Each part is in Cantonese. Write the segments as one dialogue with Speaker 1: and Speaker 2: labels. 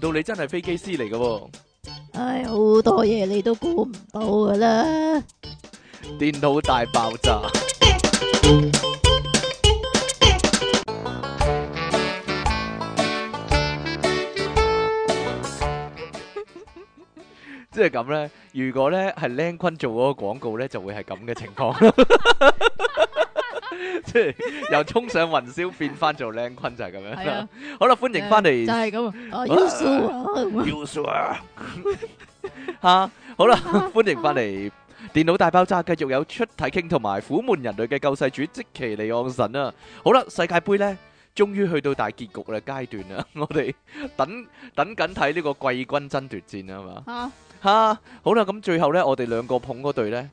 Speaker 1: 到你真係飛機師嚟嘅喎。
Speaker 2: 唉，好多嘢你都估唔到噶啦。
Speaker 1: 電腦大爆炸。即係咁咧，如果咧係靚坤做嗰個廣告咧，就會係咁嘅情況。 即係由衝上雲霄變翻做靚坤就係咁樣
Speaker 2: 係
Speaker 1: 啦
Speaker 2: 啊。
Speaker 1: 好啦，歡迎翻
Speaker 2: 就
Speaker 1: 嚟
Speaker 2: 係咁啊啊，Yuzu 啊咁啊，
Speaker 1: User 吓，好啦，歡迎翻嚟。電腦大爆炸繼續有出體傾同埋苦悶人類嘅救世主即其利昂神啊！好啦，世界盃呢，終於去到大結局啦階 段啦，我哋等等緊睇呢個季軍爭奪戰啊嘛〜
Speaker 2: 吓
Speaker 1: 哈，好啦，咁最後呢，我哋兩個捧嗰隊呢，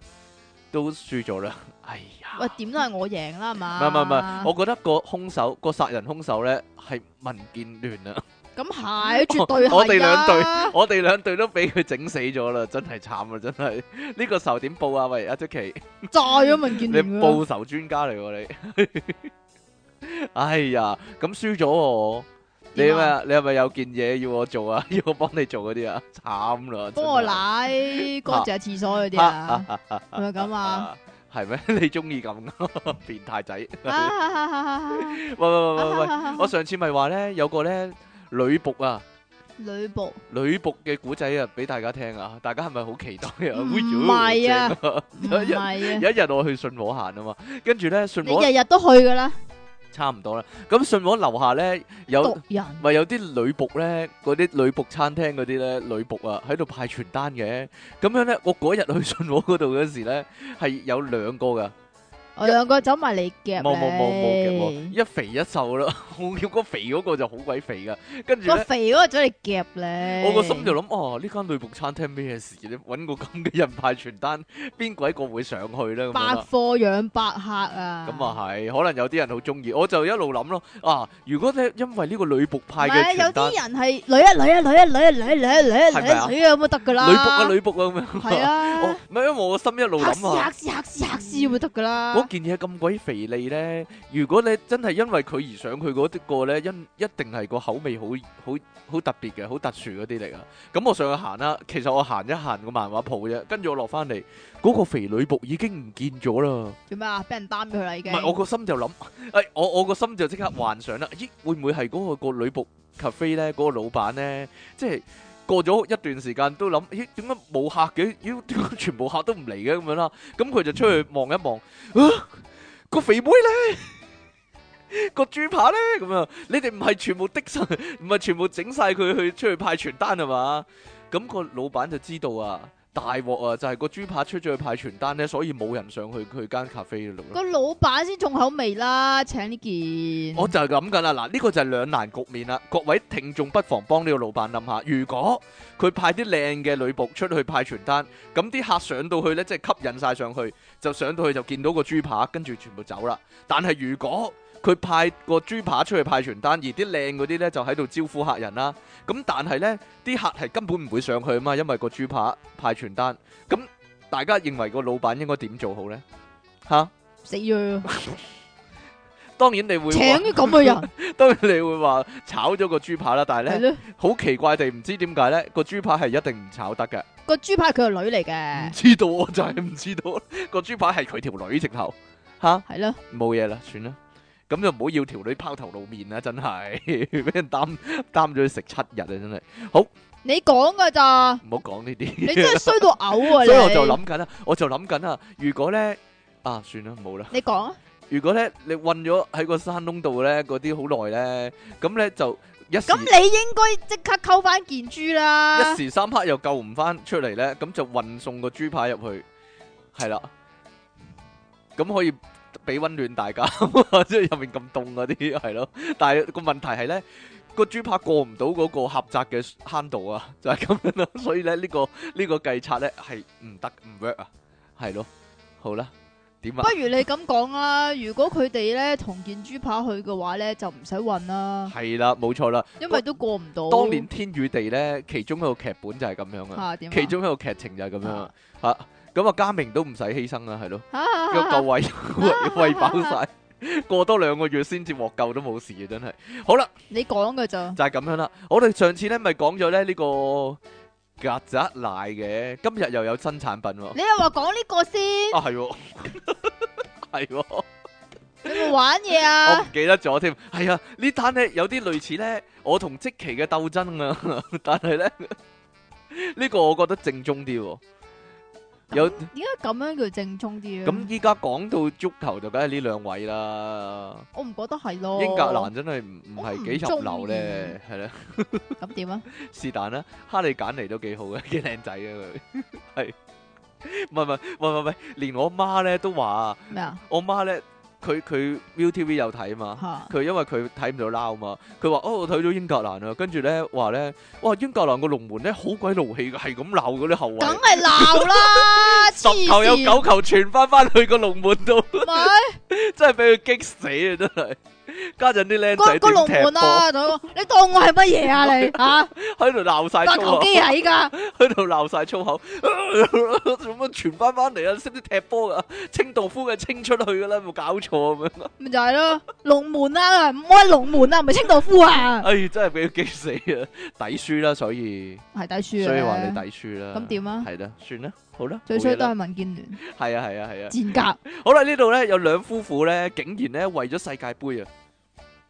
Speaker 1: 都輸咗啦。哎呀，
Speaker 2: 喂，點都係我贏啦，
Speaker 1: 唔
Speaker 2: 係嘛？
Speaker 1: 係唔係唔係，我覺得個兇手個殺人兇手呢，係民建聯啊，
Speaker 2: 咁係，絕對係
Speaker 1: 我哋兩隊
Speaker 2: 啊
Speaker 1: 我哋兩隊都俾佢整死咗啦，真係慘啊，真係呢個仇點報啊？喂，阿即奇，
Speaker 2: 炸咗民建
Speaker 1: 你
Speaker 2: 聯㗎
Speaker 1: 報仇專家嚟喎你。哎呀，咁輸咗喎，你
Speaker 2: 點啊
Speaker 1: 咪你係咪有件嘢要我做啊？ 要我幫你做嗰啲啊？慘啦，
Speaker 2: 幫我
Speaker 1: 真係
Speaker 2: 奶乾淨廁所嗰啲啊，係咪咁啊？
Speaker 1: 啊，系咩？ 你中意咁㗎 變態仔？
Speaker 2: 啊哈哈哈哈
Speaker 1: 喂喂喂喂喂！
Speaker 2: 啊哈
Speaker 1: 我上次咪話咧，有個咧女仆啊，
Speaker 2: 女仆
Speaker 1: 女仆嘅古仔啊，俾大家聽啊！大家係咪好期待啊？
Speaker 2: 唔
Speaker 1: 哎呦
Speaker 2: 係啊
Speaker 1: 正啊
Speaker 2: 唔係啊，
Speaker 1: 有一日我去信和行啊嘛，跟住咧信
Speaker 2: 你
Speaker 1: 和
Speaker 2: 日日都去㗎啦，
Speaker 1: 差唔多啦，咁信和樓下咧有
Speaker 2: 毒。人
Speaker 1: 咪有啲女仆咧，嗰啲女仆餐廳嗰啲咧，女仆啊喺度派傳單嘅，咁樣咧，我嗰日去信和嗰度嗰時咧，係有兩個噶，
Speaker 2: 我兩個走埋嚟夾
Speaker 1: 冇冇冇冇嘅，冇
Speaker 2: 你，
Speaker 1: 一肥一瘦啦。 我叫個肥嗰個就好鬼肥噶，跟住
Speaker 2: 個
Speaker 1: 咧，
Speaker 2: 肥嗰個走嚟夾你，
Speaker 1: 我個心就諗，哦，呢間女僕餐廳咩事咧？揾個咁嘅人派傳單，邊鬼個會上去咧？咁
Speaker 2: 百
Speaker 1: 樣啦
Speaker 2: 貨養百客啊，
Speaker 1: 咁啊係，可能有啲人好中意，我就一路諗咯。啊，如果咧因為呢個女僕派
Speaker 2: 唔
Speaker 1: 嘅
Speaker 2: 係有
Speaker 1: 傳單，
Speaker 2: 啲人係女啊女啊女啊女啊女啊女啊女啊
Speaker 1: 係咪啊
Speaker 2: 女啊咁啊得㗎啦，
Speaker 1: 女僕啊女僕啊咁樣，
Speaker 2: 係 啊
Speaker 1: 哦，唔係因為我個心一路
Speaker 2: 黑絲
Speaker 1: 諗啊
Speaker 2: 黑。絲黑絲黑絲咁啊得㗎啦，
Speaker 1: 嗰件嘢咁鬼肥膩咧，如果你真係因為佢而上去嗰啲個咧，因一定係個口味好好好特別嘅，好特殊嗰啲嚟噶。啊咁我上去行啦，其實我行一行個漫畫鋪啫，跟住我落翻嚟，嗰、個肥女僕已經唔見咗啦。
Speaker 2: 做咩啊？俾人擔咗佢啦已
Speaker 1: 唔
Speaker 2: 經，
Speaker 1: 係我個心就諗， 誒我我個心就即刻幻想啦，咦會唔會係嗰個個女僕 cafe 咧，嗰、個老闆咧，即係過咗一段時間都諗，咦點解冇客嘅？咦點解全部客都唔嚟嘅咁樣啦？咁佢就出去望一望，啊個肥妹咧， 個豬扒咧咁啊！你哋唔係全部的晒， 唔係全部整晒佢去出去派傳單係嘛？咁、個老闆就知道啊。大鑊啊！就係、個豬扒出咗去派傳單咧，所以冇人上去佢間咖啡度咯。
Speaker 2: 個老闆先重口味啦，請呢件。
Speaker 1: 我就係咁噶啦，嗱呢個就係兩難局面啦。各位聽眾不妨幫呢個老闆諗下，如果佢派啲靚嘅女仆出去派傳單，咁啲客上到去呢，即係吸引晒上去，就上到去就見到個豬扒，跟住全部走啦。但係如果佢派個豬扒出去派傳單，而啲靚嗰啲呢，就喺度招呼客人啦。咁但係呢啲客係根本唔會上去啊嘛，因為個豬扒派傳單。咁大家認為個老闆應該點做好呢？吓，
Speaker 2: 死咗佢，
Speaker 1: 當然你會
Speaker 2: 請
Speaker 1: 話
Speaker 2: 啲咁嘅 人
Speaker 1: 當然你會話炒咗個豬扒啦，但係
Speaker 2: 係
Speaker 1: 咧
Speaker 2: 咯。
Speaker 1: 好奇怪地唔知點解咧個豬扒係一定唔炒得嘅，唔、
Speaker 2: 個豬扒係佢個女嚟嘅，
Speaker 1: 知道我就係唔知道個豬扒係佢條女直頭吓
Speaker 2: 係咯，
Speaker 1: 冇嘢啦，算啦，咁就唔好要條女拋頭露面啦，真係 俾人擔擔咗去食七日啊，真係
Speaker 2: 你講噶咋？
Speaker 1: 唔好講呢啲。
Speaker 2: 你真係衰到嘔啊！
Speaker 1: 所以我
Speaker 2: 你
Speaker 1: 就，諗緊啦，我就諗緊啦，如果咧啊，算啦，冇啦。
Speaker 2: 你講啊，
Speaker 1: 如果咧你韞咗喺個山窿度咧，嗰啲好耐咧，咁咧就一時
Speaker 2: 咁你應該即刻溝翻件豬 啦
Speaker 1: 一。時三刻又救唔翻出嚟咧，咁就運送個豬扒入去，係啦，咁可以俾温暖大家，即係入面咁凍嗰啲係咯。但係個問題係咧，個豬扒過唔到嗰個狹窄嘅坑道啊， 就係、咁樣咯。所以咧呢、個呢、個計策咧係唔得唔 work 啊，係咯，好啦，點啊
Speaker 2: 不？如你咁講啦，如果佢哋咧同件豬扒去嘅話咧，就唔使運啦，
Speaker 1: 係啦，冇錯啦。
Speaker 2: 因為都過唔到。
Speaker 1: 當年天與地咧，其中一個劇本就係咁樣啊，
Speaker 2: 嚇點啊？
Speaker 1: 其中一個劇情就係咁樣啊，嚇咁啊，嘉明都唔使犧牲啦，係咯。
Speaker 2: 啊
Speaker 1: 一個位喂喂飽晒，過多兩個月先至獲救都冇事嘅，真係。好啦，
Speaker 2: 你講噶咋？
Speaker 1: 就係咁樣啦。我哋上次咧咪講咗咧呢個曱甴奶嘅，今日又有新產品喎。
Speaker 2: 你又話講呢個先，
Speaker 1: 啊係喎， 係喎。
Speaker 2: 你咪玩嘢啊
Speaker 1: 我唔！記得咗添。係啊，呢單咧有啲類似咧，我同即期嘅鬥爭啊， 但係咧呢個我覺得正宗啲喎。有
Speaker 2: 點解咁樣叫正宗啲啊？
Speaker 1: 咁依家講到足球就梗係呢兩位啦，
Speaker 2: 我唔覺得係咯。
Speaker 1: 英格蘭真係唔唔
Speaker 2: 哦
Speaker 1: 係幾入流咧，係啦，
Speaker 2: 咁點啊？
Speaker 1: 是但啦，哈利簡尼都幾好嘅， 幾靚仔啊佢， 係唔係唔係唔係唔係，連我媽咧都話，
Speaker 2: 咩啊？
Speaker 1: 我媽咧佢佢 ViuTV 有睇嘛。
Speaker 2: 吓
Speaker 1: 佢因為佢睇唔到撈嘛，佢話哦我睇咗英格蘭啊，跟住咧話咧，哇英格蘭個龍門咧好鬼怒氣嘅，係咁鬧嗰啲後
Speaker 2: 梗
Speaker 1: 衞，
Speaker 2: 係鬧啦！
Speaker 1: 十球有九
Speaker 2: 黐
Speaker 1: 球傳翻翻去個龍門度，
Speaker 2: 線咪
Speaker 1: 真係俾佢激死啊！真係，家陣啲僆
Speaker 2: 個
Speaker 1: 仔
Speaker 2: 個龍門
Speaker 1: 點
Speaker 2: 啊！同佢講你當我係乜嘢 啊？你吓
Speaker 1: 踢波，喺度鬧晒
Speaker 2: 打
Speaker 1: 粗
Speaker 2: 球
Speaker 1: 口，
Speaker 2: 機啊！依家
Speaker 1: 喺度鬧晒粗口， 做乜傳翻翻嚟啊？識唔識踢波啊？清道夫嘅清出去㗎啦，有冇搞錯咁 樣？
Speaker 2: 咪就係咯，龍門啦，唔好係龍門啊，唔係清道夫啊，
Speaker 1: 哎，真係俾佢激死啊！抵輸啦，所以
Speaker 2: 係抵輸啊！
Speaker 1: 所以話你抵輸啦。
Speaker 2: 咁點啊？
Speaker 1: 系啦，算啦，好啦，
Speaker 2: 最衰都
Speaker 1: 系
Speaker 2: 係民建聯
Speaker 1: 系啊系啊系啊，
Speaker 2: 賤格。
Speaker 1: 好啦，呢度咧有兩夫婦咧，竟然咧為咗世界盃啊，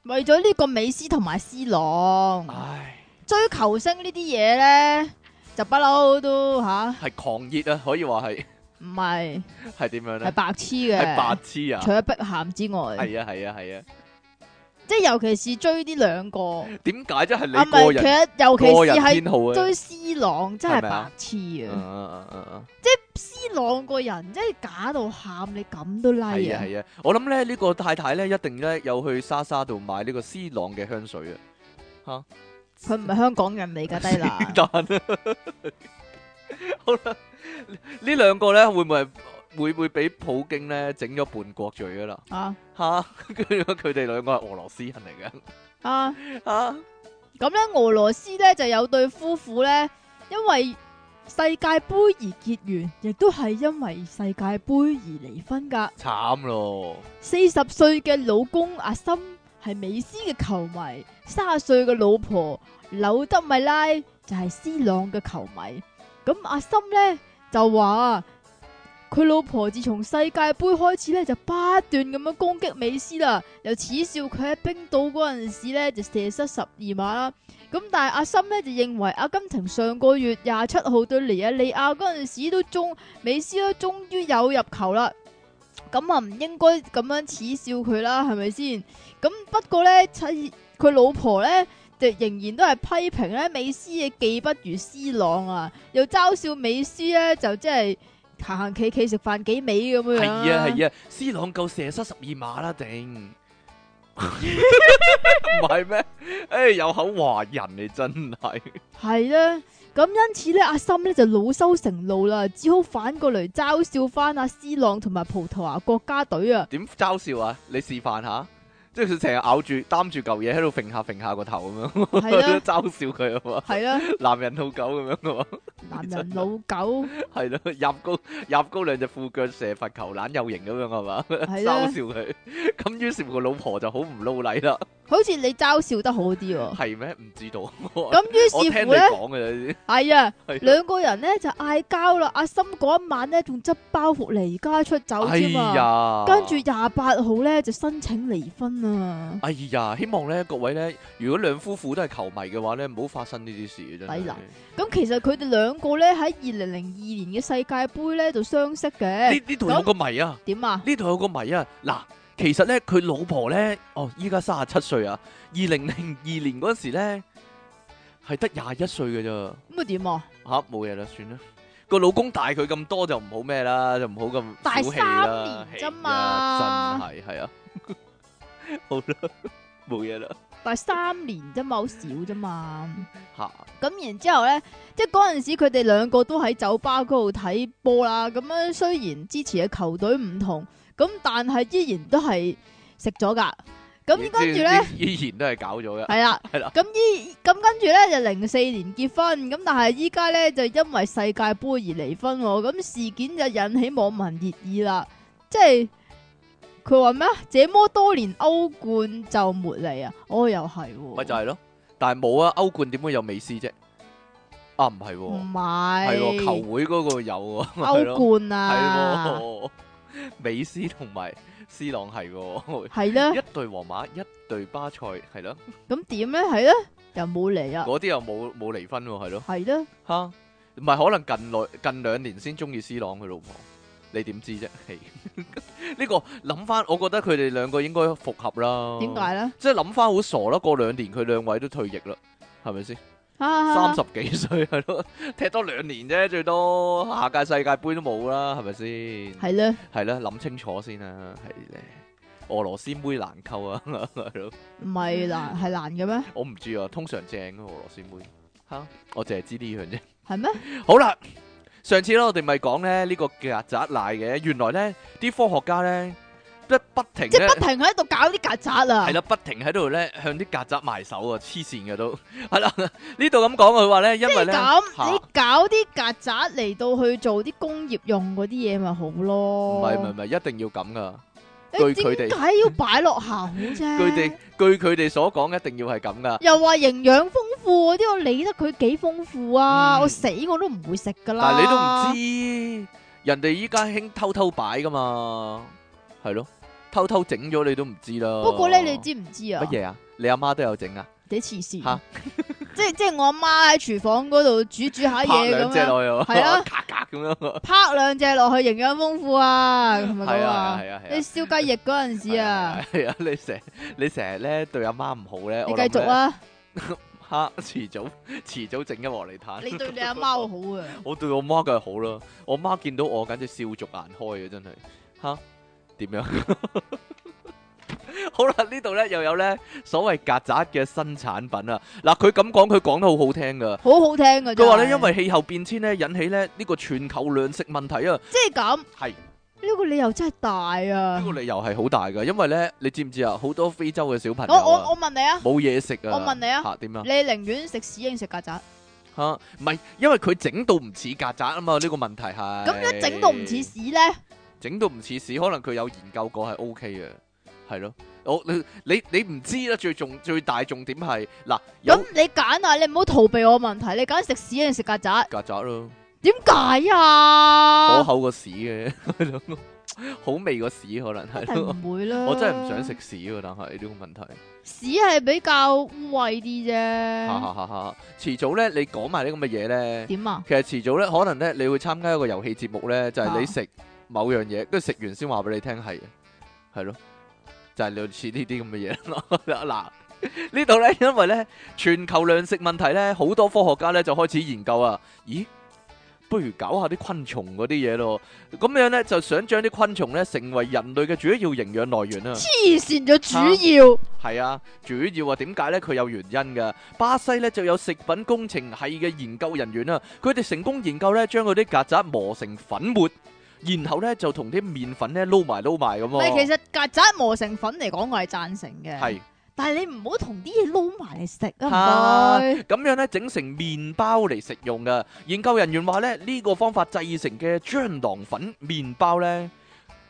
Speaker 2: 為咗呢個美斯同埋斯朗
Speaker 1: 唉，
Speaker 2: 追求星呢啲嘢咧，就不嬲都吓，
Speaker 1: 係狂熱啊，可以話係
Speaker 2: 唔係
Speaker 1: 係點樣
Speaker 2: 係
Speaker 1: 咧？
Speaker 2: 白痴
Speaker 1: 係白
Speaker 2: 嘅。
Speaker 1: 痴啊！
Speaker 2: 除咗碧咸之外，
Speaker 1: 係啊係啊係啊，
Speaker 2: 即係尤其是追呢兩個，啊
Speaker 1: 點解啫？係
Speaker 2: 唔
Speaker 1: 你個
Speaker 2: 係，其
Speaker 1: 人
Speaker 2: 實尤其
Speaker 1: 個
Speaker 2: 是
Speaker 1: 人
Speaker 2: 係
Speaker 1: 偏好啊。
Speaker 2: 追斯朗真
Speaker 1: 係
Speaker 2: 係
Speaker 1: 咪啊
Speaker 2: 白痴
Speaker 1: 嗯嗯
Speaker 2: 啊！
Speaker 1: 嗯嗯
Speaker 2: 斯朗個人真係假到喊，你咁都拉
Speaker 1: 係啊
Speaker 2: 啊！
Speaker 1: 係啊，我諗咧呢個太太咧一定咧有去莎莎度買呢個 C 朗嘅香水啊。啊
Speaker 2: 佢唔係香港人嚟㗎，低能。啊
Speaker 1: 但 好啦，呢兩個咧會唔會係會唔會俾普京咧整咗叛國罪噶啦？
Speaker 2: 啊
Speaker 1: 吓，跟住 佢哋兩個係俄羅斯人嚟嘅，
Speaker 2: 啊！
Speaker 1: 吓
Speaker 2: 咁咧，俄羅斯咧就有對夫婦咧，因為世界盃而結緣，亦都係因為世界盃而離婚㗎。
Speaker 1: 慘咯，
Speaker 2: 四十歲嘅老公阿森係美斯嘅球迷，三十歲嘅老婆柳德米拉就係斯朗嘅球迷。咁阿森呢就話佢老婆自從世界盃開始呢，就不斷咁樣攻擊美斯啦，又恥笑佢喺冰島嗰陣時呢就射失十二碼啦。咁但係阿森呢，就認為阿根廷上個月廿七號對尼日利亞嗰陣時都中美斯都終於有入球啦。咁啊唔應該咁樣恥笑佢啦，係咪先？咁不過咧，妻佢老婆咧，就仍然都係批評咧美斯嘅技不如斯朗啊，又嘲笑美斯咧就即係行行企企食飯幾味咁樣。
Speaker 1: 係啊係啊，C 朗夠射失十二碼啦，頂， 唔係咩？誒有口話人你真係，
Speaker 2: 係啦，咁因此咧，阿森咧就惱羞成怒啦，只好反過嚟嘲笑翻阿斯朗同埋葡萄牙國家 隊啊！
Speaker 1: 點嘲笑啊？你示範下，即係佢成日咬住擔住嚿嘢喺度揈下揈下個頭咁樣，
Speaker 2: 係啦
Speaker 1: 嘲笑佢啊嘛，
Speaker 2: 係啦，
Speaker 1: 男人老狗咁樣啊嘛。
Speaker 2: 男人老狗
Speaker 1: 系咯，入高入高兩隻褲腳射罰球懶有型咁樣係嘛，
Speaker 2: 係啊
Speaker 1: 嘲
Speaker 2: 啦
Speaker 1: 笑佢。咁於是乎個老婆就好唔撈禮啦，
Speaker 2: 好似你嘲笑得好啲喎。
Speaker 1: 係咩？唔知道， 我
Speaker 2: 咁於是
Speaker 1: 聽
Speaker 2: 乎
Speaker 1: 你
Speaker 2: 咧。
Speaker 1: 講嘅啫。
Speaker 2: 系啊
Speaker 1: 係啊，
Speaker 2: 兩個人咧就嗌交啦。阿森嗰一晚咧仲執包袱離家出走
Speaker 1: 哎
Speaker 2: 添啊，
Speaker 1: 呀，
Speaker 2: 跟住廿八號咧就申請離婚啊，
Speaker 1: 哎呀，希望咧各位咧，如果兩夫婦都係球迷嘅話咧，唔好發生呢啲事真
Speaker 2: 抵
Speaker 1: 係。
Speaker 2: 賴咁其實佢哋兩個咧喺二零零二年嘅世界盃咧就相識嘅。
Speaker 1: 呢呢度有個迷啊，
Speaker 2: 點啊？
Speaker 1: 呢度有個迷啊。嗱，其實咧佢老婆咧，哦，依家三十七歲啊，二零零二年嗰時咧係得廿一歲嘅咋。
Speaker 2: 咁啊點啊？
Speaker 1: 吓冇嘢啦，算啦。個老公大佢咁多就唔好咩啦，就唔好咁
Speaker 2: 大
Speaker 1: 小氣啦
Speaker 2: 三年啫
Speaker 1: 係
Speaker 2: 嘛
Speaker 1: 啊真係係啊。好啦，冇嘢啦，
Speaker 2: 但係三年啫嘛，好少啫嘛。
Speaker 1: 吓
Speaker 2: 咁然之後咧，即係嗰陣時佢哋兩個都喺酒吧嗰度睇波啦。咁樣雖然支持嘅球隊唔同，咁但係依然都係食咗㗎。咁
Speaker 1: 你
Speaker 2: 跟住
Speaker 1: 知
Speaker 2: 咧。
Speaker 1: 依然都係搞咗嘅，
Speaker 2: 系啦，
Speaker 1: 係啦
Speaker 2: 咁依咁跟住咧就零四年結婚，咁但係依家咧就因為世界盃而離婚喎，咁事件就引起網民熱議啦，即係佢話咩啊？這麼多年歐冠就沒嚟啊！哦，又係喎，
Speaker 1: 咪就係咯。但係冇啊，歐冠點會有美斯啫？啊，唔係
Speaker 2: 唔
Speaker 1: 喎，係喎，
Speaker 2: 係
Speaker 1: 球會嗰個有喎，係咯
Speaker 2: 歐冠
Speaker 1: 係
Speaker 2: 啊，
Speaker 1: 喎， 美斯同埋斯朗係喎，
Speaker 2: 係咧，
Speaker 1: 一隊皇馬，一隊巴塞，係咯，
Speaker 2: 咁點咧？係咧，又冇嚟啊，
Speaker 1: 嗰啲又冇冇離婚喎，係咯，
Speaker 2: 係咧，
Speaker 1: 吓，唔係可能近來近兩年先中意斯朗佢老婆，你點知啫？ 係呢個諗翻，我覺得佢哋兩個應該復合啦。
Speaker 2: 點？解咧？
Speaker 1: 即係諗翻好傻啦，過兩年佢兩位都退役啦，係咪先？三
Speaker 2: 三
Speaker 1: 十幾歲係咯，踢多兩年啫，最多下屆世界盃都冇啦，係咪先？
Speaker 2: 係咧，
Speaker 1: 係啦，諗清楚先啦，係咧。俄羅斯妹難溝啊， 係咯，
Speaker 2: 唔係難
Speaker 1: 嗯
Speaker 2: 係難嘅咩？
Speaker 1: 我唔知啊，通常正嘅俄羅斯妹吓，我淨係知呢樣啫。
Speaker 2: 係咩？
Speaker 1: 好啦，上次咧我哋咪講咧呢個曱甴奶嘅，原來咧啲科學家咧即係不停
Speaker 2: 即
Speaker 1: 咧
Speaker 2: 係不停喺度搞啲曱甴啊！
Speaker 1: 係啦，不停喺度咧向啲曱甴埋手啊，黐線嘅都係啦。呢度咁講佢話咧，因
Speaker 2: 即
Speaker 1: 為
Speaker 2: 係
Speaker 1: 咧
Speaker 2: 咁，
Speaker 1: 嚇
Speaker 2: 你搞啲曱甴嚟到去做啲工業用嗰啲嘢咪好咯？
Speaker 1: 唔係唔係唔係，一定要咁噶。
Speaker 2: 誒
Speaker 1: 據佢哋
Speaker 2: 點解要擺落口啫？
Speaker 1: 據哋據佢哋所講，一定要係咁噶。
Speaker 2: 又話營養豐富嗰啲，我理得佢幾豐富啊！
Speaker 1: 嗯
Speaker 2: 我死我都唔會食噶啦。
Speaker 1: 但係你都唔知，啊人哋依家興偷偷擺噶嘛，係咯，偷偷整咗你都唔知啦。
Speaker 2: 不過咧，你知唔知啊
Speaker 1: 乜？嘢啊？你阿媽都有整啊？
Speaker 2: 你黐線
Speaker 1: 嚇，
Speaker 2: 即係即係我阿媽喺廚房嗰度煮煮下
Speaker 1: 拍
Speaker 2: 嘢
Speaker 1: 兩隻
Speaker 2: 咁樣，
Speaker 1: 落去喎，
Speaker 2: 係啊
Speaker 1: 咔咔咁樣喎。
Speaker 2: 拍兩隻落去，營養豐富啊，係咪
Speaker 1: 係
Speaker 2: 咁
Speaker 1: 啊
Speaker 2: 啊？
Speaker 1: 係啊係
Speaker 2: 你
Speaker 1: 啊！
Speaker 2: 燒雞翼嗰陣時啊，，
Speaker 1: 係啊！你成你成日咧對阿媽唔好咧，
Speaker 2: 你
Speaker 1: 我
Speaker 2: 繼
Speaker 1: 諗
Speaker 2: 續
Speaker 1: 咧，
Speaker 2: 啊！
Speaker 1: 嚇遲早遲早整一鑊嚟攤。
Speaker 2: 你對你阿媽好好啊！
Speaker 1: 我對我媽梗係 好啦，我媽見到我簡直笑逐顏開啊！真係吓點樣？好啦，呢度呢又有呢所謂曱甴嘅新產品啊！嗱，佢咁講，佢講得好好聽噶。
Speaker 2: 好好聽嘅。
Speaker 1: 佢話呢，
Speaker 2: 真係
Speaker 1: 因為氣候變遷呢，引起呢呢個全球糧食問題啊，
Speaker 2: 即係咁，
Speaker 1: 係
Speaker 2: 呢個理由真係大啊
Speaker 1: 呢！個理由係好大噶，因為呢，你知唔知啊？好多非洲嘅小朋
Speaker 2: 我
Speaker 1: 友
Speaker 2: 我
Speaker 1: 啊，
Speaker 2: 我問你啊，
Speaker 1: 冇嘢食啊，
Speaker 2: 我問你啊
Speaker 1: 嚇點啊
Speaker 2: 你？寧願食屎定食曱甴？
Speaker 1: 嚇唔係因為佢整到唔似曱甴啊嘛，呢個問題係
Speaker 2: 咁一整到唔似屎咧，
Speaker 1: 整到唔似屎，可能佢有研究過係 O K 嘅，係咯。我你你你唔知啦，最重最大重點係嗱有
Speaker 2: 咁你揀啊！你唔好逃避我問題，你揀食屎定食曱甴？
Speaker 1: 曱甴咯，
Speaker 2: 點解
Speaker 1: 可
Speaker 2: 啊？
Speaker 1: 口過屎嘅，係咯好啊味過屎可能
Speaker 2: 一
Speaker 1: 係
Speaker 2: 定
Speaker 1: 咯。
Speaker 2: 唔會啦！
Speaker 1: 我真係唔想食。屎喎，但係呢個問題，
Speaker 2: 屎係比較污穢啲
Speaker 1: 哈
Speaker 2: 啫。
Speaker 1: 哈哈哈！遲早咧，你講埋啲咁嘅嘢咧，
Speaker 2: 點啊？
Speaker 1: 其實遲早咧，可能咧，你會參加一個遊戲節目咧，就係你
Speaker 2: 啊
Speaker 1: 食某樣嘢，跟住食完先話俾你聽係，係咯，就係類似呢啲咁嘅嘢咯。嗱，呢度咧，因為咧全球糧食問題咧，好多科學家咧就開始研究 啊，咦？不如搞下啲昆蟲嗰啲嘢咯，咁樣咧就想將啲昆蟲咧成為人類嘅主要營養來源啊！
Speaker 2: 黐線咗主
Speaker 1: 係啊，主要啊，點解呢？佢有原因噶。巴西呢就有食品工程系嘅研究人員啊，佢哋成功研究呢，將嗰啲曱甴磨成粉末，然後呢就同啲麵粉呢撈埋撈埋咁
Speaker 2: 要，唔係
Speaker 1: 喎。
Speaker 2: 其實曱甴磨成粉嚟講，我係贊成嘅。
Speaker 1: 哦係
Speaker 2: 但係你唔好同啲嘢撈埋嚟食啊！
Speaker 1: 啊
Speaker 2: 唔該。
Speaker 1: 咁樣呢，整成麵包嚟食用噶。研究人員話呢，呢個方法製成嘅蟑螂粉麵包呢，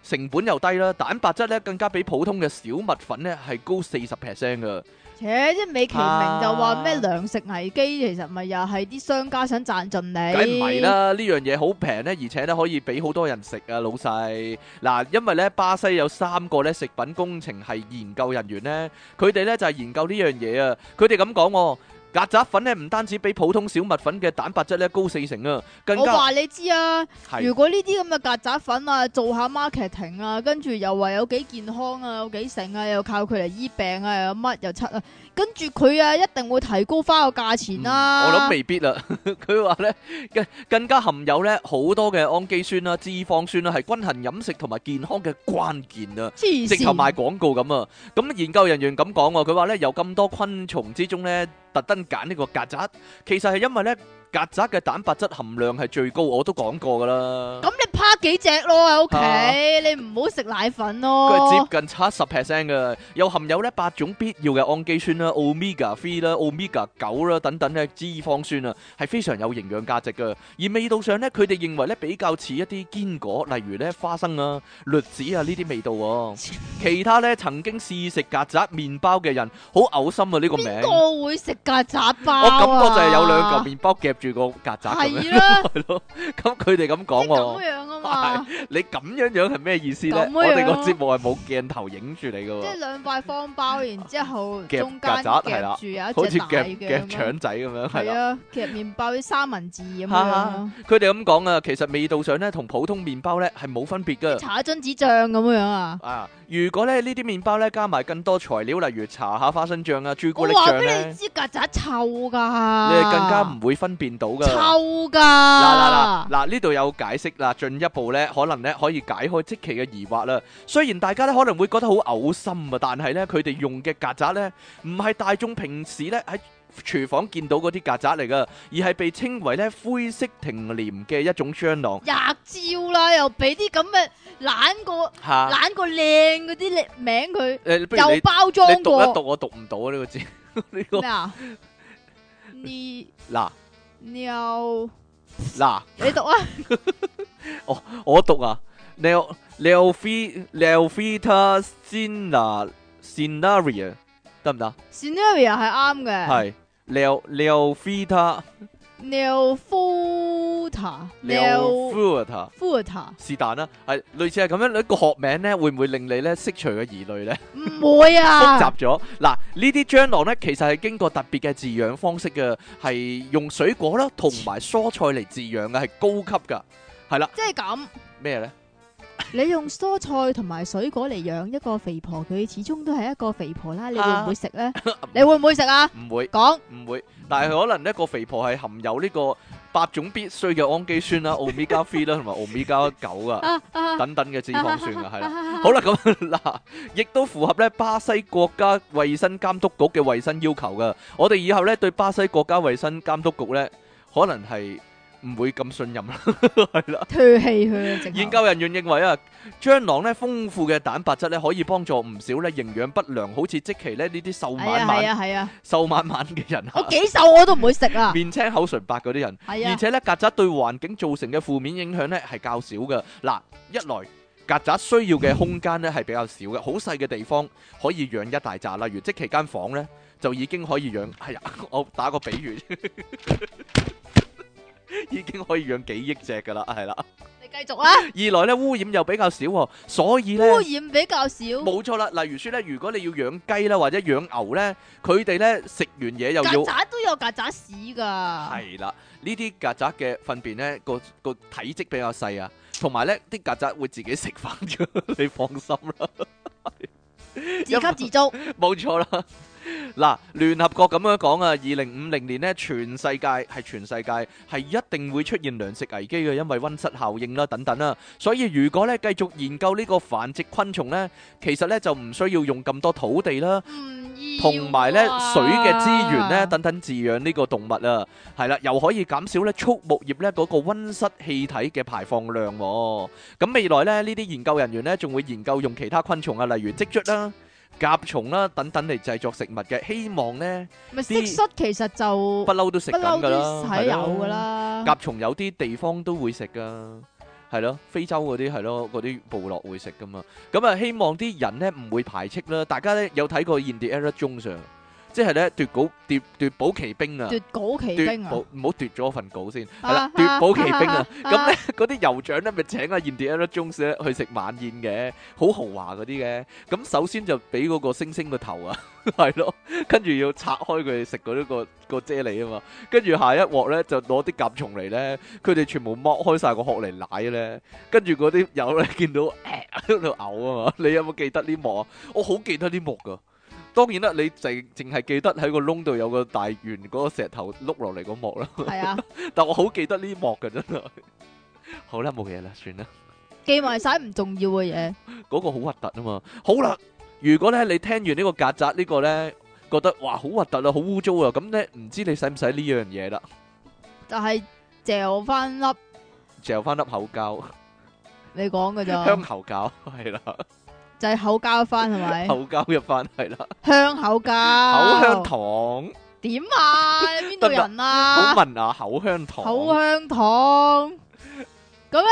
Speaker 1: 成本又低啦，蛋白質呢更加比普通嘅小麥粉呢係高四十 percent 噶。
Speaker 2: 且即係美其名就話咩
Speaker 1: 啊
Speaker 2: 糧食危機，其實咪又係啲商家想賺盡你。
Speaker 1: 梗唔係
Speaker 2: 哎
Speaker 1: 啦，呢樣嘢好平咧，而且咧可以俾好多人食啊，老細。嗱，因為咧巴西有三個咧食品工程系研究人員咧，佢哋咧就係研究呢樣嘢啊。佢哋咁講喎，曱甴粉咧唔單止比普通小麥粉嘅蛋白質咧高四成啊，更
Speaker 2: 我
Speaker 1: 加
Speaker 2: 話你知啊，
Speaker 1: 係
Speaker 2: 如果呢啲咁嘅曱甴粉啊，做下 marketing 啊，跟住又話有幾健康啊，有幾成啊，又靠佢嚟醫病啊，又乜又七啊，跟住佢啊一定會提高翻個價錢啦。
Speaker 1: 嗯我諗未必啦。 佢話咧，更更加含有咧好多嘅氨基酸啦、脂肪酸啦，係均衡飲食同埋健康嘅關鍵啊。
Speaker 2: 黐
Speaker 1: 直頭賣
Speaker 2: 線，
Speaker 1: 廣告咁啊！咁研究人員咁講喎，佢話咧由咁多昆蟲之中咧，特登揀呢個曱甴，其實係因為咧曱甴嘅蛋白質含量係最高，我都講過噶啦。
Speaker 2: 咁你拍幾隻咯喺屋
Speaker 1: 啊
Speaker 2: 企，你唔好食奶粉咯。
Speaker 1: 佢係接近70%嘅，又含有呢八種必要嘅氨基酸啦、omega 3啦、omega 9啦等等嘅脂肪酸啊，係非常有營養價值嘅。而味道上呢，佢哋認為呢，比較似一啲堅果，例如呢花生啊、栗子啊呢啲味道喎。 其他呢，曾經試食曱甴麵包嘅人，好嘔心啊，呢個名。
Speaker 2: 邊個會食曱甴包啊？
Speaker 1: 我感覺就係有兩嚿麵包夾住個曱甴咁樣。
Speaker 2: 係啦，即係
Speaker 1: 係咯，咁佢哋咁講喎。
Speaker 2: 咁樣啊嘛，
Speaker 1: 你咁樣樣係咩意思呢？
Speaker 2: 咁樣樣。
Speaker 1: 我哋個節目係冇鏡頭影住你㗎喎。
Speaker 2: 即係兩塊方包，然之後
Speaker 1: 夾
Speaker 2: 中間
Speaker 1: 曱甴係啦
Speaker 2: 夾住有
Speaker 1: 好
Speaker 2: 一
Speaker 1: 似
Speaker 2: 隻大
Speaker 1: 夾
Speaker 2: 嘅
Speaker 1: 夾
Speaker 2: 咁樣。
Speaker 1: 腸仔咁樣，係
Speaker 2: 係
Speaker 1: 啦。
Speaker 2: 啊，夾麵包啲三文治咁樣
Speaker 1: 哈哈
Speaker 2: 咯，
Speaker 1: 佢哋咁講啊，其實味道上咧同普通麵包咧係冇分別噶。
Speaker 2: 搽榛子醬咁樣啊！
Speaker 1: 啊，如果咧呢啲麵包咧加埋更多材料，例如茶下花生醬啊、朱古
Speaker 2: 我
Speaker 1: 力
Speaker 2: 話
Speaker 1: 醬
Speaker 2: 俾
Speaker 1: 咧
Speaker 2: 你，知，曱甴臭
Speaker 1: 你
Speaker 2: 噶，
Speaker 1: 係更加唔會分辨到噶。
Speaker 2: 臭噶。
Speaker 1: 嗱嗱嗱嗱，呢度有解釋啦，進一步咧可能咧可以解開即期嘅疑惑啦。雖然大家咧可能會覺得好嘔心啊，但係咧佢哋用嘅曱甴咧唔係大眾平時咧喺廚房見到嗰啲曱甴嚟噶，而係被稱為咧灰色庭廉嘅一種蟑螂
Speaker 2: 廿招啦，又俾啲咁嘅懶個
Speaker 1: 嚇。
Speaker 2: 懶個靚嗰啲名佢，
Speaker 1: 誒，不如
Speaker 2: 又
Speaker 1: 你
Speaker 2: 包裝
Speaker 1: 你讀一
Speaker 2: 過
Speaker 1: 讀，我讀唔到啊呢個字。 呢個
Speaker 2: 咩啊？ 呢
Speaker 1: 嗱
Speaker 2: 你又
Speaker 1: 嗱，
Speaker 2: 你讀啊？
Speaker 1: 我讀啊，Leo Leofi Leofita Sina Scenario 得唔啊得？
Speaker 2: scenario 係啱嘅，
Speaker 1: 係 Leo Leofita
Speaker 2: 系 neo filter
Speaker 1: Leo
Speaker 2: neo
Speaker 1: Fruita
Speaker 2: filter
Speaker 1: 是但啦，係類似係咁樣一個學名咧，會唔會令你咧釋除嘅疑慮咧？
Speaker 2: 唔會
Speaker 1: 複
Speaker 2: 啊
Speaker 1: 雜，咗。嗱，呢啲蟑螂咧，其實係經過特別嘅飼養方式嘅，係用水果啦同埋蔬菜嚟飼養嘅，係高級噶。係啦，
Speaker 2: 即係咁，
Speaker 1: 咩咧？
Speaker 2: 你用蔬菜同埋水果嚟養一個肥婆，佢始終都係一個肥婆啦，你會唔會食 咧？你會唔會食啊？
Speaker 1: 唔會。
Speaker 2: 講
Speaker 1: 唔會，但係可能呢個肥婆係含有呢個八種必需嘅氨基酸 啦、omega three 啦同埋 omega 九啊
Speaker 2: 啊啊
Speaker 1: 等等嘅脂肪酸啊，係 啦。
Speaker 2: 啦
Speaker 1: 好啦，咁嗱，亦都符合咧巴西國家衛生監督局嘅衛生要求噶。我哋以後咧對巴西國家衛生監督局咧，可能係唔會咁信任啦， 係啦。
Speaker 2: 唾棄佢啊！直頭
Speaker 1: 研究人員認為啊，蟑螂咧豐富嘅蛋白質咧可以幫助唔少咧營養不良，好似即期咧呢啲瘦
Speaker 2: 係
Speaker 1: 蜢
Speaker 2: 啊係
Speaker 1: 蜢、
Speaker 2: 啊 係啊，
Speaker 1: 瘦蜢蜢嘅人啊
Speaker 2: 我幾瘦我都唔會食啊！
Speaker 1: 面青口唇白嗰啲人，
Speaker 2: 係
Speaker 1: 而
Speaker 2: 啊，
Speaker 1: 且咧曱甴對環境造成嘅負面影響咧係較少嘅。嗱，一來曱甴需要嘅空間咧係比較少嘅，好細嘅地方可以養一大扎，例如即期間房咧就已經可以養。係啊， 我打個比喻， 已經可以養幾億隻㗎啦，係啦。
Speaker 2: 你繼 續啦，
Speaker 1: 二來咧污染又比較少喎，所以咧。
Speaker 2: 污染比較少，
Speaker 1: 冇錯啦，例如說咧，如果你要養雞啦或者養牛咧，佢哋咧食完嘢又要
Speaker 2: 曱甴都有曱甴屎㗎，
Speaker 1: 係啦，呢啲曱甴嘅糞便咧，個個體積比較細啊，同埋咧啲曱甴會自己食翻嘅， 你放心啦，
Speaker 2: 自給自足，
Speaker 1: 冇錯啦。嗱，聯合國咁樣講啊，二零五零年呢，全世界係全世界係一定會出現糧食危機嘅，因為温室效應啦等等啦。所以如果咧繼續研究呢個繁殖昆蟲呢，其實呢就唔需要用咁多土地啦。
Speaker 2: 唔要
Speaker 1: 同埋咧
Speaker 2: 啊
Speaker 1: 水嘅資源咧，等等飼養呢個動物啊，係啦，又可以減少咧畜牧業咧嗰個温室氣體嘅排放量、喎。咁未來咧呢啲研究人員咧仲會研究用其他昆蟲啊，例如積卒啦、甲蟲啦等等嚟製作食物嘅，希望咧
Speaker 2: 咪蟋蟀其實就
Speaker 1: 不嬲都食
Speaker 2: 不
Speaker 1: 緊
Speaker 2: 嬲
Speaker 1: 㗎
Speaker 2: 都
Speaker 1: 啦，
Speaker 2: 係有㗎
Speaker 1: 係咯。
Speaker 2: 啦，
Speaker 1: 甲蟲有啲地方都會食噶，係咯，非洲嗰啲係咯，嗰啲部落會食噶嘛。咁啊，希望啲人咧唔會排斥啦。大家咧有睇過《Indiana Jones》啊即係咧奪稿奪奪寶奇兵啊！
Speaker 2: 奪稿奇
Speaker 1: 奪
Speaker 2: 兵啊
Speaker 1: 寶！唔好奪咗我份稿先，係啦奪
Speaker 2: 啊，
Speaker 1: 寶奇兵啊！
Speaker 2: 啊
Speaker 1: 咁咧 嗰啲酋長咧咪請阿 Indiana Jones 咧去食晚宴嘅，好豪華嗰啲嘅。咁首先就俾嗰個星星個頭啊，係咯，跟住要拆開佢食嗰啲個個啫喱啊嘛。跟住下一鑊咧就攞啲甲蟲嚟咧，佢哋全部剝開晒個殼嚟舐咧。跟住嗰啲友咧見到誒 喺度嘔啊嘛。 你有冇記得呢幕啊？我好記得呢幕噶。當然啦，你淨淨係記得喺個窿度有個大圓嗰個石頭碌落嚟嗰幕啦。
Speaker 2: 係啊，
Speaker 1: 但我好記得呢幕嘅真係。好啦，冇嘢啦，算啦，
Speaker 2: 記埋晒唔重要嘅嘢，
Speaker 1: 嗰、個好核突啊嘛。好啦，如果咧你聽完呢個曱甴呢個咧，覺得哇好核突啊，好污糟啊，咁咧唔知你使唔使呢樣嘢啦？
Speaker 2: 就係嚼翻粒
Speaker 1: 嚼翻粒口膠，
Speaker 2: 你講噶咋？
Speaker 1: 香口膠係啦，
Speaker 2: 就係口交翻係咪？
Speaker 1: 口膠一番係啦，
Speaker 2: 香口交。
Speaker 1: 口香糖
Speaker 2: 點啊？你邊度人啊
Speaker 1: 好？文雅，口香糖
Speaker 2: 口香糖。咁咧，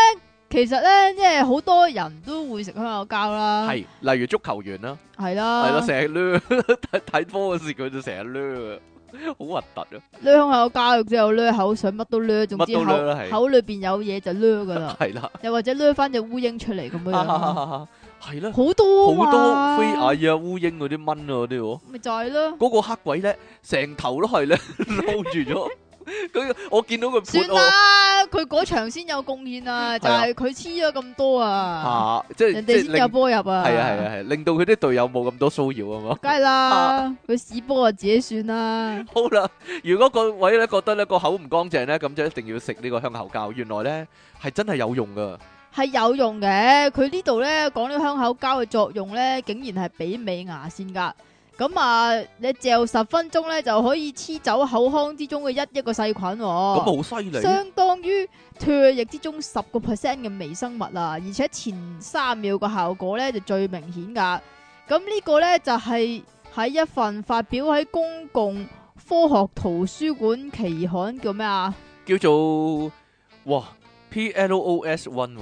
Speaker 2: 其實咧，即係好多人都會食香口膠啦，
Speaker 1: 係，例如足球員啦，
Speaker 2: 係啦，
Speaker 1: 係啦，成日掠 睇睇波嗰時佢就成日掠啊，好核突啊！
Speaker 2: 掠香口膠，之後掠口水，乜都掠，總之
Speaker 1: 乜都
Speaker 2: 口
Speaker 1: 掠啦係
Speaker 2: 口裏邊有嘢就掠 噶啦，
Speaker 1: 係啦，
Speaker 2: 又或者掠翻只烏蠅出嚟 咁樣樣，
Speaker 1: 係啦，
Speaker 2: 好多
Speaker 1: 好多飛
Speaker 2: 嘛
Speaker 1: 蟻啊、烏蠅嗰啲蚊啊嗰啲喎。
Speaker 2: 咪就係咯。
Speaker 1: 嗰個黑鬼咧，成頭都係咧 撈住咗。佢我見到佢
Speaker 2: 算
Speaker 1: 潑我
Speaker 2: 啦，佢嗰場先有貢獻啊，就
Speaker 1: 係啊
Speaker 2: 係佢黐咗咁多啊，
Speaker 1: 嚇，即係
Speaker 2: 人
Speaker 1: 即
Speaker 2: 哋
Speaker 1: 係
Speaker 2: 先有
Speaker 1: 令
Speaker 2: 波入啊。
Speaker 1: 係啊係啊係，令到佢啲隊友冇咁多騷擾 啊嘛。
Speaker 2: 梗係啦，佢屎波就啊自己算啦。
Speaker 1: 好啦，如果個位咧覺得咧個口唔乾淨咧，咁就一定要食呢個香口膠。原來咧係真係有用噶，
Speaker 2: 係有用嘅。佢呢度咧講呢個香口膠嘅作用咧，竟然係媲美牙線噶。咁啊，你嚼十分鐘咧就可以黐走口腔之中嘅一一個細菌、
Speaker 1: 咁
Speaker 2: 喎，
Speaker 1: 好犀利。
Speaker 2: 相當於唾液之中十個 percent 嘅微生物啊！而且前三秒嘅效果咧就最明顯噶。咁呢個咧就係、喺一份發表喺公共科學圖書館期刊叫咩啊？
Speaker 1: 叫做哇 PLOS One 喎，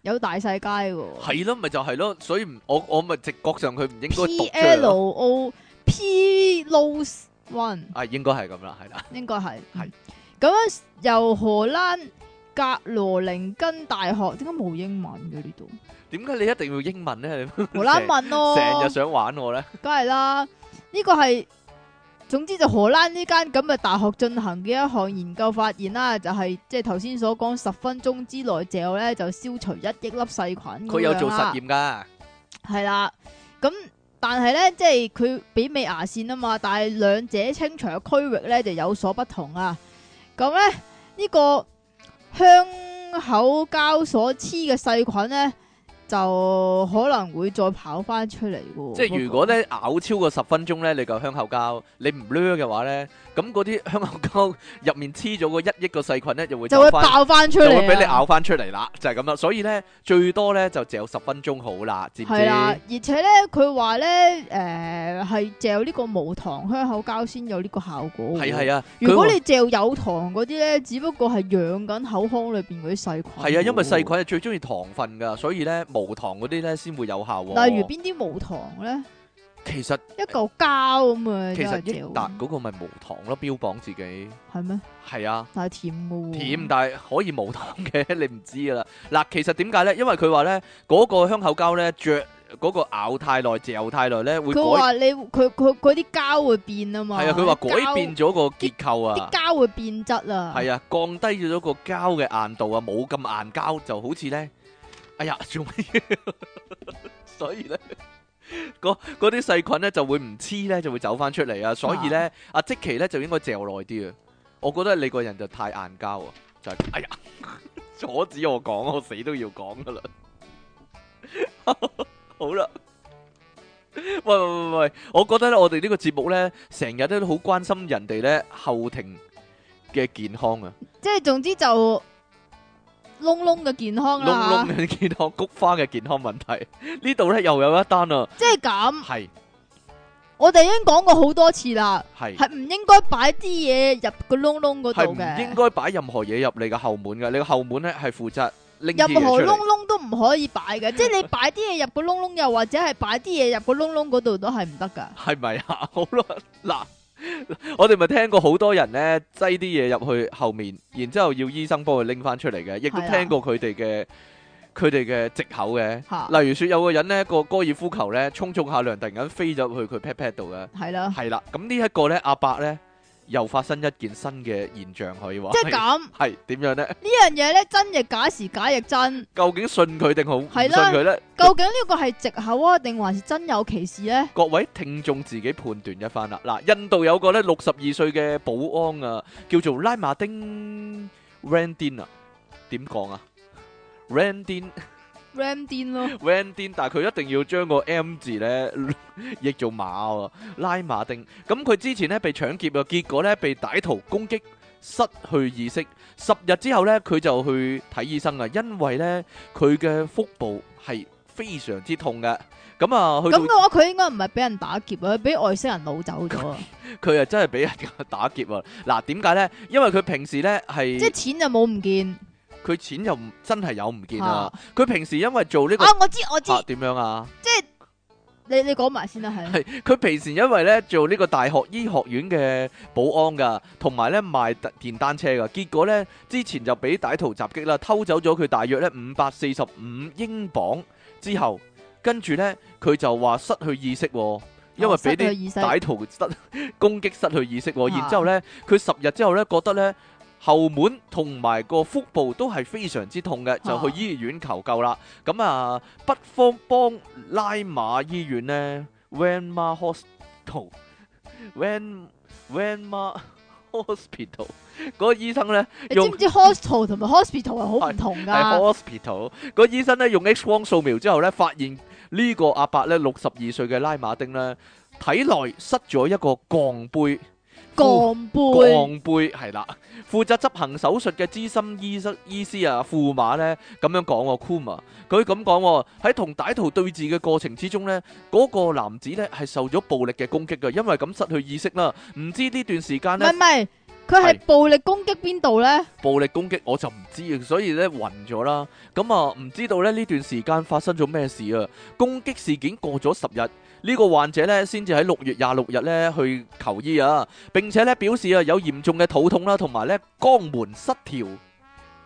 Speaker 2: 有大世界嘅喎。
Speaker 1: 係咯，咪就係咯，所以唔我我咪直覺上佢唔應該讀
Speaker 2: P
Speaker 1: 出嚟
Speaker 2: L
Speaker 1: 咯
Speaker 2: O P Los One
Speaker 1: 啊，應該係咁啦，係啦，
Speaker 2: 應該係
Speaker 1: 係
Speaker 2: 咁樣由荷蘭格羅寧根大學，點解冇英文嘅 呢度？
Speaker 1: 點解你一定要英文咧？你
Speaker 2: 荷蘭文 咯，
Speaker 1: 成日想玩我咧，
Speaker 2: 梗係啦，呢個係總之就荷蘭呢間咁嘅大學進行嘅一項研究發現啦，就係即係頭先所講十分鐘之內嚼咧就消除一億粒細菌咁樣啦。
Speaker 1: 佢有做實驗㗎。
Speaker 2: 系啦，咁但系咧，即系佢媲美牙線啊嘛，但系兩者清除嘅區域咧就有所不同啊。咁咧呢、個香口膠所黐嘅細菌咧，就可能會再跑翻出嚟嘅喎。
Speaker 1: 即係如果咧咬超過十分鐘咧，你嚿香口膠，你唔掠嘅話咧，咁嗰啲香口膠入面黐咗個一億個細菌咧，就會
Speaker 2: 就會
Speaker 1: 走返
Speaker 2: 爆翻出
Speaker 1: 就
Speaker 2: 嚟啊，
Speaker 1: 會俾你咬翻出嚟啦，就係咁啦。所以咧最多咧就只有十分鐘好啦，知唔知？
Speaker 2: 係啊啦，而且咧佢話咧，诶係嚼呢個無糖香口膠先有呢個效果喎。
Speaker 1: 係係啊，
Speaker 2: 如果
Speaker 1: 佢話
Speaker 2: 你嚼有糖嗰啲咧，只不過係養緊口腔裏邊嗰啲細菌。
Speaker 1: 係啊，因為細菌。係最中意糖分㗎，所以咧無糖嗰啲咧先會有效喎。
Speaker 2: 哦例如邊啲無糖咧？
Speaker 1: 其實
Speaker 2: 一嚿膠咁啊，
Speaker 1: 其實
Speaker 2: 真係
Speaker 1: 益
Speaker 2: 嚼
Speaker 1: 達嗰個咪無糖咯，標榜自己
Speaker 2: 係咩？
Speaker 1: 係啊。
Speaker 2: 但係甜噶喎。
Speaker 1: 甜，但係可以無糖嘅，你唔知噶啦。嗱，其實點解咧？因為佢話咧，嗰、個香口膠咧，着嗰個咬太耐、嚼太耐咧，會改
Speaker 2: 佢
Speaker 1: 係
Speaker 2: 話你佢佢佢啲膠會變啊嘛。
Speaker 1: 啊，佢話
Speaker 2: 膠
Speaker 1: 改變咗個結構
Speaker 2: 啲
Speaker 1: 啊，
Speaker 2: 膠會變質啊。
Speaker 1: 係啊，降低咗個膠嘅硬度啊，冇咁硬膠，就好似咧，哎呀，做乜嘢？ 所以咧。嗰嗰啲細菌咧就會唔黐咧，就會走翻出嚟啊！所以咧，阿即奇咧就應該嚼耐啲啊！我覺得你個人就太硬膠啊，就 係、哎呀，阻止我講，我死都要講噶啦。 好啦，喂喂喂喂，我覺得咧，我哋呢個節目咧，成日都好關心人哋咧後庭嘅健康啊，
Speaker 2: 即係總之就窿窿嘅健康啊
Speaker 1: 窿
Speaker 2: 啦
Speaker 1: 窿
Speaker 2: 嚇。
Speaker 1: 嘅健康，菊花嘅健康問題，呢度咧又有一單啊，
Speaker 2: 即係咁，
Speaker 1: 係
Speaker 2: 我哋已經講過好多次啦，
Speaker 1: 係。
Speaker 2: 係唔應該擺啲嘢入個窿窿嗰
Speaker 1: 係
Speaker 2: 度
Speaker 1: 唔
Speaker 2: 嘅。
Speaker 1: 應該擺任何嘢入你嘅後門嘅，你嘅後門咧係負責拎啲
Speaker 2: 任
Speaker 1: 嘢
Speaker 2: 何
Speaker 1: 出
Speaker 2: 窿
Speaker 1: 嚟，
Speaker 2: 窿都唔可以擺 嘅，即係你擺啲嘢入個窿窿，又或者係擺啲嘢入個窿窿嗰度都係唔得噶。
Speaker 1: 係咪啊？ 好啦，嗱，我哋咪聽過好多人咧擠啲嘢入去後面，然之後要醫生幫佢拎翻出嚟嘅，亦都
Speaker 2: 係啊
Speaker 1: 聽過佢哋嘅佢哋嘅藉口嘅。
Speaker 2: 吓，
Speaker 1: 例如說有個人咧個高爾夫球咧衝中下量，突然間飛咗入去佢 pat pat 度嘅，
Speaker 2: 係啦，
Speaker 1: 係啦。咁呢一個咧阿伯咧又發生一件新嘅現象，可以話
Speaker 2: 即係咁呢
Speaker 1: 哦係點樣咧？
Speaker 2: 樣嘢咧，真亦假，時假 亦真。
Speaker 1: 究竟信佢定好唔信
Speaker 2: 係啦
Speaker 1: 佢咧？
Speaker 2: 究竟呢個係藉口啊，定還是真有其事咧？
Speaker 1: 各位聽眾自己判斷一番啦。嗱，印度有個咧六十二歲嘅保安啊，叫做拉馬丁 Randin 啊，點講啊？Randin
Speaker 2: ram 癲咯，
Speaker 1: Randin，但係佢一定要將個 M 字咧 譯做馬啊，拉馬丁。咁佢之前咧被搶劫啊，結果咧被歹徒攻擊，失去意識。十日之後呢，佢就去睇醫生啊，因為呢，佢嘅腹部係非常之痛嘅。咁啊，去
Speaker 2: 咁
Speaker 1: 到
Speaker 2: 嘅話，佢應該唔係俾人打劫啊，佢俾外星人攞走咗啊！
Speaker 1: 佢啊真係俾人打劫啊！嗱，點解呢？因為佢平時呢係
Speaker 2: 即係錢就冇唔見
Speaker 1: 佢錢又唔真係有唔見啊
Speaker 2: 啊！
Speaker 1: 佢平時因為做呢、個
Speaker 2: 啊！我知我知
Speaker 1: 啊，點樣啊？
Speaker 2: 你你講埋先啦，係
Speaker 1: 係佢平時因為咧做呢個大學醫學院嘅保安噶，同埋咧賣特電單車噶，結果咧之前就俾歹徒襲擊啦，偷走咗佢大約咧五百四十五英鎊之後，跟住咧佢就話失去意識、喎， 因為俾啲
Speaker 2: 啲
Speaker 1: 歹徒失攻擊失去意識、喎。
Speaker 2: 啊
Speaker 1: 然之後咧佢十日之後咧覺得咧。後門同埋個腹部都係非常之痛嘅，就去醫院求救啦。咁啊，北方邦拉馬醫院呢 w a n m a Hospital w a n w a n m a Hospital 嗰個醫生呢，
Speaker 2: 你知
Speaker 1: 用
Speaker 2: 唔知 hospital 同埋 hospital 係好唔同
Speaker 1: 係
Speaker 2: 噶？
Speaker 1: hospital 個醫生呢，用 X 光掃描之後呢，發現呢個阿伯呢，六十二歲嘅拉馬丁呢，體內塞咗一個鋼杯。
Speaker 2: 鋼
Speaker 1: 鋼
Speaker 2: 杯
Speaker 1: 杯係啦，負責執行手術嘅資深醫生醫師啊，庫馬呢咁樣講喎，Kuma 佢咁講喎，喺同歹徒對峙嘅過程之中呢，嗰、個男子呢係受咗暴力嘅攻擊嘅，因為咁失去意識啦。唔知呢段時間
Speaker 2: 唔
Speaker 1: 呢
Speaker 2: 係，唔係，佢係暴力攻擊邊度咧？
Speaker 1: 暴力攻擊我就唔知，所以呢暈咗啦。咁啊，唔知道咧呢段時間發生咗咩事啊？攻擊事件過咗十日，呢個患者呢先至喺六月廿六日呢去求醫啊，並且呢表示啊有嚴重嘅肚痛啦，同埋呢肛門失調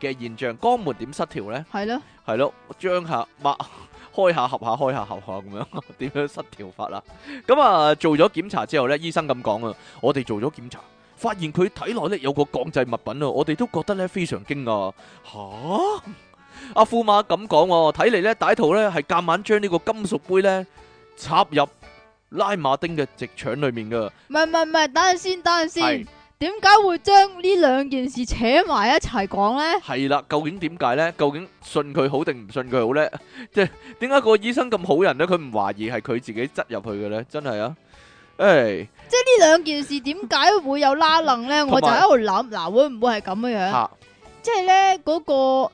Speaker 1: 嘅現象。肛門點失調呢？
Speaker 2: 係咯，
Speaker 1: 係咯，張下擘 開下合下開下合下咁樣， 點樣失調法啦？咁啊，做咗檢查之後呢，醫生咁講啊，我哋做咗檢查，發現佢體內呢有個降製物品啊，我哋都覺得呢非常驚訝。吓，阿富馬咁講喎，睇嚟呢歹徒呢係夾硬將呢個金屬杯呢插入拉馬丁嘅直腸裡面噶，
Speaker 2: 唔係唔係唔係，等陣先，等陣
Speaker 1: 係
Speaker 2: 先，點解會將呢兩件事扯埋一齊講咧？
Speaker 1: 係啦，究竟點解呢？究竟信佢好定唔信佢好呢？ 即係點解個醫生咁好人呢？佢唔懷疑係佢自己執入去嘅呢？真係啊！誒、
Speaker 2: 即係呢兩件事點解會有拉楞咧？
Speaker 1: 同埋
Speaker 2: 我就喺度諗，嗱，會唔會係咁樣
Speaker 1: 嚇、
Speaker 2: 樣？即係咧嗰個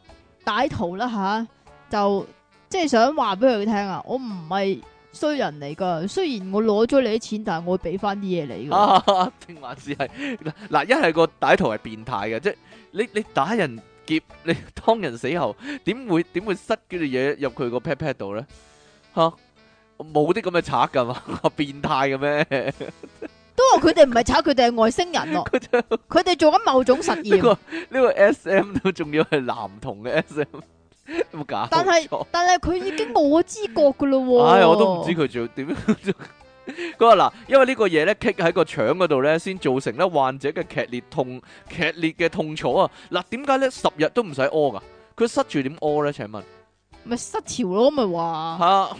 Speaker 2: 歹徒啦吓，就即係想話俾佢聽啊，我唔係衰人嚟噶，雖然我攞咗你啲錢，但係我會俾翻啲嘢你噶。
Speaker 1: 啊， 定還是係嗱，一係個歹徒係變態嘅，即係你你打人劫， 你當人死後，點會點會塞嗰啲嘢入佢個 pat pat 度咧？吓、冇啲咁嘅賊噶嘛， 變態嘅咩？
Speaker 2: 都話佢哋唔係賊，佢哋係外星人咯，
Speaker 1: 佢就呢
Speaker 2: 佢哋做緊某種實驗。
Speaker 1: 個呢個 S M 都仲要係男童嘅 S M，有冇搞
Speaker 2: 但係
Speaker 1: 錯？
Speaker 2: 但係佢已經冇咗知覺噶咯喎。
Speaker 1: 唉，我都唔知佢做點。佢話嗱，因為呢個嘢咧棘喺個腸嗰度咧，先造成咧患者嘅劇烈痛、劇烈嘅痛楚啊！嗱，點解咧十日都唔使屙噶？佢塞住點屙咧？請問
Speaker 2: 咪失調咯，咪話
Speaker 1: 嚇？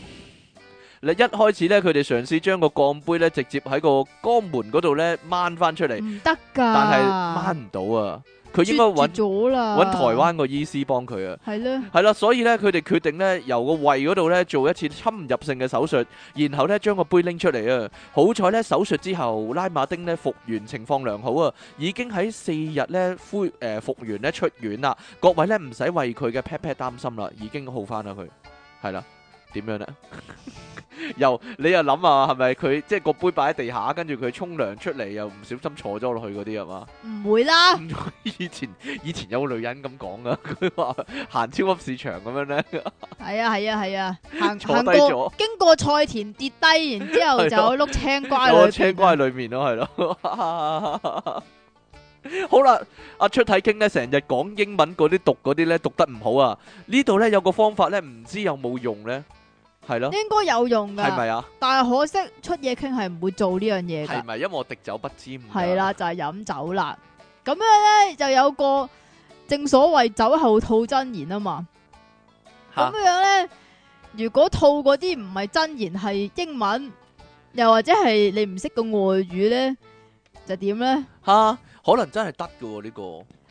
Speaker 1: 你一開始咧，佢哋嘗試將個鋼杯咧直接喺個肛門嗰度咧掹翻出嚟，
Speaker 2: 唔得㗎。
Speaker 1: 但係掹唔到啊！佢應該
Speaker 2: 絕
Speaker 1: 揾
Speaker 2: 絕咗啦，
Speaker 1: 揾台灣個醫師幫佢啊！
Speaker 2: 係咧，
Speaker 1: 係啦，所以咧，佢哋決定咧，由個胃嗰度咧做一次侵入性嘅手術，然後咧將個杯拎出嚟啊。好彩咧，手術之後拉馬丁咧復原情況良好啊，已經喺四日咧恢誒復原咧出院啦。各位咧唔使為佢嘅 pat pat 擔心啦，已經好翻啦佢。係啦，點樣咧？ 又你又諗啊，係咪佢即係個杯擺喺地下，跟住佢沖涼出嚟又唔小心坐咗落去嗰啲係嘛？
Speaker 2: 唔會啦，
Speaker 1: 以前以前有個女人咁講噶， 佢話行超級市場咁樣咧。
Speaker 2: 係啊係啊係啊，行
Speaker 1: 坐
Speaker 2: 行
Speaker 1: 低
Speaker 2: 過
Speaker 1: 咗
Speaker 2: 經過菜田跌低，然之後就有碌 青瓜
Speaker 1: 有
Speaker 2: 裏
Speaker 1: 個
Speaker 2: 邊
Speaker 1: 青瓜喺裏面咯，係咯。 好啦，阿出體傾咧，成日講英文嗰啲讀嗰啲咧讀得唔好啊。呢度咧有個方法咧，唔知有冇用咧，係咯，
Speaker 2: 應該有用
Speaker 1: 係
Speaker 2: 㗎，
Speaker 1: 咪啊？
Speaker 2: 但係可惜出嘢傾係唔會做呢樣
Speaker 1: 係
Speaker 2: 嘢㗎，
Speaker 1: 咪？因為我滴酒不沾㗎。
Speaker 2: 係啦就係飲酒啦。咁樣咧就有個正所謂酒後吐真言啊嘛，
Speaker 1: 嚇，
Speaker 2: 咁樣咧如果吐嗰啲唔係真言係英文，又或者係你唔識嘅外語咧，就點咧？
Speaker 1: 嚇，可能真係得嘅喎呢個。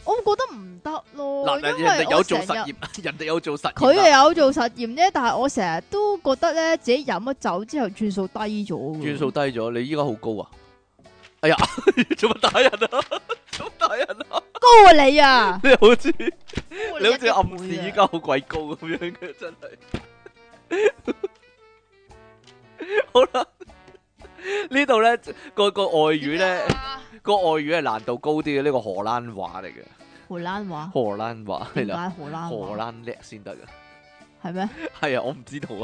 Speaker 2: 我覺得唔得咯，
Speaker 1: 嗱，人
Speaker 2: 因
Speaker 1: 人
Speaker 2: 為
Speaker 1: 哋
Speaker 2: 我
Speaker 1: 有做
Speaker 2: 成
Speaker 1: 實
Speaker 2: 日
Speaker 1: 驗， 啊人哋有做實
Speaker 2: 佢
Speaker 1: 驗啦，
Speaker 2: 又有做實驗啫，但係我成日都覺得咧，自己飲咗酒之後轉數低咗喎。
Speaker 1: 嗯 轉數低咗，你依家好高啊！哎呀，做乜打人啊？ 咁大人啊！
Speaker 2: 高啊你啊，
Speaker 1: 你好似 你
Speaker 2: 高
Speaker 1: 好似暗示
Speaker 2: 一啊
Speaker 1: 依
Speaker 2: 倍
Speaker 1: 家好鬼高咁樣嘅，真係。好啦，呢度咧個個外語咧
Speaker 2: 啊，
Speaker 1: 個外語係難度高啲嘅，呢個荷蘭話嚟嘅，
Speaker 2: 荷蘭話，
Speaker 1: 荷蘭話係
Speaker 2: 點
Speaker 1: 啦，
Speaker 2: 解荷蘭
Speaker 1: 荷
Speaker 2: 話
Speaker 1: 蘭叻先得嘅。
Speaker 2: 係咩？
Speaker 1: 係啊，我唔知道 啊。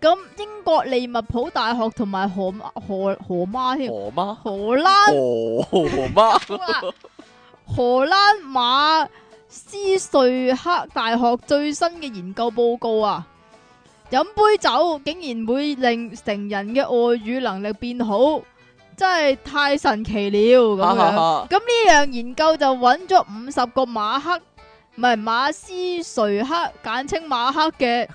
Speaker 2: 咁英國利物浦大學同埋荷荷荷馬添，
Speaker 1: 河媽，
Speaker 2: 荷蘭
Speaker 1: 河河媽，
Speaker 2: 好啦啊荷蘭馬斯瑞克大學最新嘅研究報告啊，飲杯酒竟然會令成人嘅外語能力變好，真係太神奇了咁
Speaker 1: 啊哈
Speaker 2: 樣。
Speaker 1: 哈哈
Speaker 2: 咁呢樣研究就揾咗五十個馬克，唔係馬斯瑞克，簡稱馬克嘅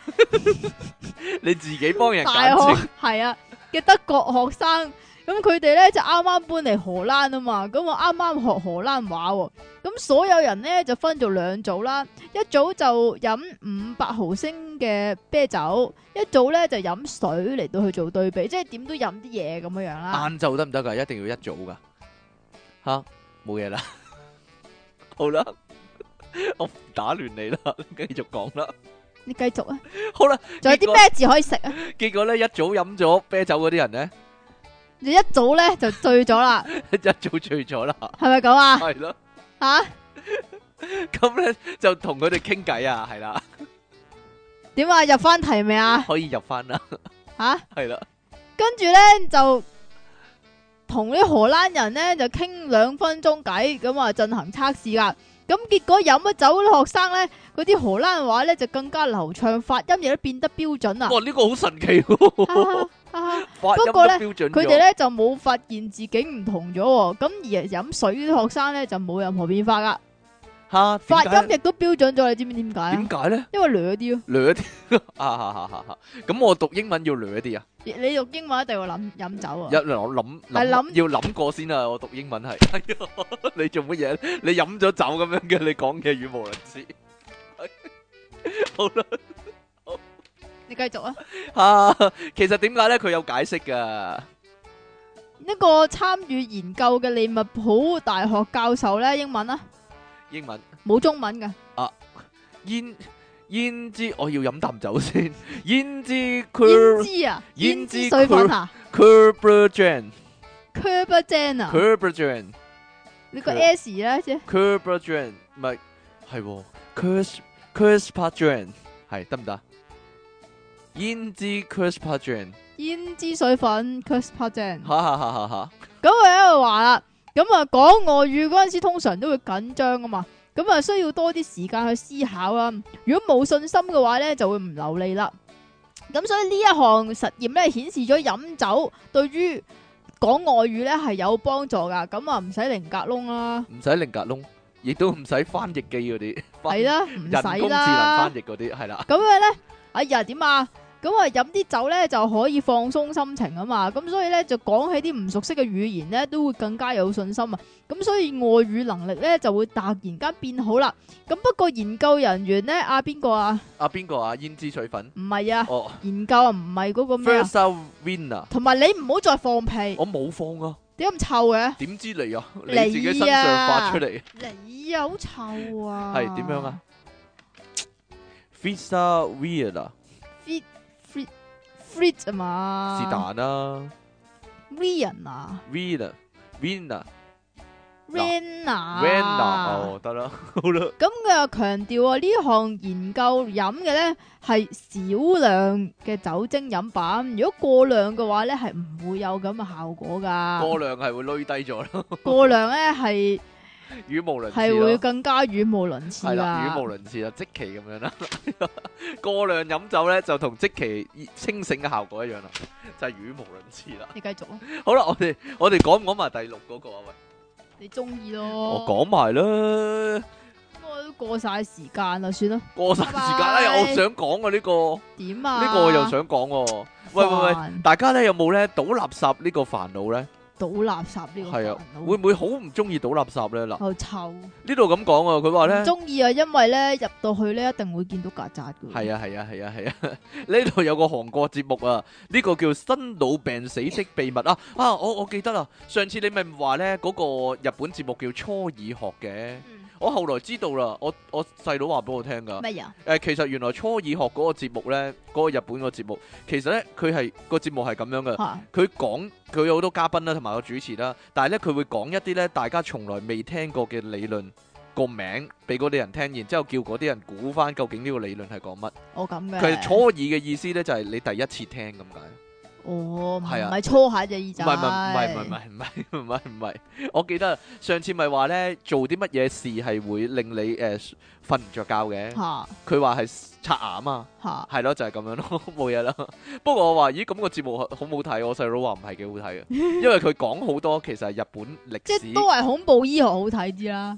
Speaker 1: 你自己幫人
Speaker 2: 大
Speaker 1: 簡稱
Speaker 2: 學，係啊嘅德國學生。咁佢哋咧就啱啱搬嚟荷蘭啊嘛，咁我啱啱學荷蘭話喎、咁所有人咧就分做兩組啦，一組就飲五百毫升嘅啤酒，一組咧就飲水嚟到去做對比，即係點都飲啲嘢咁樣樣啦。
Speaker 1: 晏晝得唔得噶？一定要一早噶。吓，冇嘢啦。 好啦， 我唔打亂你啦， 繼續講啦。
Speaker 2: 你繼續啊，
Speaker 1: 好啦，
Speaker 2: 仲有
Speaker 1: 結
Speaker 2: 啲
Speaker 1: 果
Speaker 2: 咩字可以食啊？
Speaker 1: 結果咧一早飲咗啤酒嗰啲 人咧，
Speaker 2: 你一早咧就醉咗啦，
Speaker 1: 一早醉咗啦，
Speaker 2: 係咪咁啊？
Speaker 1: 係咯。
Speaker 2: 吓
Speaker 1: 咁咧就同佢哋傾偈啊，係啦，
Speaker 2: 點啊？入翻題未啊？
Speaker 1: 可以入翻啦，
Speaker 2: 吓，
Speaker 1: 係啦，
Speaker 2: 跟住咧就同啲荷蘭人咧就傾兩分鐘偈，咁啊進行測試啦。咁結果飲咗酒啲學生咧，嗰啲荷蘭話咧就更加流暢，發音亦都變得標準啊啦。
Speaker 1: 哇，呢個好神奇喎，
Speaker 2: 啊
Speaker 1: 發音
Speaker 2: 不
Speaker 1: 都
Speaker 2: 過呢
Speaker 1: 標準
Speaker 2: 佢
Speaker 1: 咗
Speaker 2: 哋。咧就冇發現自己唔同咗喎，咁而飲水啲學生咧就冇任何變化啦，
Speaker 1: 吓，點
Speaker 2: 發
Speaker 1: 解
Speaker 2: 音亦都標準咗，你知唔知點解啊
Speaker 1: 點？解咧？
Speaker 2: 因為掠啲咯，
Speaker 1: 掠啲啊哈哈哈哈！咁我讀英文要掠啲啊，
Speaker 2: 你你讀英文一定要諗飲酒啊
Speaker 1: 一。我諗
Speaker 2: 係諗
Speaker 1: 諗要諗過先啊！我讀英文係， 哎呀你做乜嘢？你飲咗酒咁樣嘅，你講嘅語無倫次。 好啦，
Speaker 2: 你繼續啊。
Speaker 1: 啊，其實點解咧？佢有解釋噶，
Speaker 2: 呢個參與研究嘅利物浦大學教授咧，英文啊，
Speaker 1: 英文
Speaker 2: 冇中文噶，
Speaker 1: 胭胭脂，我要飲啖酒先。胭脂
Speaker 2: 胭
Speaker 1: cur
Speaker 2: 脂啊，胭
Speaker 1: 胭脂
Speaker 2: 脂水粉啊
Speaker 1: curbergen
Speaker 2: c u r b e r g e n 啊，
Speaker 1: curbergen
Speaker 2: 你個
Speaker 1: 佢
Speaker 2: S 咧啫，
Speaker 1: curbergen 唔係係喎 curs curspatgen 係得唔得？胭脂 curspatgen
Speaker 2: 胭脂水粉 c u r s p a g e n
Speaker 1: 哈哈哈哈哈！
Speaker 2: 咁佢喺度話啦，咁啊講外語嗰陣時通常都會緊張啊嘛，咁啊需要多啲時間去思考啦。如果冇信心嘅話咧，就會唔流利啦。咁所以呢一項實驗咧顯示咗飲酒對於講外語咧係有幫助噶，咁啊唔使零格窿啦，
Speaker 1: 唔使菱格窿，亦都唔使翻譯機嗰 啲，翻
Speaker 2: 係啦，唔
Speaker 1: 人工
Speaker 2: 使
Speaker 1: 智能翻
Speaker 2: 啦。
Speaker 1: 譯嗰啲係啦，
Speaker 2: 咁樣咧，哎呀點啊？咁啊飲啲酒咧就可以放鬆心情啊嘛，咁所以咧就講起啲唔熟悉嘅語言咧都會更加有信心啊，咁所以外語能力咧就會突然間變好啦。咁不過研究人員咧啊邊個啊？
Speaker 1: 啊邊個啊？胭脂水粉
Speaker 2: 唔係啊，
Speaker 1: 哦
Speaker 2: 研究啊唔係嗰個咩啊？
Speaker 1: ，first out winner，
Speaker 2: 同埋你唔好再放屁，
Speaker 1: 我冇放啊，
Speaker 2: 點解咁臭嘅？
Speaker 1: 點知你啊？你
Speaker 2: 你啊
Speaker 1: 自己身上發出嚟
Speaker 2: 你啊好臭啊！
Speaker 1: 係點樣啊，first out winner
Speaker 2: ？Fit fit fit 啊嘛？
Speaker 1: 是但啦
Speaker 2: Rian 啊
Speaker 1: ，winner winner
Speaker 2: ，Ren 啊
Speaker 1: winner 哦得啦，好啦。
Speaker 2: 咁佢又強調啊，呢項研究飲嘅咧係少量嘅酒精飲品，如果過量嘅話咧係唔會有咁嘅效果噶。
Speaker 1: 過量係會累低咗咯，
Speaker 2: 過量咧係
Speaker 1: 語無倫次
Speaker 2: 係會
Speaker 1: 咯，
Speaker 2: 更加語無倫次
Speaker 1: 啊
Speaker 2: 啊
Speaker 1: 係啦，語
Speaker 2: 噶。
Speaker 1: 無倫次啦，即期咁樣啦。 過量飲酒咧就同即期清醒嘅效果一樣啦，就係語無倫次啦。
Speaker 2: 你繼續啊，
Speaker 1: 好啦，我哋我哋講唔講埋第六嗰個啊？喂，
Speaker 2: 你中意咯。
Speaker 1: 我講埋啦，
Speaker 2: 不過都過晒時間啦，算啦。
Speaker 1: 過晒時間啦，
Speaker 2: 拜拜
Speaker 1: 哎我想講啊呢個，
Speaker 2: 點啊？
Speaker 1: 呢個我又想講喎。喂喂喂，
Speaker 2: 煩
Speaker 1: 大家咧有冇咧倒垃圾呢個煩惱咧？
Speaker 2: 倒垃圾呢個
Speaker 1: 係
Speaker 2: 煩
Speaker 1: 啊
Speaker 2: 惱，
Speaker 1: 會唔會好唔中意倒垃圾咧？嗱，
Speaker 2: 又臭，唔
Speaker 1: 呢度咁講啊，佢話咧。
Speaker 2: 中意啊，因為咧入到去咧一定會見到曱甴嘅。
Speaker 1: 係啊係啊係啊係啊！ 呢度有個韓國節目啊，呢、個叫《生老病死的秘密》啊啊！我我記得啦，上次你咪話呢嗰、個日本節目叫《初二學》嘅，
Speaker 2: 嗯
Speaker 1: 我後來知道啦，我我細佬話俾我聽噶，誒、
Speaker 2: 咩啊呀？
Speaker 1: 其實原來《初二學》嗰個節目呢，嗰、個日本個節目，其實呢，佢係個節目係咁樣嘅，
Speaker 2: 吓，
Speaker 1: 佢講佢有好多嘉賓啦，同埋個主持啦，但係呢，佢會講一啲呢大家從來未聽過嘅理論。個名俾嗰啲人聽，然之後叫嗰啲人估翻究竟呢個理論係講乜。
Speaker 2: 我咁嘅。
Speaker 1: 佢係初二嘅意思咧，就係你第一次聽咁解。
Speaker 2: 哦，唔
Speaker 1: 係啊
Speaker 2: 係搓下隻耳
Speaker 1: 唔
Speaker 2: 仔。
Speaker 1: 係唔係唔係唔係唔係唔係唔係，我記得上次咪話咧，做啲乜嘢事係會令你誒瞓唔着覺嘅。
Speaker 2: 吓
Speaker 1: 佢話係刷牙啊嘛，
Speaker 2: 吓，
Speaker 1: 係咯，就係咁樣咯， 冇嘢啦。不過我話咦，咁個節目好好唔好睇？我細佬話唔係幾好睇嘅，啊因為佢講好多其實係日本
Speaker 2: 即
Speaker 1: 歷
Speaker 2: 係都
Speaker 1: 史。
Speaker 2: 係恐怖醫學好睇啲啦。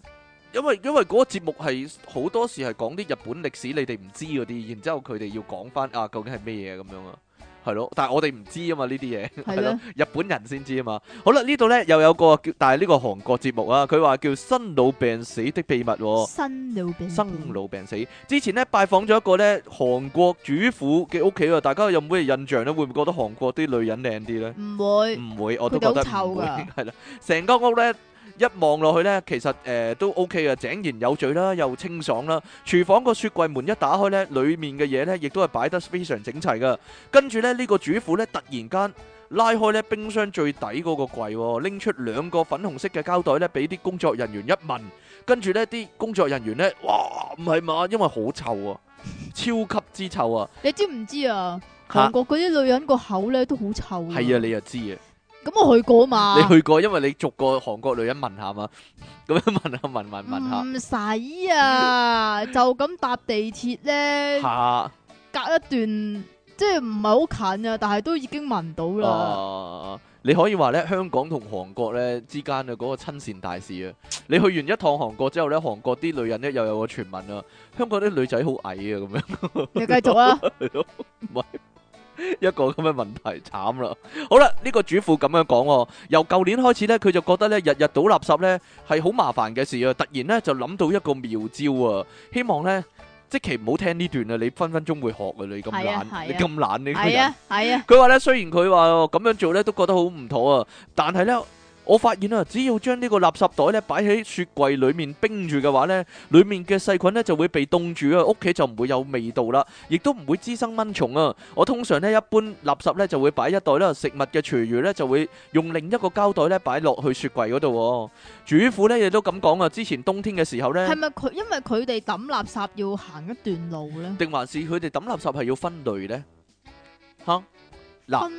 Speaker 1: 因為因為嗰個節目係好多時係講啲日本歷史你哋唔知嗰啲，然之後佢哋要講翻啊究竟係咩嘢咁樣啊，係咯。但係我哋唔知啊嘛呢啲嘢。
Speaker 2: 係
Speaker 1: 係咯
Speaker 2: 咯，，
Speaker 1: 日本人先知啊嘛。好啦，呢度呢又有個叫，但係呢個韓國節目啊，佢話叫《生老病死的秘密》喎。
Speaker 2: 生老病
Speaker 1: 生老病死之前呢，拜訪咗一個呢韓國主婦嘅屋企啊，大家有冇咩印象呢？會唔會覺得韓國啲女人靚啲呢？
Speaker 2: 唔會
Speaker 1: 唔會，我都覺得
Speaker 2: 佢哋好
Speaker 1: 唔
Speaker 2: 臭
Speaker 1: 會，
Speaker 2: 㗎
Speaker 1: 係啦。成間屋呢，一望落去呢，其實誒、呃都 OK 嘅，井然有序啦，又清爽啦。廚房個雪櫃門一打開呢，裡面嘅嘢呢，亦都係擺得非常整齊噶。跟住呢，呢、個主婦呢，突然間拉開呢冰箱最底嗰個櫃喎，拎出兩個粉紅色嘅膠袋呢，俾啲工作人員一問，跟住呢啲工作人員呢，哇唔係嘛，因為好臭啊，超級之臭啊，
Speaker 2: 你知唔知啊？
Speaker 1: 嚇
Speaker 2: 韓國嗰啲女人個口咧都好臭。
Speaker 1: 係啊，，你就知啊。
Speaker 2: 咁我去過嘛？
Speaker 1: 你去過，因為你逐個韓國女人問下嘛，咁 樣問下問問問下
Speaker 2: 嗯 唔使啊，就咁搭地鐵咧，
Speaker 1: 下，
Speaker 2: 隔一段即係唔係好近啊，但係都已經聞到啦。
Speaker 1: 啊你可以話咧，香港同韓國咧之間啊嘅嗰個親善大使啊，你去完一趟韓國之後咧，韓國啲女人咧又有個傳聞啊，香港啲女仔好矮啊咁樣。
Speaker 2: 你繼 續啊，
Speaker 1: 一個咁嘅問題，慘啦！好啦，呢、個主婦咁樣講喎，由舊年開始呢，佢就覺得呢日日倒垃圾呢係好麻煩嘅事啊！突然呢，就諗到一個妙招啊，希望呢，即期唔好聽呢段啊，你分分鐘會學啊！你咁
Speaker 2: 係啊係
Speaker 1: 懶，
Speaker 2: 啊
Speaker 1: 你咁懶呢個
Speaker 2: 係
Speaker 1: 人。
Speaker 2: 啊，係啊，
Speaker 1: 佢話咧，雖然佢話咁樣做咧都覺得好唔妥啊，但係咧，我發現啊，只要將呢個垃圾袋咧擺喺雪櫃裡面冰住嘅話咧，裡面嘅細菌咧就會被凍住啊，屋企就唔會有味道啦，亦都唔會滋生蚊蟲啊。我通常咧一般垃圾咧就會擺一袋啦，食物嘅廚餘咧就會用另一個膠袋咧擺落去雪櫃嗰度喎。主婦咧亦都咁講啊，之前冬天嘅時候咧
Speaker 2: 係。咪佢？因為佢哋抌垃圾要行一段路咧，
Speaker 1: 定還是佢哋抌垃圾係要分類呢？吓嗱嗱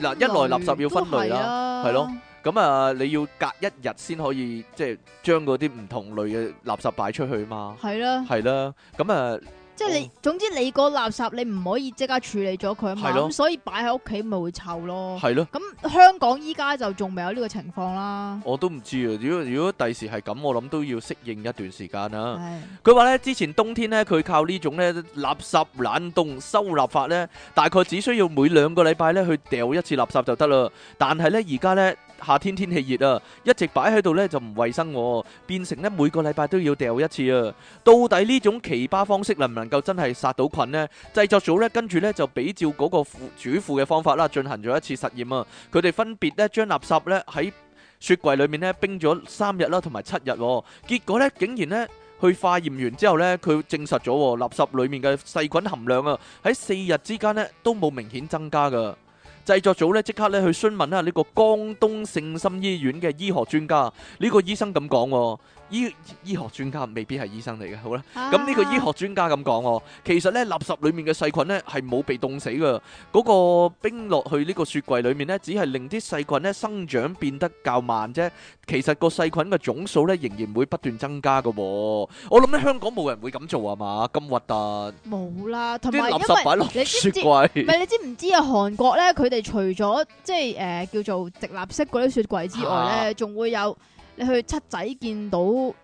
Speaker 2: 嗱
Speaker 1: 一來垃圾要分類啦
Speaker 2: 啦
Speaker 1: 係咯。咁啊，你要隔一日先可以即係將嗰啲唔同類嘅垃圾擺出去嘛，
Speaker 2: 係啦，
Speaker 1: 係啦。咁啊，
Speaker 2: 即係你，總之你個垃圾你唔可以即刻處理咗佢啊嘛，
Speaker 1: 係咯
Speaker 2: 咁所以擺喺屋企咪會臭咯。
Speaker 1: 係咯，
Speaker 2: 咁香港依家就仲未有呢個情況啦。
Speaker 1: 我都唔知啊。如果如果第時係咁，我諗都要適應一段時間啊啦。
Speaker 2: 唉
Speaker 1: 佢話咧，之前冬天咧，佢靠呢種咧垃圾冷凍收納法咧，大概只需要每兩個禮拜咧去掉一次垃圾就得啦。但係咧，而家咧夏天天氣熱啊，一直擺喺度咧就唔衞生喎，變成咧每個禮拜都要掉一次啊。到底呢種奇葩方式能唔能夠真係殺到菌呢？製作組咧跟住咧就比照嗰個婦主婦嘅方法啦，進行咗一次實驗啊。佢哋分別咧將垃圾咧喺雪櫃裏面咧冰咗三日啦，同埋七日喎，結果咧竟然咧〜去化驗完之後呢，佢證實咗喎垃圾裡面嘅細菌含量啊，喺四日之間呢都冇明顯增加噶。製作組呢即刻呢去詢問啦啊呢個江東聖心醫院嘅醫學專家，呢、個醫生咁講喎，醫醫學專家未必係醫生嚟嘅，好啦。咁呢個醫學專家咁講喎，其實呢，垃圾裡面嘅細菌呢係冇被凍死嘅，嗰、個冰落去呢個雪櫃裡面呢，只係令啲細菌呢生長變得較慢啫。其實個細菌嘅總數呢仍然會不斷增加嘅喎。我諗呢，香港冇人會咁做啊嘛，咁核突，
Speaker 2: 冇啦，同
Speaker 1: 啲
Speaker 2: 埋因
Speaker 1: 垃圾擺
Speaker 2: 為
Speaker 1: 落
Speaker 2: 你知
Speaker 1: 雪
Speaker 2: 唔知？唔
Speaker 1: 櫃，
Speaker 2: 係你知唔知啊？韓國咧，佢哋除咗即係誒、呃叫
Speaker 1: 啊
Speaker 2: 做直立式嗰啲雪櫃之外咧，仲、會有你去七仔見到嗰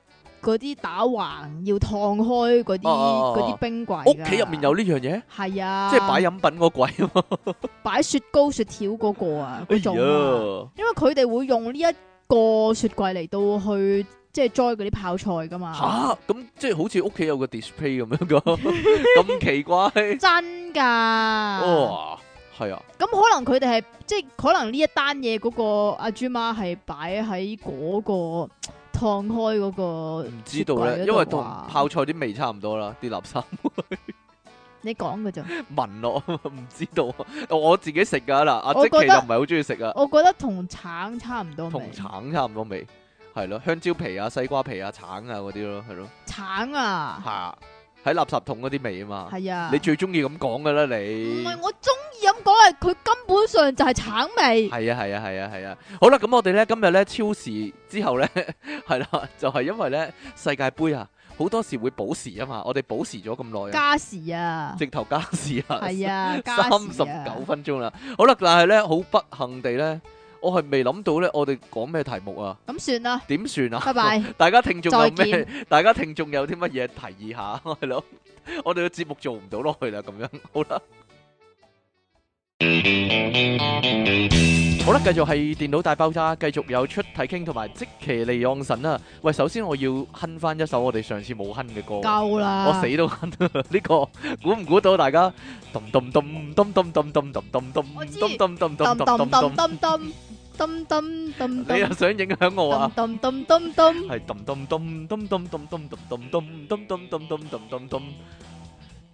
Speaker 2: 啲打橫要燙開嗰啲
Speaker 1: 哦哦哦
Speaker 2: 嗰啲冰櫃 㗎。
Speaker 1: 屋企入面有呢樣嘢，
Speaker 2: 係啊，
Speaker 1: 即係擺飲品個櫃 啊嘛。
Speaker 2: 擺雪糕雪條嗰個啊，
Speaker 1: 哎
Speaker 2: 嗰種啊
Speaker 1: 呀，
Speaker 2: 因為佢哋會用呢一個雪櫃嚟到去即係栽嗰啲泡菜㗎嘛。
Speaker 1: 吓咁即係好似屋企有個 display 咁樣 噶，咁奇怪。
Speaker 2: 真㗎。
Speaker 1: 哇，係啊，
Speaker 2: 咁可能佢哋係即係可能呢一單嘢嗰個阿豬媽係擺喺嗰個燙開嗰個，
Speaker 1: 唔知道
Speaker 2: 雪櫃嗰
Speaker 1: 咧，
Speaker 2: 度
Speaker 1: 因為同
Speaker 2: 啊
Speaker 1: 泡菜啲味差唔多啦，啲垃圾
Speaker 2: 你講嘅咋？
Speaker 1: 聞落，唔知道 啊。我自己食噶啦，阿
Speaker 2: 我
Speaker 1: 即
Speaker 2: 覺
Speaker 1: 奇
Speaker 2: 得
Speaker 1: 就唔係好中意食啊。
Speaker 2: 我覺得同橙差唔多味
Speaker 1: 同。橙差唔多味，係咯，香蕉皮啊、西瓜皮啊、橙啊嗰啲咯，係咯，
Speaker 2: 橙啊，
Speaker 1: 嚇喺垃圾桶嗰啲味啊嘛，
Speaker 2: 係啊，
Speaker 1: 你最中意咁講噶啦
Speaker 2: 唔
Speaker 1: 你，
Speaker 2: 係我中意咁講，係佢根本上就係橙味。
Speaker 1: 係啊係啊係啊係啊，好啦，咁我哋咧今日咧超時之後咧 係啦，就係因為咧世界盃啊，好多時會補時啊嘛，我哋補時咗咁耐啊，
Speaker 2: 加時啊，
Speaker 1: 直頭加時啊，
Speaker 2: 係啊，加
Speaker 1: 三十
Speaker 2: 時啊
Speaker 1: 九分鐘啦，好啦，但係咧好不幸地咧，我係未諗到咧，我哋講咩題目啊？
Speaker 2: 咁算啦，
Speaker 1: 點算啊？
Speaker 2: 拜拜。
Speaker 1: 大家聽眾有
Speaker 2: 再
Speaker 1: 咩？大家聽眾有啲乜嘢提議下， 係咯？我哋嘅節目做唔到落去啦，咁樣好啦。好啦，繼續係電腦大爆炸，繼續有出體傾同埋即其利昂神啦。喂，首先我要哼翻一首我哋上次冇哼嘅歌，
Speaker 2: 夠啦，
Speaker 1: 我死都哼呢個，估唔估到大家？咚咚咚咚咚咚咚咚咚咚
Speaker 2: 我知
Speaker 1: 咚咚咚咚
Speaker 2: 噔
Speaker 1: 咚咚
Speaker 2: 噔噔
Speaker 1: 咚，
Speaker 2: 噔噔噔噔噔
Speaker 1: 你又
Speaker 2: 噔
Speaker 1: 想影響我啊？
Speaker 2: 噔噔噔噔，
Speaker 1: 係咚咚咚咚咚咚咚咚咚咚咚咚咚咚咚咚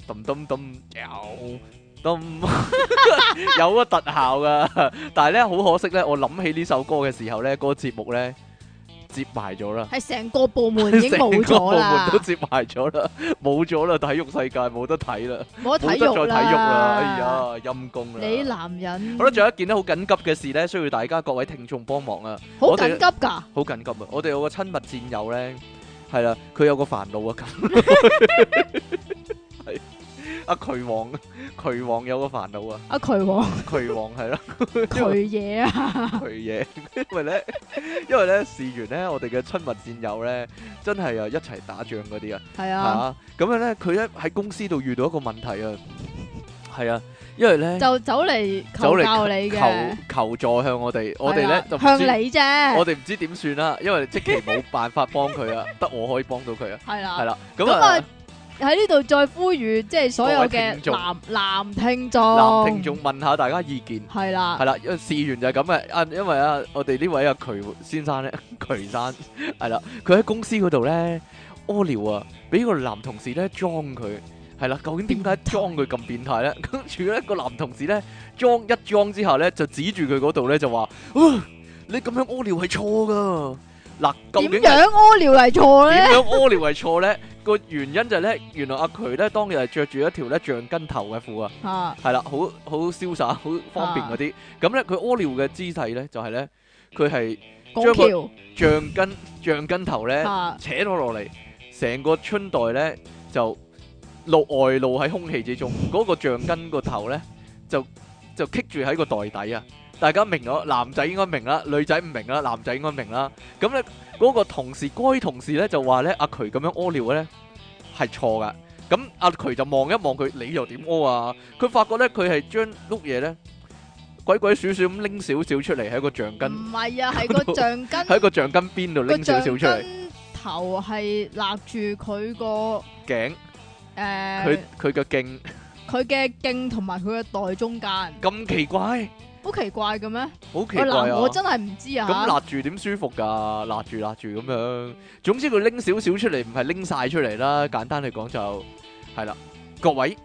Speaker 1: 咚咚咚咚有咚，有個特效噶， 但係咧好可惜咧，我諗起呢首歌嘅時候咧，嗰個節目咧接埋咗啦。
Speaker 2: 係成個 部門已經冇
Speaker 1: 成個部
Speaker 2: 咗啦
Speaker 1: 門都，接埋咗啦，冇咗啦，體育世界冇得睇啦，冇
Speaker 2: 冇得
Speaker 1: 得
Speaker 2: 體
Speaker 1: 再體
Speaker 2: 育
Speaker 1: 育啦，哎呀，陰公啦！
Speaker 2: 你男人
Speaker 1: 好啦，仲有一件咧好緊急嘅事咧，需要大家各位聽眾幫忙啊！
Speaker 2: 好
Speaker 1: 我哋
Speaker 2: 緊急㗎，
Speaker 1: 好緊急啊！我哋有個親密戰友咧，係啦，佢有個煩惱啊，咁係阿渠王，渠王有個煩惱 啊，
Speaker 2: 阿渠王
Speaker 1: 渠王係啦，
Speaker 2: 渠嘢啊，
Speaker 1: 渠嘢，因為咧，因為咧，事緣咧，我哋嘅親密戰友咧，真係啊一齊打仗嗰啲啊，
Speaker 2: 係啊，
Speaker 1: 嚇咁樣咧，佢咧喺公司度遇到一個問題啊，係啊，因為咧
Speaker 2: 就走嚟求教你嘅
Speaker 1: 求，求助向我哋，我哋
Speaker 2: 係
Speaker 1: 咧
Speaker 2: 啦
Speaker 1: 就唔
Speaker 2: 向
Speaker 1: 知
Speaker 2: 你啫
Speaker 1: 我，哋唔知點算啦，因為即期冇辦法幫佢啊，得我可以幫到佢啊，
Speaker 2: 係啦
Speaker 1: 係。啦，咁
Speaker 2: 咁 啊
Speaker 1: 啊，
Speaker 2: 喺呢度再呼籲，即係所有
Speaker 1: 各位
Speaker 2: 嘅
Speaker 1: 聽眾
Speaker 2: 男男聽眾，
Speaker 1: 男聽眾問下大家意見，
Speaker 2: 係 啦
Speaker 1: 係，啦，因為事緣就係咁嘅，啊，因為啊，我哋呢位啊渠先生咧，渠生係啦，佢喺公司嗰度咧屙尿啊，俾個男同事咧裝佢。係啦，究竟點解
Speaker 2: 變態
Speaker 1: 裝佢咁變態咧？ 跟住咧個男同事咧裝一裝之下咧，就指住佢嗰度咧就話：，啊你咁樣屙尿係錯噶。嗱，究
Speaker 2: 點
Speaker 1: 竟係
Speaker 2: 樣屙尿嚟錯咧？
Speaker 1: 點樣屙尿係錯咧？個原因就係咧，原來阿渠咧當日係着住一條咧橡筋頭嘅褲啊，
Speaker 2: 吓，
Speaker 1: 係啦，好好瀟灑、好方便嗰啲。咁咧佢屙尿嘅姿勢咧就係咧，佢係
Speaker 2: 拱橋
Speaker 1: 橡筋橡筋頭咧
Speaker 2: 吓，
Speaker 1: 扯咗落嚟，成個春袋咧就露外露喺空氣之中，嗰、個橡筋個頭咧就就棘住喺個袋底啊！大家明我，男仔應該明啦，女仔唔明啦，男仔應該明啦。咁咧嗰個同事，該同事咧就話咧阿渠咁樣屙尿咧係錯噶。咁阿渠就望一望佢，你又點屙啊？佢發覺咧佢係將碌嘢咧鬼鬼祟祟咁拎少少出嚟喺個橡
Speaker 2: 唔
Speaker 1: 筋
Speaker 2: 係啊，係個橡筋，
Speaker 1: 喺個橡筋邊度拎
Speaker 2: 個
Speaker 1: 少
Speaker 2: 橡
Speaker 1: 少出嚟
Speaker 2: 筋頭係勒住佢個
Speaker 1: 頸。佢
Speaker 2: 誒，
Speaker 1: 佢嘅勁
Speaker 2: 佢嘅脛同埋佢嘅袋中間，
Speaker 1: 咁奇怪，
Speaker 2: 好奇怪嘅咩？
Speaker 1: 好奇
Speaker 2: 我
Speaker 1: 怪
Speaker 2: 嗱，
Speaker 1: 啊！
Speaker 2: 我真係唔知
Speaker 1: 咁
Speaker 2: 啊
Speaker 1: 勒住點舒服㗎？勒住勒住咁樣，總之佢拎少少出嚟，唔係拎晒出嚟啦。簡單嚟講就係啦，各位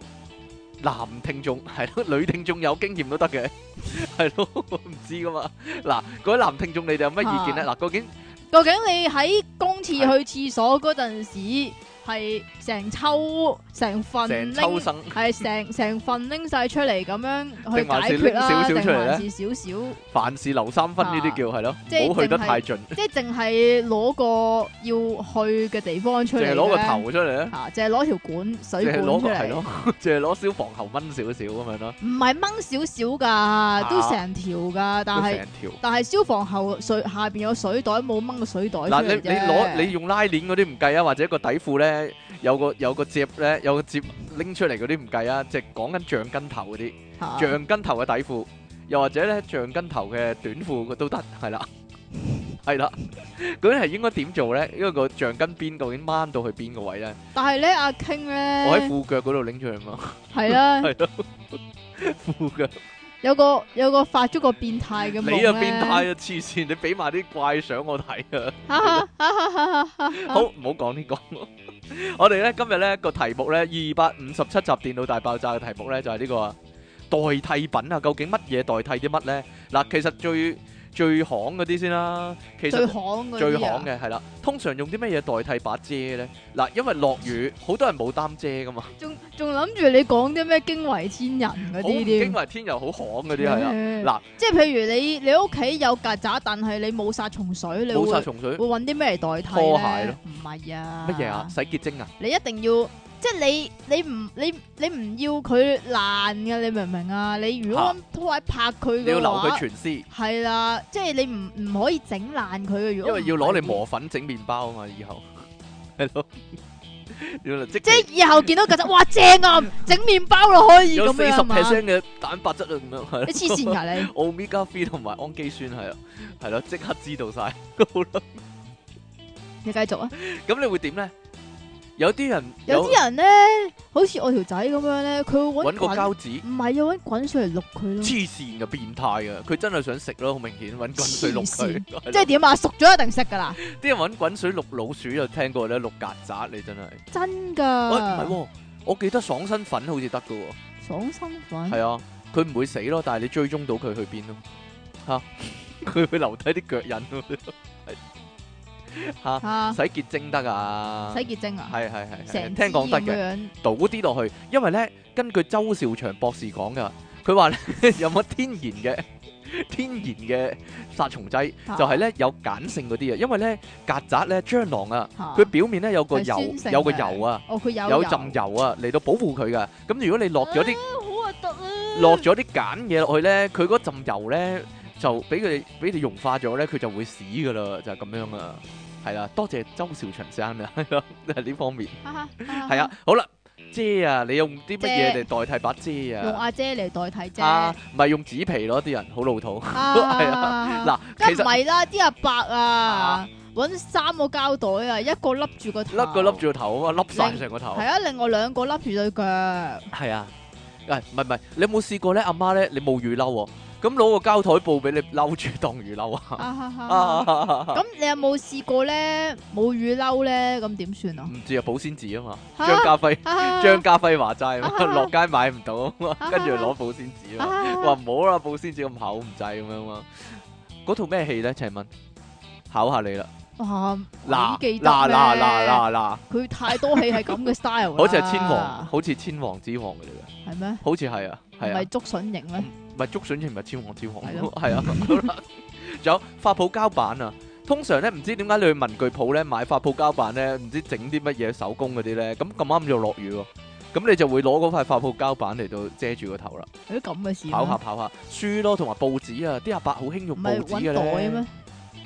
Speaker 1: 男聽眾 係咯，女聽眾有經驗都得嘅， 係咯，唔知㗎嘛。嗱，各位男聽眾，你哋有乜意見咧？嗱，究竟
Speaker 2: 究竟你喺公廁去廁所嗰陣時，係成抽成份
Speaker 1: 成
Speaker 2: 拎，
Speaker 1: 抽生
Speaker 2: 係成成份拎晒出嚟咁樣去
Speaker 1: 定還
Speaker 2: 解
Speaker 1: 是
Speaker 2: 決
Speaker 1: 拎
Speaker 2: 啦，
Speaker 1: 少少
Speaker 2: 定
Speaker 1: 出嚟呢
Speaker 2: 還是少少，
Speaker 1: 凡事留三分呢
Speaker 2: 啊
Speaker 1: 啲叫係咯，
Speaker 2: 即係
Speaker 1: 唔好去得
Speaker 2: 淨係
Speaker 1: 太盡，
Speaker 2: 即係淨係攞個要去嘅地方出
Speaker 1: 淨
Speaker 2: 嚟
Speaker 1: 係
Speaker 2: 呢，
Speaker 1: 攞個頭出嚟咧，
Speaker 2: 啊，淨係攞條管水
Speaker 1: 淨係
Speaker 2: 管
Speaker 1: 攞
Speaker 2: 出
Speaker 1: 個係
Speaker 2: 嚟
Speaker 1: 咯，， 淨係攞消防喉掹少少咁樣咯，
Speaker 2: 唔係掹少少㗎，都成條㗎，但
Speaker 1: 啊都
Speaker 2: 係
Speaker 1: 成條。
Speaker 2: 但係消防喉水下邊有水袋，冇掹個水袋出
Speaker 1: 嗱，你
Speaker 2: 嚟
Speaker 1: 你攞
Speaker 2: 啫
Speaker 1: 你用拉鏈嗰啲唔計啊，或者個底褲咧有個有個摺咧有個摺拎出嚟嗰啲唔計啊，即係講緊橡筋頭嗰啲，
Speaker 2: 啊
Speaker 1: 橡筋頭嘅底褲，又或者咧橡筋頭嘅短褲都得， 係啦，係啦，究竟係應該點做咧？因為個橡筋邊究竟掹到去邊個位咧？
Speaker 2: 但係咧，阿 King
Speaker 1: 我喺
Speaker 2: 咧，
Speaker 1: 褲腳嗰度拎出嚟嘛，
Speaker 2: 係啦，
Speaker 1: 係咯，褲腳。
Speaker 2: 有個有個發咗個變態嘅夢
Speaker 1: 你啊
Speaker 2: 咧
Speaker 1: 變態啊，黐線！你俾埋啲怪相我睇啊！
Speaker 2: 哈哈哈
Speaker 1: 好，唔好講呢個。 我哋咧今日咧個題目咧二百五十七集電腦大爆炸嘅題目咧就係呢個啊代替品啊，究竟乜嘢代替啲乜咧？嗱，其實最最行嗰啲先啦，其
Speaker 2: 最
Speaker 1: 實
Speaker 2: 行嗰
Speaker 1: 最
Speaker 2: 啲
Speaker 1: 行
Speaker 2: 啊，
Speaker 1: 嘅係啦，通常用啲乜嘢代替把遮咧？嗱，因為落雨，好多人冇擔遮噶嘛，
Speaker 2: 仲仲諗住你講啲咩驚為天人嗰
Speaker 1: 好
Speaker 2: 啲
Speaker 1: 驚
Speaker 2: 添，
Speaker 1: 為天又好行嗰啲係啦，嗱
Speaker 2: 嗱，即係譬如你你屋企有曱甴，但係你冇殺蟲水，你
Speaker 1: 冇殺
Speaker 2: 會
Speaker 1: 蟲水
Speaker 2: 會，揾啲咩嚟代替
Speaker 1: 拖鞋
Speaker 2: 咯
Speaker 1: 咯？
Speaker 2: 唔係啊，
Speaker 1: 乜嘢啊？？洗潔精啊？
Speaker 2: 你一定要。即係你你唔你你唔要佢爛嘅，你明唔明啊？你如果
Speaker 1: 嚇
Speaker 2: 揾拖鞋拍佢
Speaker 1: 你要
Speaker 2: 嘅
Speaker 1: 留
Speaker 2: 話
Speaker 1: 佢，全屍。
Speaker 2: 係啦，即係你唔唔可以整爛佢嘅。如
Speaker 1: 因
Speaker 2: 果
Speaker 1: 為
Speaker 2: 唔
Speaker 1: 要攞
Speaker 2: 係
Speaker 1: 嚟磨粉整麵包啊嘛，以後係咯，要嚟即
Speaker 2: 即係以後見到曱甴，哇正 啊，整麵包咯可以
Speaker 1: 有
Speaker 2: 咁
Speaker 1: 四十
Speaker 2: 樣係嘛？
Speaker 1: percent 嘅蛋白質啊，咁樣係
Speaker 2: 你黐 線㗎你！
Speaker 1: 奧米加 three 同埋氨基酸係啊，係咯，即刻知道晒。 好啦，
Speaker 2: 你繼續啊！
Speaker 1: 咁你會點咧？有啲人
Speaker 2: 有啲人咧，好似我條仔咁樣咧，佢會
Speaker 1: 揾
Speaker 2: 揾
Speaker 1: 個
Speaker 2: 滾，
Speaker 1: 膠紙，
Speaker 2: 唔係啊，揾滾水嚟淥佢咯。
Speaker 1: 黐線嘅變態啊嘅，佢真係想食咯，好明顯揾滾水淥佢。係
Speaker 2: 即係
Speaker 1: 咯
Speaker 2: 點啊？熟咗一定食㗎啦，
Speaker 1: 啲人揾滾水淥老鼠就聽過咧，淥曱甴你真
Speaker 2: 啊
Speaker 1: 係。
Speaker 2: 真
Speaker 1: 喂，唔係
Speaker 2: 㗎。
Speaker 1: 喎，我記得爽身粉好似得嘅喎。
Speaker 2: 爽身粉
Speaker 1: 係啊，佢唔會死咯，但係你追蹤到佢去邊咯，吓、 佢會留低啲腳印咯，吓、
Speaker 2: 啊，
Speaker 1: 洗潔精得啊，
Speaker 2: 洗潔精啊，
Speaker 1: 係係係，係
Speaker 2: 成
Speaker 1: 聽講得嘅，
Speaker 2: 嘅。
Speaker 1: 倒啲落去，因為咧根據周兆祥博士講噶，佢話咧 有乜天然嘅 天然嘅殺蟲劑，
Speaker 2: 啊
Speaker 1: 就係咧有鹼性嗰啲啊，因為咧曱甴咧蟑螂啊，
Speaker 2: 嚇
Speaker 1: 佢表面咧有個
Speaker 2: 係
Speaker 1: 油
Speaker 2: 酸性
Speaker 1: 有個
Speaker 2: 嘅
Speaker 1: 油啊，
Speaker 2: 哦，佢有
Speaker 1: 有
Speaker 2: 油
Speaker 1: 浸油啊嚟到保護佢噶，咁如果你落咗啲。
Speaker 2: 啊好核突啊！
Speaker 1: 落咗啲鹼嘢落去咧，佢嗰浸油咧就俾佢哋俾你融化咗咧，佢就會死噶啦，就係、咁樣啊，係啦，多謝周兆祥生啊， 係咯，係呢方面係
Speaker 2: 係
Speaker 1: 啊，，好啦，遮啊，你用啲乜
Speaker 2: 遮
Speaker 1: 嘢嚟代替把遮
Speaker 2: 用
Speaker 1: 啊？
Speaker 2: 阿姐嚟代替啫。
Speaker 1: 啊，唔係用紙皮咯，啲人好老土。 係
Speaker 2: 啊
Speaker 1: 嗱，
Speaker 2: 梗
Speaker 1: 其實
Speaker 2: 唔係啦，啲阿伯啊
Speaker 1: 啊，
Speaker 2: 揾三個膠袋啊，一個笠住個頭，
Speaker 1: 笠個笠住個頭啊嘛，笠晒成個頭
Speaker 2: 係。啊，另外兩個笠住對腳，
Speaker 1: 係啊，誒唔係唔係，你有冇試過咧？阿媽咧，你冇雨褸喎，咁攞個膠台布俾你摟住當雨褸啊？
Speaker 2: 啊哈哈
Speaker 1: 啊
Speaker 2: 咁你有冇試過咧冇雨褸咧？咁點算啊？
Speaker 1: 唔知啊，保鮮紙啊嘛，
Speaker 2: 嚇
Speaker 1: 張家輝。
Speaker 2: 啊
Speaker 1: 張家輝話齋嘛
Speaker 2: 啊，
Speaker 1: 落街買唔到啊嘛
Speaker 2: 啊，
Speaker 1: 跟住攞保鮮紙嘛，話
Speaker 2: 啊
Speaker 1: 唔好啦，保鮮紙咁厚唔制咁樣嘛。嗰套咩戲咧？請問考下你啦，
Speaker 2: 哇
Speaker 1: 嗱
Speaker 2: 鬼記
Speaker 1: 嗱
Speaker 2: 得
Speaker 1: 嗱
Speaker 2: 咩
Speaker 1: 嗱嗱嗱，
Speaker 2: 佢太多戲係咁嘅 style 啦
Speaker 1: 好似係千王，好似千王之王嚟嘅，
Speaker 2: 係咩？
Speaker 1: 好似係啊，
Speaker 2: 唔
Speaker 1: 係啊
Speaker 2: 係，竹筍型咩？
Speaker 1: 唔係竹筍型，唔係千王之王，
Speaker 2: 係咯
Speaker 1: 係啊，好啦，仲有發泡膠板啊。通常咧，唔知點解你去文具鋪咧買發泡膠板咧，唔知整啲乜嘢手工嗰啲咧，咁咁啱就落雨喎，咁你就會攞嗰塊發泡膠板嚟到遮住個頭啦。
Speaker 2: 有啲咁嘅事咩
Speaker 1: 跑下跑下，書咯同埋報紙啊，啲阿伯好興用
Speaker 2: 唔
Speaker 1: 報紙
Speaker 2: 係揾
Speaker 1: 嘅
Speaker 2: 袋
Speaker 1: 咧
Speaker 2: 咩？，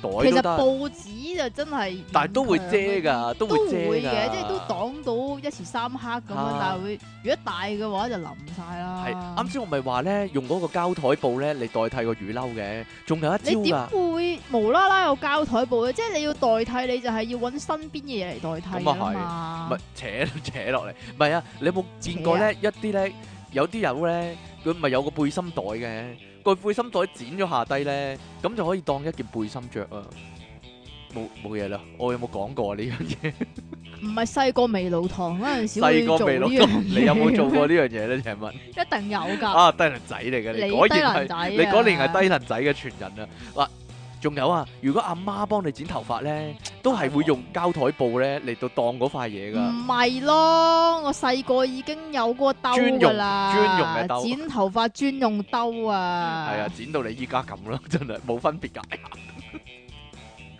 Speaker 2: 其
Speaker 1: 袋都得，
Speaker 2: 實報紙就真係，啊
Speaker 1: 但係都會遮。㗎，都
Speaker 2: 都
Speaker 1: 會遮
Speaker 2: 會嘅，
Speaker 1: 㗎，
Speaker 2: 即係都擋到一時三刻咁樣，
Speaker 1: 啊
Speaker 2: 但係會如果大嘅話就淋晒啦。
Speaker 1: 係啱先我咪話咧，用嗰個膠台布咧嚟代替個雨褸嘅，仲有一招
Speaker 2: 你點
Speaker 1: 㗎，
Speaker 2: 會無啦啦有膠台布嘅？即係你要代替，你就係要揾身邊嘅嘢嚟代替㗎
Speaker 1: 咁
Speaker 2: 啦嘛。
Speaker 1: 咪扯 扯落嚟，唔係啊！你有冇見過
Speaker 2: 扯
Speaker 1: 咧一啲咧有啲友咧，佢咪有個背心袋嘅，個背心袋剪咗下低咧，咁就可以當一件背心着啊！冇冇嘢啦，我有冇講過啊 呢樣嘢？
Speaker 2: 唔係細個味老堂嗰陣時會
Speaker 1: 細個
Speaker 2: 做
Speaker 1: 未
Speaker 2: 呢
Speaker 1: 攞
Speaker 2: 樣嘢，
Speaker 1: 你有冇做過呢樣嘢咧？請問？
Speaker 2: 一定有㗎。
Speaker 1: 啊啊，低能仔嚟嘅，
Speaker 2: 你
Speaker 1: 你果
Speaker 2: 低
Speaker 1: 然
Speaker 2: 能
Speaker 1: 係
Speaker 2: 仔啊，
Speaker 1: 你果然係低能仔嘅傳人啊！嗱，仲有啊，如果阿媽幫你剪頭髮咧，都係會用膠台布咧嚟到當嗰塊嘢
Speaker 2: 唔
Speaker 1: 噶。
Speaker 2: 係咯，我細個已經有嗰個兜㗎啦，
Speaker 1: 專用嘅兜
Speaker 2: 剪頭髮專用兜啊，
Speaker 1: 係啊，剪到你依家咁咯， 真係冇分別㗎。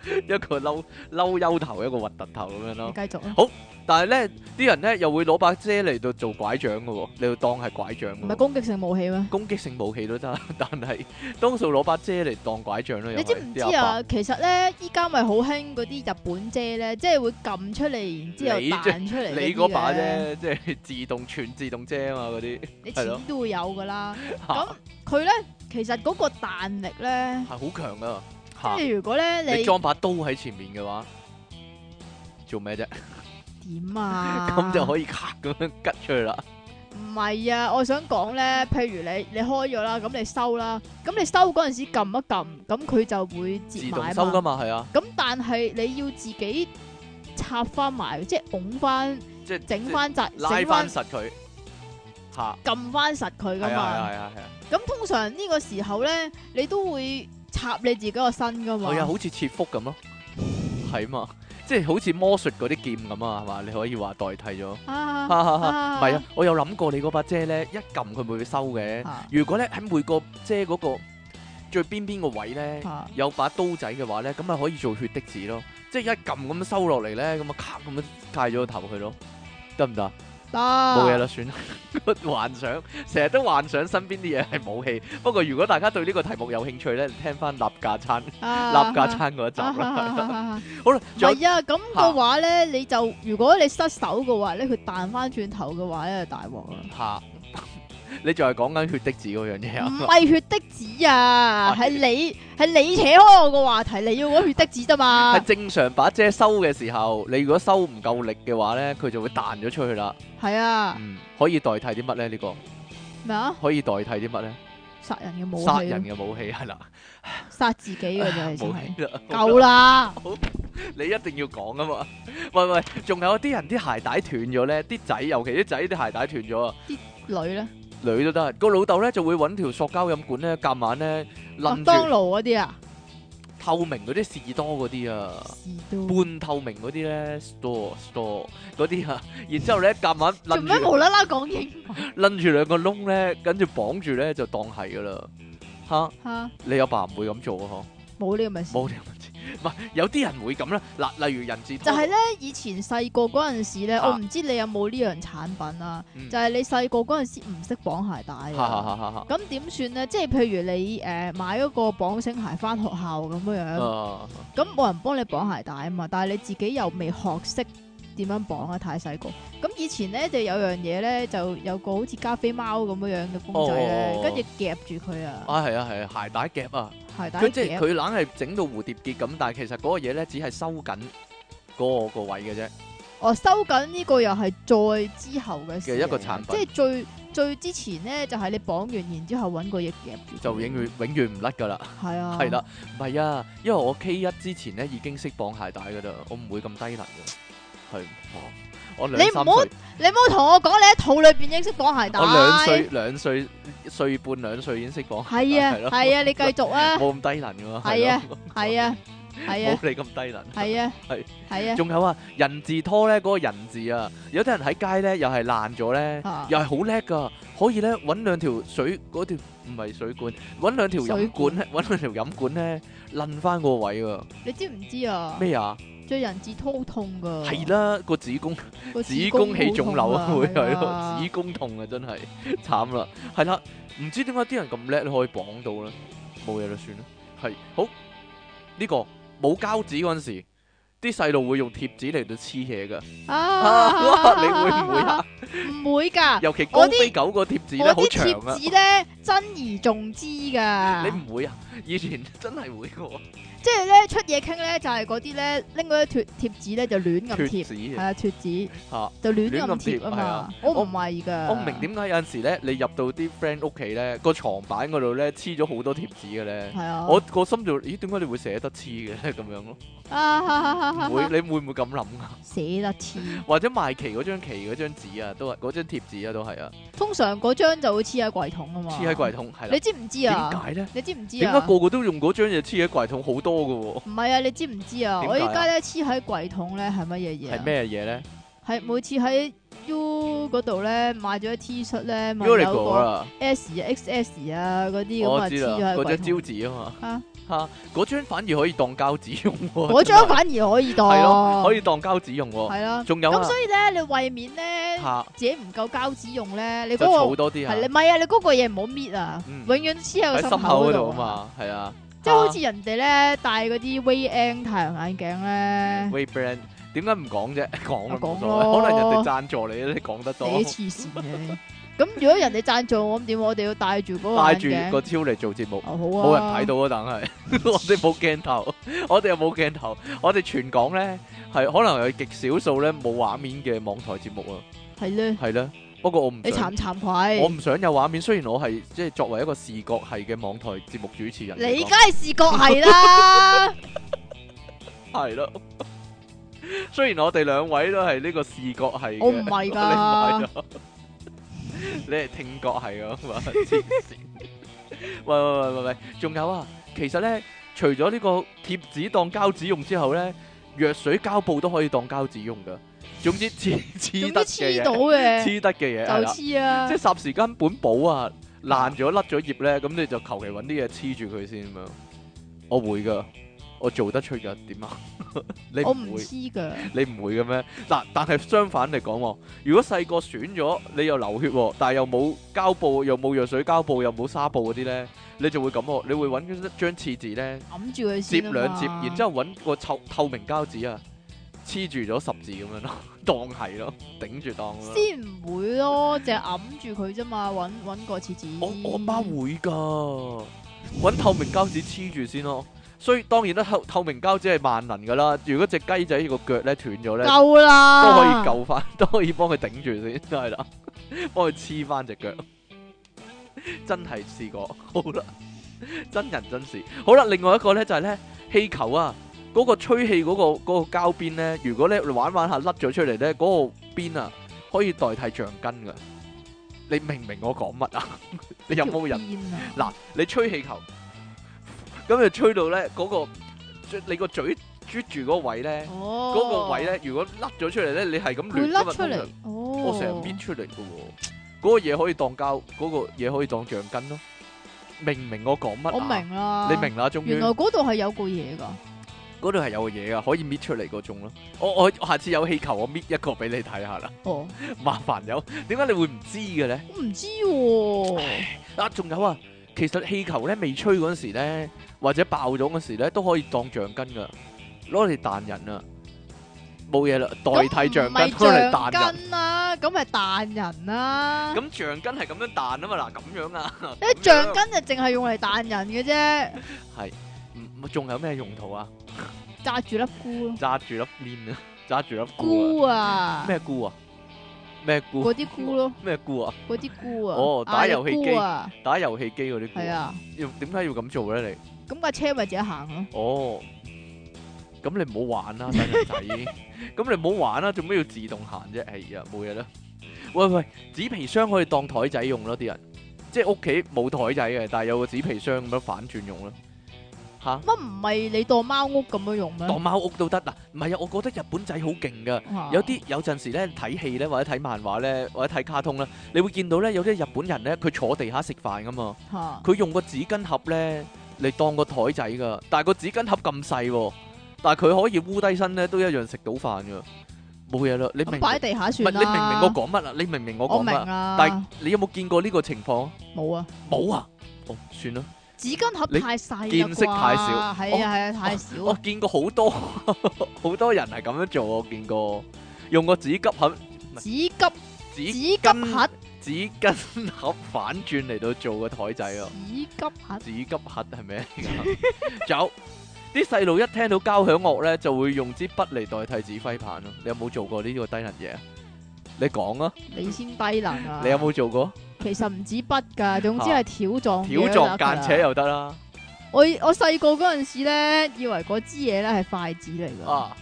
Speaker 1: 一個嬲嬲憂頭，一個核突頭咁樣
Speaker 2: 你
Speaker 1: 咯。
Speaker 2: 繼續啊，
Speaker 1: 但係咧，啲人咧又會攞把遮嚟到做拐杖嘅喎，嚟到當係拐杖
Speaker 2: 唔
Speaker 1: 㗎
Speaker 2: 係
Speaker 1: 喎。
Speaker 2: 攻擊性武器咩？
Speaker 1: 攻擊性武器都得， 但係多數攞把遮嚟當拐杖咯。又
Speaker 2: 你知
Speaker 1: 係
Speaker 2: 唔知
Speaker 1: 啲阿
Speaker 2: 啊？其實咧，依家咪好興嗰啲日本遮咧，即係會撳出嚟，然之後
Speaker 1: 你
Speaker 2: 彈出
Speaker 1: 伯？
Speaker 2: 嚟嗰啲
Speaker 1: 你嗰把啫，
Speaker 2: 嘅，
Speaker 1: 即 係自動全自動遮啊嘛，嗰啲
Speaker 2: 你
Speaker 1: 係咯
Speaker 2: 錢都會有㗎啦。
Speaker 1: 嚇
Speaker 2: 咁佢咧，其實嗰個彈力咧，
Speaker 1: 係好強噶
Speaker 2: 即
Speaker 1: 嚇。
Speaker 2: 係如果咧
Speaker 1: 你
Speaker 2: 你
Speaker 1: 裝把刀喺前面嘅話，做咩啫？
Speaker 2: 點啊？
Speaker 1: 咁就可以咔咁樣吉出去啦。
Speaker 2: 唔係啊，我想講咧，譬如你你開咗啦，咁你收啦，咁你收嗰陣時撳一撳，咁佢就會
Speaker 1: 自
Speaker 2: 接
Speaker 1: 動
Speaker 2: 埋
Speaker 1: 收噶
Speaker 2: 嘛。
Speaker 1: 嘛，係啊，
Speaker 2: 咁但係你要自己插翻埋，即係拱翻、
Speaker 1: 即係
Speaker 2: 整翻扎、
Speaker 1: 拉
Speaker 2: 整
Speaker 1: 翻
Speaker 2: 翻、
Speaker 1: 實佢嚇，
Speaker 2: 撳翻實佢噶
Speaker 1: 係啊係啊
Speaker 2: 嘛。
Speaker 1: 係啊係啊，
Speaker 2: 咁通常呢個時候咧，你都會插你自己個身噶嘛。
Speaker 1: 係啊，好似切腹咁咯，係嘛，即係好似魔術嗰啲劍咁啊，係嘛，你可以話代替咗，哈
Speaker 2: 啊，
Speaker 1: 哈哈
Speaker 2: 啊
Speaker 1: 唔係啊，我有諗過你嗰把遮咧，一撳佢會收嘅。
Speaker 2: 啊
Speaker 1: 如果咧喺每個遮嗰個最邊邊個位咧。
Speaker 2: 啊
Speaker 1: 有把刀仔嘅話咧，咁咪可以做血滴子咯，即係一撳咁收落嚟咧，咁啊咔咁樣戒咗個頭佢咯，得唔得啊？
Speaker 2: 得
Speaker 1: 冇嘢啦，算啦。 幻想成日都幻想身邊啲嘢係武器，不過如果大家對呢個題目有興趣咧，聽翻立架餐、
Speaker 2: 啊，
Speaker 1: 立架餐嗰一集啦。
Speaker 2: 啦。
Speaker 1: 好啦，
Speaker 2: 唔
Speaker 1: 仲有
Speaker 2: 係啊，咁嘅話咧，你就如果你失手嘅話咧，佢彈翻轉頭嘅話咧，就大鑊啊啦。
Speaker 1: 下， 你仲係講緊血滴子嗰樣嘢啊
Speaker 2: 唔
Speaker 1: 嘛？
Speaker 2: 係血滴子啊，
Speaker 1: 係
Speaker 2: 係你係你扯開我個話題，你要講血滴子啫嘛
Speaker 1: 係，正常把遮收嘅時候，你如果收唔夠力嘅話咧，佢就會彈咗出去啦。
Speaker 2: 係啊，
Speaker 1: 嗯，可以代替啲乜咧？呢個
Speaker 2: 咩啊，
Speaker 1: 可以代替啲乜咧？
Speaker 2: 殺人嘅武
Speaker 1: 殺人
Speaker 2: 器，
Speaker 1: 嘅武器係啦，
Speaker 2: 殺自己嘅啫，其實
Speaker 1: 武
Speaker 2: 係
Speaker 1: 器啦，
Speaker 2: 夠啦，
Speaker 1: 你一定要講啊嘛！ 喂喂，仲有啲人啲鞋帶斷咗咧，啲仔尤其啲仔啲鞋帶斷咗啊，
Speaker 2: 女咧，
Speaker 1: 女都得。個老豆咧就會揾條塑膠飲管咧，夾硬咧
Speaker 2: 麥
Speaker 1: 攆
Speaker 2: 當
Speaker 1: 住
Speaker 2: 勞嗰啲啊，
Speaker 1: 透明嗰啲士多嗰啲啊，
Speaker 2: 是都
Speaker 1: 半透明嗰啲咧 store store 嗰啲啊， 然之後咧夾硬
Speaker 2: 做咩
Speaker 1: 攆住
Speaker 2: 無啦啦講英文
Speaker 1: 攆住兩個窿咧，跟住綁住咧就當係噶啦。嚇，
Speaker 2: 嚇？
Speaker 1: 你阿爸唔會咁做啊？
Speaker 2: 冇呢個咪
Speaker 1: 嗬，冇呢個問題。唔係有啲人會咁啦，嗱，例如人字拖
Speaker 2: 就係咧，以前細個嗰陣時咧，
Speaker 1: 啊
Speaker 2: 我唔知你有冇呢樣產品啊，
Speaker 1: 嗯
Speaker 2: 就係你細個嗰陣時唔識綁鞋帶啊
Speaker 1: 哈哈哈哈哈
Speaker 2: 咁點算咧？即係譬如你誒、呃、買嗰個綁繩鞋翻學校咁樣樣，
Speaker 1: 啊
Speaker 2: 咁冇、人幫你綁鞋帶啊嘛，但係你自己又未學識點樣綁啊，太細個。咁以前咧就有樣嘢咧，就有個好似加菲貓咁樣樣嘅公
Speaker 1: 哦
Speaker 2: 仔咧，跟住夾住佢啊，
Speaker 1: 啊係啊係啊，鞋帶夾啊！
Speaker 2: 鞋帶
Speaker 1: 佢即係
Speaker 2: 夾。
Speaker 1: 佢硬係整到蝴蝶結咁，但係其實嗰個嘢咧只係收緊嗰個個位嘅啫。
Speaker 2: 哦，收緊呢個又係再之後嘅事
Speaker 1: 嘅一個
Speaker 2: 嚟
Speaker 1: 產品
Speaker 2: 即係最最之前咧就係、你綁完，然之後揾個嘢夾住佢，
Speaker 1: 就永遠永遠唔甩噶啦，
Speaker 2: 係啊，
Speaker 1: 係啦，，唔係啊，因為我 K 一之前咧已經識綁鞋帶噶啦，我唔會咁低能嘅，係我我兩
Speaker 2: 你唔
Speaker 1: 三
Speaker 2: 好
Speaker 1: 歲，
Speaker 2: 你唔好同我講你喺肚裏邊已經識綁鞋帶，
Speaker 1: 我兩歲兩歲歲半兩歲已經識綁鞋帶，
Speaker 2: 係啊
Speaker 1: 係咯，
Speaker 2: 係啊，你繼續啊，
Speaker 1: 冇咁低能噶嘛，
Speaker 2: 係啊
Speaker 1: 咯，
Speaker 2: 係啊，係啊，
Speaker 1: 冇你咁低能。
Speaker 2: 係啊，
Speaker 1: 係
Speaker 2: 係
Speaker 1: 仲有啊，人字拖咧嗰個人字啊，有啲人喺街咧又係爛咗咧。
Speaker 2: 啊，
Speaker 1: 又係好叻噶，可以咧揾兩條水嗰條唔係水管，揾兩條飲 管咧，揾兩條飲管咧，攆翻個位喎。
Speaker 2: 你知唔知啊？
Speaker 1: 咩啊？
Speaker 2: 最人字拖好痛噶，
Speaker 1: 係，啦，個子宮
Speaker 2: 子
Speaker 1: 子宮起腫
Speaker 2: à,
Speaker 1: 瘤啊，會係咯，
Speaker 2: 子
Speaker 1: 子宮痛啊，真係慘啦。係啦，唔知點解啲人咁叻可以綁到咧？冇嘢啦，算啦。係好呢個冇膠紙嗰陣時，啲細路會用貼紙嚟到黐嘢噶。
Speaker 2: À.
Speaker 1: 啊，你會唔會 啊？？
Speaker 2: 唔會㗎，
Speaker 1: 尤其高
Speaker 2: 我啲
Speaker 1: 飛狗個貼紙咧，
Speaker 2: 我
Speaker 1: 好
Speaker 2: 啲
Speaker 1: 長
Speaker 2: 貼
Speaker 1: 啊。
Speaker 2: 紙咧珍而重之
Speaker 1: 你
Speaker 2: 㗎，
Speaker 1: 唔會啊？以前真係會嘅
Speaker 2: 即係咧出嘢傾咧就係嗰啲咧拎嗰啲貼貼紙咧就亂
Speaker 1: 喎，
Speaker 2: 咁貼
Speaker 1: 貼，紙
Speaker 2: 係
Speaker 1: 啊
Speaker 2: 啊貼紙
Speaker 1: 嚇！
Speaker 2: 就亂
Speaker 1: 亂咁
Speaker 2: 咁
Speaker 1: 貼
Speaker 2: 貼啊
Speaker 1: 係啊
Speaker 2: 嘛，我唔係㗎，
Speaker 1: 我唔明點解有陣時咧，你入到啲 friend 屋企咧，個床板嗰度咧黐咗好多貼紙嘅咧，
Speaker 2: 係啊，
Speaker 1: 我個心就咦點解你會捨得黐嘅咧咁樣咯？
Speaker 2: À, 啊哈哈哈
Speaker 1: 唔 會，你會唔會咁諗啊？
Speaker 2: 寫得黐。
Speaker 1: 或者賣旗嗰張旗嗰張紙啊，都係嗰張貼紙啊，都係啊，
Speaker 2: 通常嗰張就會黐喺櫃桶啊嘛。
Speaker 1: 黐喺櫃。桶係
Speaker 2: 你
Speaker 1: 啦。
Speaker 2: 知唔知
Speaker 1: 點
Speaker 2: 啊？
Speaker 1: 解咧？
Speaker 2: 你知唔知
Speaker 1: 點解
Speaker 2: 啊？
Speaker 1: 個個都用嗰張嘢黐喺櫃桶好多嘅
Speaker 2: 唔係啊，你知唔知啊？
Speaker 1: 點
Speaker 2: 我
Speaker 1: 解啊
Speaker 2: 依家咧黐喺櫃桶咧係乜嘢嘢
Speaker 1: 喎？
Speaker 2: 啊？
Speaker 1: 係咩嘢咧
Speaker 2: 係每次喺 U 嗰度咧買咗 T 恤咧，咪有
Speaker 1: ？Uniqlo
Speaker 2: 個
Speaker 1: 啦，
Speaker 2: S 啊、XS 啊嗰啲咁啊
Speaker 1: 我
Speaker 2: 黐
Speaker 1: 知
Speaker 2: 咗
Speaker 1: 啦，
Speaker 2: 喺
Speaker 1: 嗰張
Speaker 2: 櫃
Speaker 1: 招
Speaker 2: 桶。
Speaker 1: 紙啊嘛
Speaker 2: 啊。
Speaker 1: 嚇，嗰張反而可以當膠紙用喎。
Speaker 2: 嗰張
Speaker 1: 真係
Speaker 2: 反而可以當。
Speaker 1: 係咯，可以當膠紙用喎。
Speaker 2: 係啦。
Speaker 1: 仲有
Speaker 2: 咁
Speaker 1: 啊
Speaker 2: 所，以咧，你為免咧
Speaker 1: 嚇
Speaker 2: 自己唔夠膠紙用咧，你
Speaker 1: 就儲
Speaker 2: 嗰個
Speaker 1: 多啲
Speaker 2: 係你
Speaker 1: 啊，
Speaker 2: 唔係啊？你嗰個嘢唔好搣啊，
Speaker 1: 嗯
Speaker 2: 永遠黐喺
Speaker 1: 喺
Speaker 2: 個
Speaker 1: 心口
Speaker 2: 心口
Speaker 1: 嗰度
Speaker 2: 嗰度
Speaker 1: 啊。嘛，係啊。
Speaker 2: 即係好似人哋咧戴嗰啲 V N 太陽眼鏡咧，
Speaker 1: 喂 brand，點解唔講啫？ 講啦，
Speaker 2: 我啊講
Speaker 1: 冇所謂
Speaker 2: 咯
Speaker 1: 可能人哋贊助你，你講得多，
Speaker 2: 你黐線嘅。咁如果人哋贊助我，咁點？啊我哋要戴住嗰個
Speaker 1: 拉住
Speaker 2: 眼
Speaker 1: 個
Speaker 2: 鏡。
Speaker 1: 超嚟做節目，
Speaker 2: 哦，好
Speaker 1: 冇人
Speaker 2: 啊。
Speaker 1: 睇到啊，但係 我哋冇鏡頭， 我哋又冇鏡頭，我哋全港咧係可能有極少數咧冇畫面嘅網台節目啊，
Speaker 2: 到。係咧，
Speaker 1: 係啦，不過我唔
Speaker 2: 你
Speaker 1: 想
Speaker 2: 慚。唔慚愧？
Speaker 1: 我唔想有畫面，雖然我係即係作為一個視覺系嘅網台節目主持人嚟講，
Speaker 2: 你梗係視覺係啦，
Speaker 1: 係咯。 雖然我哋兩位都係呢個視覺系嘅，
Speaker 2: 我唔係㗎
Speaker 1: 你唔係㗎 你係聽覺系啊嘛， 黐線！喂喂喂喂喂，仲有啊，其實咧，除咗呢個貼紙當膠紙用之後咧，藥水膠布都可以當膠紙用㗎。總之黐黐
Speaker 2: 總
Speaker 1: 得
Speaker 2: 之
Speaker 1: 嘅
Speaker 2: 黐到
Speaker 1: 嘢，
Speaker 2: 嘅
Speaker 1: 黐得嘅嘢係
Speaker 2: 就
Speaker 1: 啦，
Speaker 2: 黐啊
Speaker 1: 即係，霎時間本簿啊爛咗甩咗頁咧，咁你就求其揾啲嘢黐住佢先咁樣。我會㗎，我做得出㗎，點啊？ 你
Speaker 2: 我唔
Speaker 1: 會？
Speaker 2: 黐噶，
Speaker 1: 你唔會嘅咩？嗱，但係相反嚟講喎，如果細個損咗，你又流血喎，但係又冇膠布，又冇藥水膠布，又冇紗布嗰啲咧，你就會咁喎，你會揾一張廁紙咧，
Speaker 2: 揞住佢
Speaker 1: 摺
Speaker 2: 先啊嘛
Speaker 1: 兩摺，然之後揾個透透明膠紙啊，黐住咗十字咁樣咯， 當係咯，頂住當咯。
Speaker 2: 先唔會咯，淨係揞住佢啫嘛，揾揾個廁紙。
Speaker 1: 我我媽會噶，揾透明膠紙黐住先咯。所以當然啦，透透明膠紙係萬能噶啦。如果只雞仔個腳咧斷咗咧，
Speaker 2: 夠
Speaker 1: 都
Speaker 2: 啦，
Speaker 1: 可以救翻，都可以幫佢頂住先，係啦， 幫佢黐翻只腳。真係試過，好啦，真人真事。好啦，另外一個咧就係咧氣球啊，嗰、個吹氣嗰、個嗰、個膠邊咧，如果咧玩玩下甩咗出嚟咧，嗰、個邊啊可以代替橡筋噶。你明唔明我講乜啊？ 你有冇人？
Speaker 2: 人
Speaker 1: 嗱，你吹氣球，咁就吹到咧嗰、個你個嘴啜住嗰個位咧。
Speaker 2: 哦，
Speaker 1: 嗰個位咧，如果甩咗出嚟咧，你係咁
Speaker 2: 會
Speaker 1: 亂
Speaker 2: 甩
Speaker 1: 㗎嘛
Speaker 2: 出嚟
Speaker 1: 通，
Speaker 2: 哦，
Speaker 1: 常我成日搣出嚟嘅喎。嗰個嘢可以當膠，嗰個嘢可以當橡筋咯。明唔明我講乜啊
Speaker 2: 我，明啦，
Speaker 1: 你。明啦，終於
Speaker 2: 原來嗰度係有個嘢噶，
Speaker 1: 嗰度係有個嘢啊，可以搣出嚟嗰種咯。我我下次有氣球，我搣一個俾你睇下啦。
Speaker 2: 哦，
Speaker 1: 麻煩有，點解你會唔知嘅咧？
Speaker 2: 我唔知喎，
Speaker 1: 啊，仲有啊，其實氣球咧未吹嗰陣時咧，或者爆咗嗰時咧，都可以當橡筋噶，攞嚟彈人啊。冇嘢啦，代替橡筋
Speaker 2: 咁
Speaker 1: 攞嚟
Speaker 2: 唔係
Speaker 1: 彈人
Speaker 2: 橡。筋啦，咁係彈人啦。
Speaker 1: 咁橡筋係咁樣彈啊嘛，嗱咁樣啊，
Speaker 2: 因為橡筋就淨係用嚟彈人嘅啫，
Speaker 1: 唔嗯仲有咩用途啊？
Speaker 2: 揸住粒菇咯，
Speaker 1: 揸住粒面啊，揸住粒菇
Speaker 2: 菇啊
Speaker 1: 啊，，咩菇啊？咩菇？
Speaker 2: 嗰啲菇咯，
Speaker 1: 咩菇啊？
Speaker 2: 嗰啲菇啊，
Speaker 1: 哦打遊戲機
Speaker 2: 嗌菇啊，
Speaker 1: 打遊戲機嗰啲菇
Speaker 2: 係
Speaker 1: 啊？
Speaker 2: 啊，
Speaker 1: 要點解要咁做咧？你
Speaker 2: 咁架車咪自己行咯，
Speaker 1: 哦，咁你唔好玩 啦，細路仔。咁你唔好玩啦，做咩要自動行啫？哎呀，冇嘢啦。喂喂，紙皮箱可以當台仔用咯，啲人即係屋企冇台仔嘅，但係有個紙皮箱咁樣反轉用咯。吓？
Speaker 2: 乜唔係你當貓屋咁樣用咩？
Speaker 1: 當貓屋都得嗱，唔係啊，我覺得日本仔好勁噶，
Speaker 2: 啊
Speaker 1: 有啲有陣時咧睇戲咧，或者睇漫畫咧，或者睇卡通咧，你會見到咧有啲日本人咧，佢坐地下食飯噶嘛，
Speaker 2: 嚇
Speaker 1: 佢用個紙巾盒咧嚟當個台仔噶，但係個紙巾盒咁細喎，但係佢可以烏低身咧都一樣食到飯噶，冇嘢啦，你明
Speaker 2: 咁
Speaker 1: 唔
Speaker 2: 擺喺地下
Speaker 1: 係
Speaker 2: 算
Speaker 1: 你
Speaker 2: 啦。
Speaker 1: 明唔明我講乜啦？你明唔明我
Speaker 2: 我
Speaker 1: 講
Speaker 2: 明
Speaker 1: 乜啊？
Speaker 2: 啦，
Speaker 1: 但係你有冇見過呢個情況？
Speaker 2: 冇啊，
Speaker 1: 冇啊，哦，算啦。
Speaker 2: 紙巾盒
Speaker 1: 你
Speaker 2: 太細啦
Speaker 1: 見識太少哦
Speaker 2: 啩係啊係啊太少
Speaker 1: 我
Speaker 2: 啊，
Speaker 1: 見過好多 好多人係咁樣做，我見過用個紙巾盒、
Speaker 2: 紙巾
Speaker 1: 紙
Speaker 2: 紙巾盒
Speaker 1: 紙巾盒反轉嚟到做個台仔啊！
Speaker 2: 紙巾盒
Speaker 1: 紙巾盒係咩嚟㗎？ 仲有啲細路一聽到交響樂咧，就會用支筆嚟代替指揮棒咯。你有冇做過呢個低能嘢啊？你講啊！
Speaker 2: 你先低能啊！
Speaker 1: 你有冇做過？
Speaker 2: 其實唔止筆㗎，總之係條狀
Speaker 1: 條狀間尺又得啦，
Speaker 2: 我我細個嗰陣時咧，以為嗰支嘢咧係筷子嚟㗎，
Speaker 1: 啊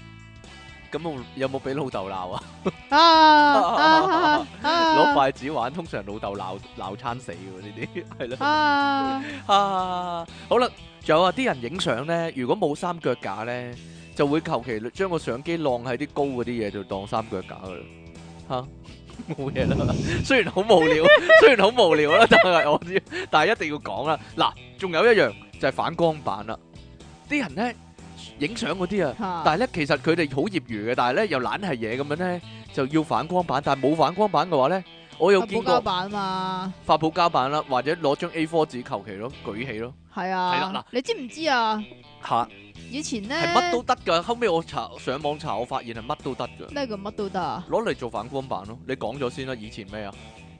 Speaker 1: 咁有冇俾老豆鬧啊？
Speaker 2: 啊啊啊
Speaker 1: 攞
Speaker 2: 啊
Speaker 1: 筷子玩，通常老豆鬧鬧餐死喎呢啲，係咯。
Speaker 2: 啊！
Speaker 1: 啊，好啦，仲有啊，啲人影相咧，如果冇三腳架咧，就會求其將個相機晾喺啲高嗰啲嘢度當三腳架噶啦，吓、冇嘢啦。 雖然好無聊， 雖然好無聊啦，但係我知，但係一定要講啦。嗱，仲有一樣就係反光板啦，啲人咧影相嗰啲啊。但係咧，其實佢哋好業餘嘅，但係咧又懶係嘢咁樣咧，就要反光板。但係冇反光板嘅話咧，我有
Speaker 2: 發泡
Speaker 1: 見
Speaker 2: 膠
Speaker 1: 過
Speaker 2: 板嘛，
Speaker 1: 發泡膠板啦，或者攞張 A4 紙求其咯，舉起咯。
Speaker 2: 係
Speaker 1: 係啦
Speaker 2: 啊，你知唔知啊？
Speaker 1: 吓，
Speaker 2: 以前咧
Speaker 1: 係乜都得噶。後尾我查上網查，我發現係乜都得噶，
Speaker 2: 咩叫乜都得啊？
Speaker 1: 攞嚟做反光板咯。你講咗先啦，以前咩啊？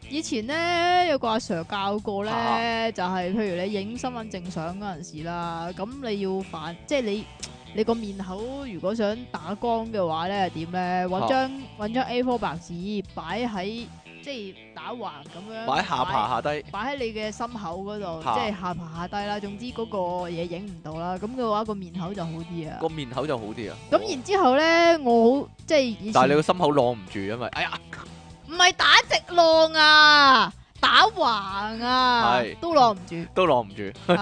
Speaker 2: 以前咧有個阿 Sir 教過
Speaker 1: 啊
Speaker 2: 咧，就係譬如你影身份證相嗰陣時啦，咁你要反，即係你你個面口如果想打光嘅話咧，點咧？
Speaker 1: 啊
Speaker 2: 揾張揾張 A4 白紙擺喺即係打橫咁樣，
Speaker 1: 擺下巴啊下低，
Speaker 2: 嗯擺喺你嘅心口嗰度，
Speaker 1: 嚇
Speaker 2: 即係下巴下低啦。總之嗰個嘢影唔到啦，咁嘅話個面口就好啲啊。
Speaker 1: 個面口就好啲啊。
Speaker 2: 咁然之後咧，我好即係以
Speaker 1: 但係
Speaker 2: 前
Speaker 1: 你個心口晾唔住，因為哎呀，
Speaker 2: 唔係打直浪啊，打橫啊
Speaker 1: 係，
Speaker 2: 都攞唔住。
Speaker 1: 都晾唔住，
Speaker 2: 係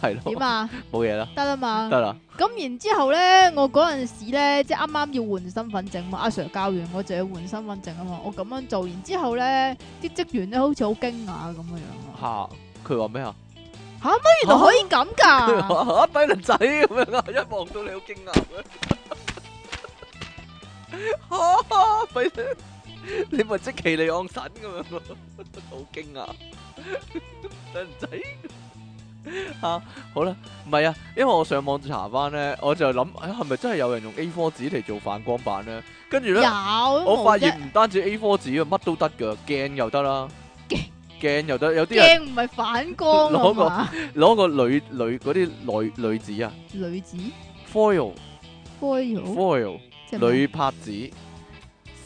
Speaker 1: 係
Speaker 2: 點
Speaker 1: 咯，
Speaker 2: 啊？
Speaker 1: 冇嘢啦，
Speaker 2: 得啦嘛。
Speaker 1: 得啦，
Speaker 2: 咁然之後咧，我嗰陣時咧，即係啱啱要換身份證嘛，阿 Sir 教完我就要換身份證啊嘛。我咁樣做，然之後咧，啲職員咧好似好驚訝咁嘅樣啊。
Speaker 1: 吓。佢話咩啊？
Speaker 2: 原來可以咁
Speaker 1: 佢
Speaker 2: 㗎，
Speaker 1: 話啊，低能仔咁樣啊！一望到你好驚訝嘅，嚇俾你你咪即其利昂神咁樣咯，好驚訝，低能仔嚇好啦，唔係啊，因為我上網查翻咧，我就諗啊，係咪真係有人用 A4 紙嚟做反光板咧？跟住
Speaker 2: 有
Speaker 1: 咧。我
Speaker 2: 冇
Speaker 1: 發
Speaker 2: 啫
Speaker 1: 現？唔單止 A4 紙啊，乜都得噶，鏡又得啦
Speaker 2: 鏡，
Speaker 1: 鏡又得，有啲人
Speaker 2: 鏡唔係反光啊
Speaker 1: 攞個
Speaker 2: 嘛，
Speaker 1: 攞個鋁鋁嗰啲鋁鋁紙啊
Speaker 2: 女子
Speaker 1: ，foil
Speaker 2: foil
Speaker 1: foil
Speaker 2: 即係咩
Speaker 1: 鋁拍紙，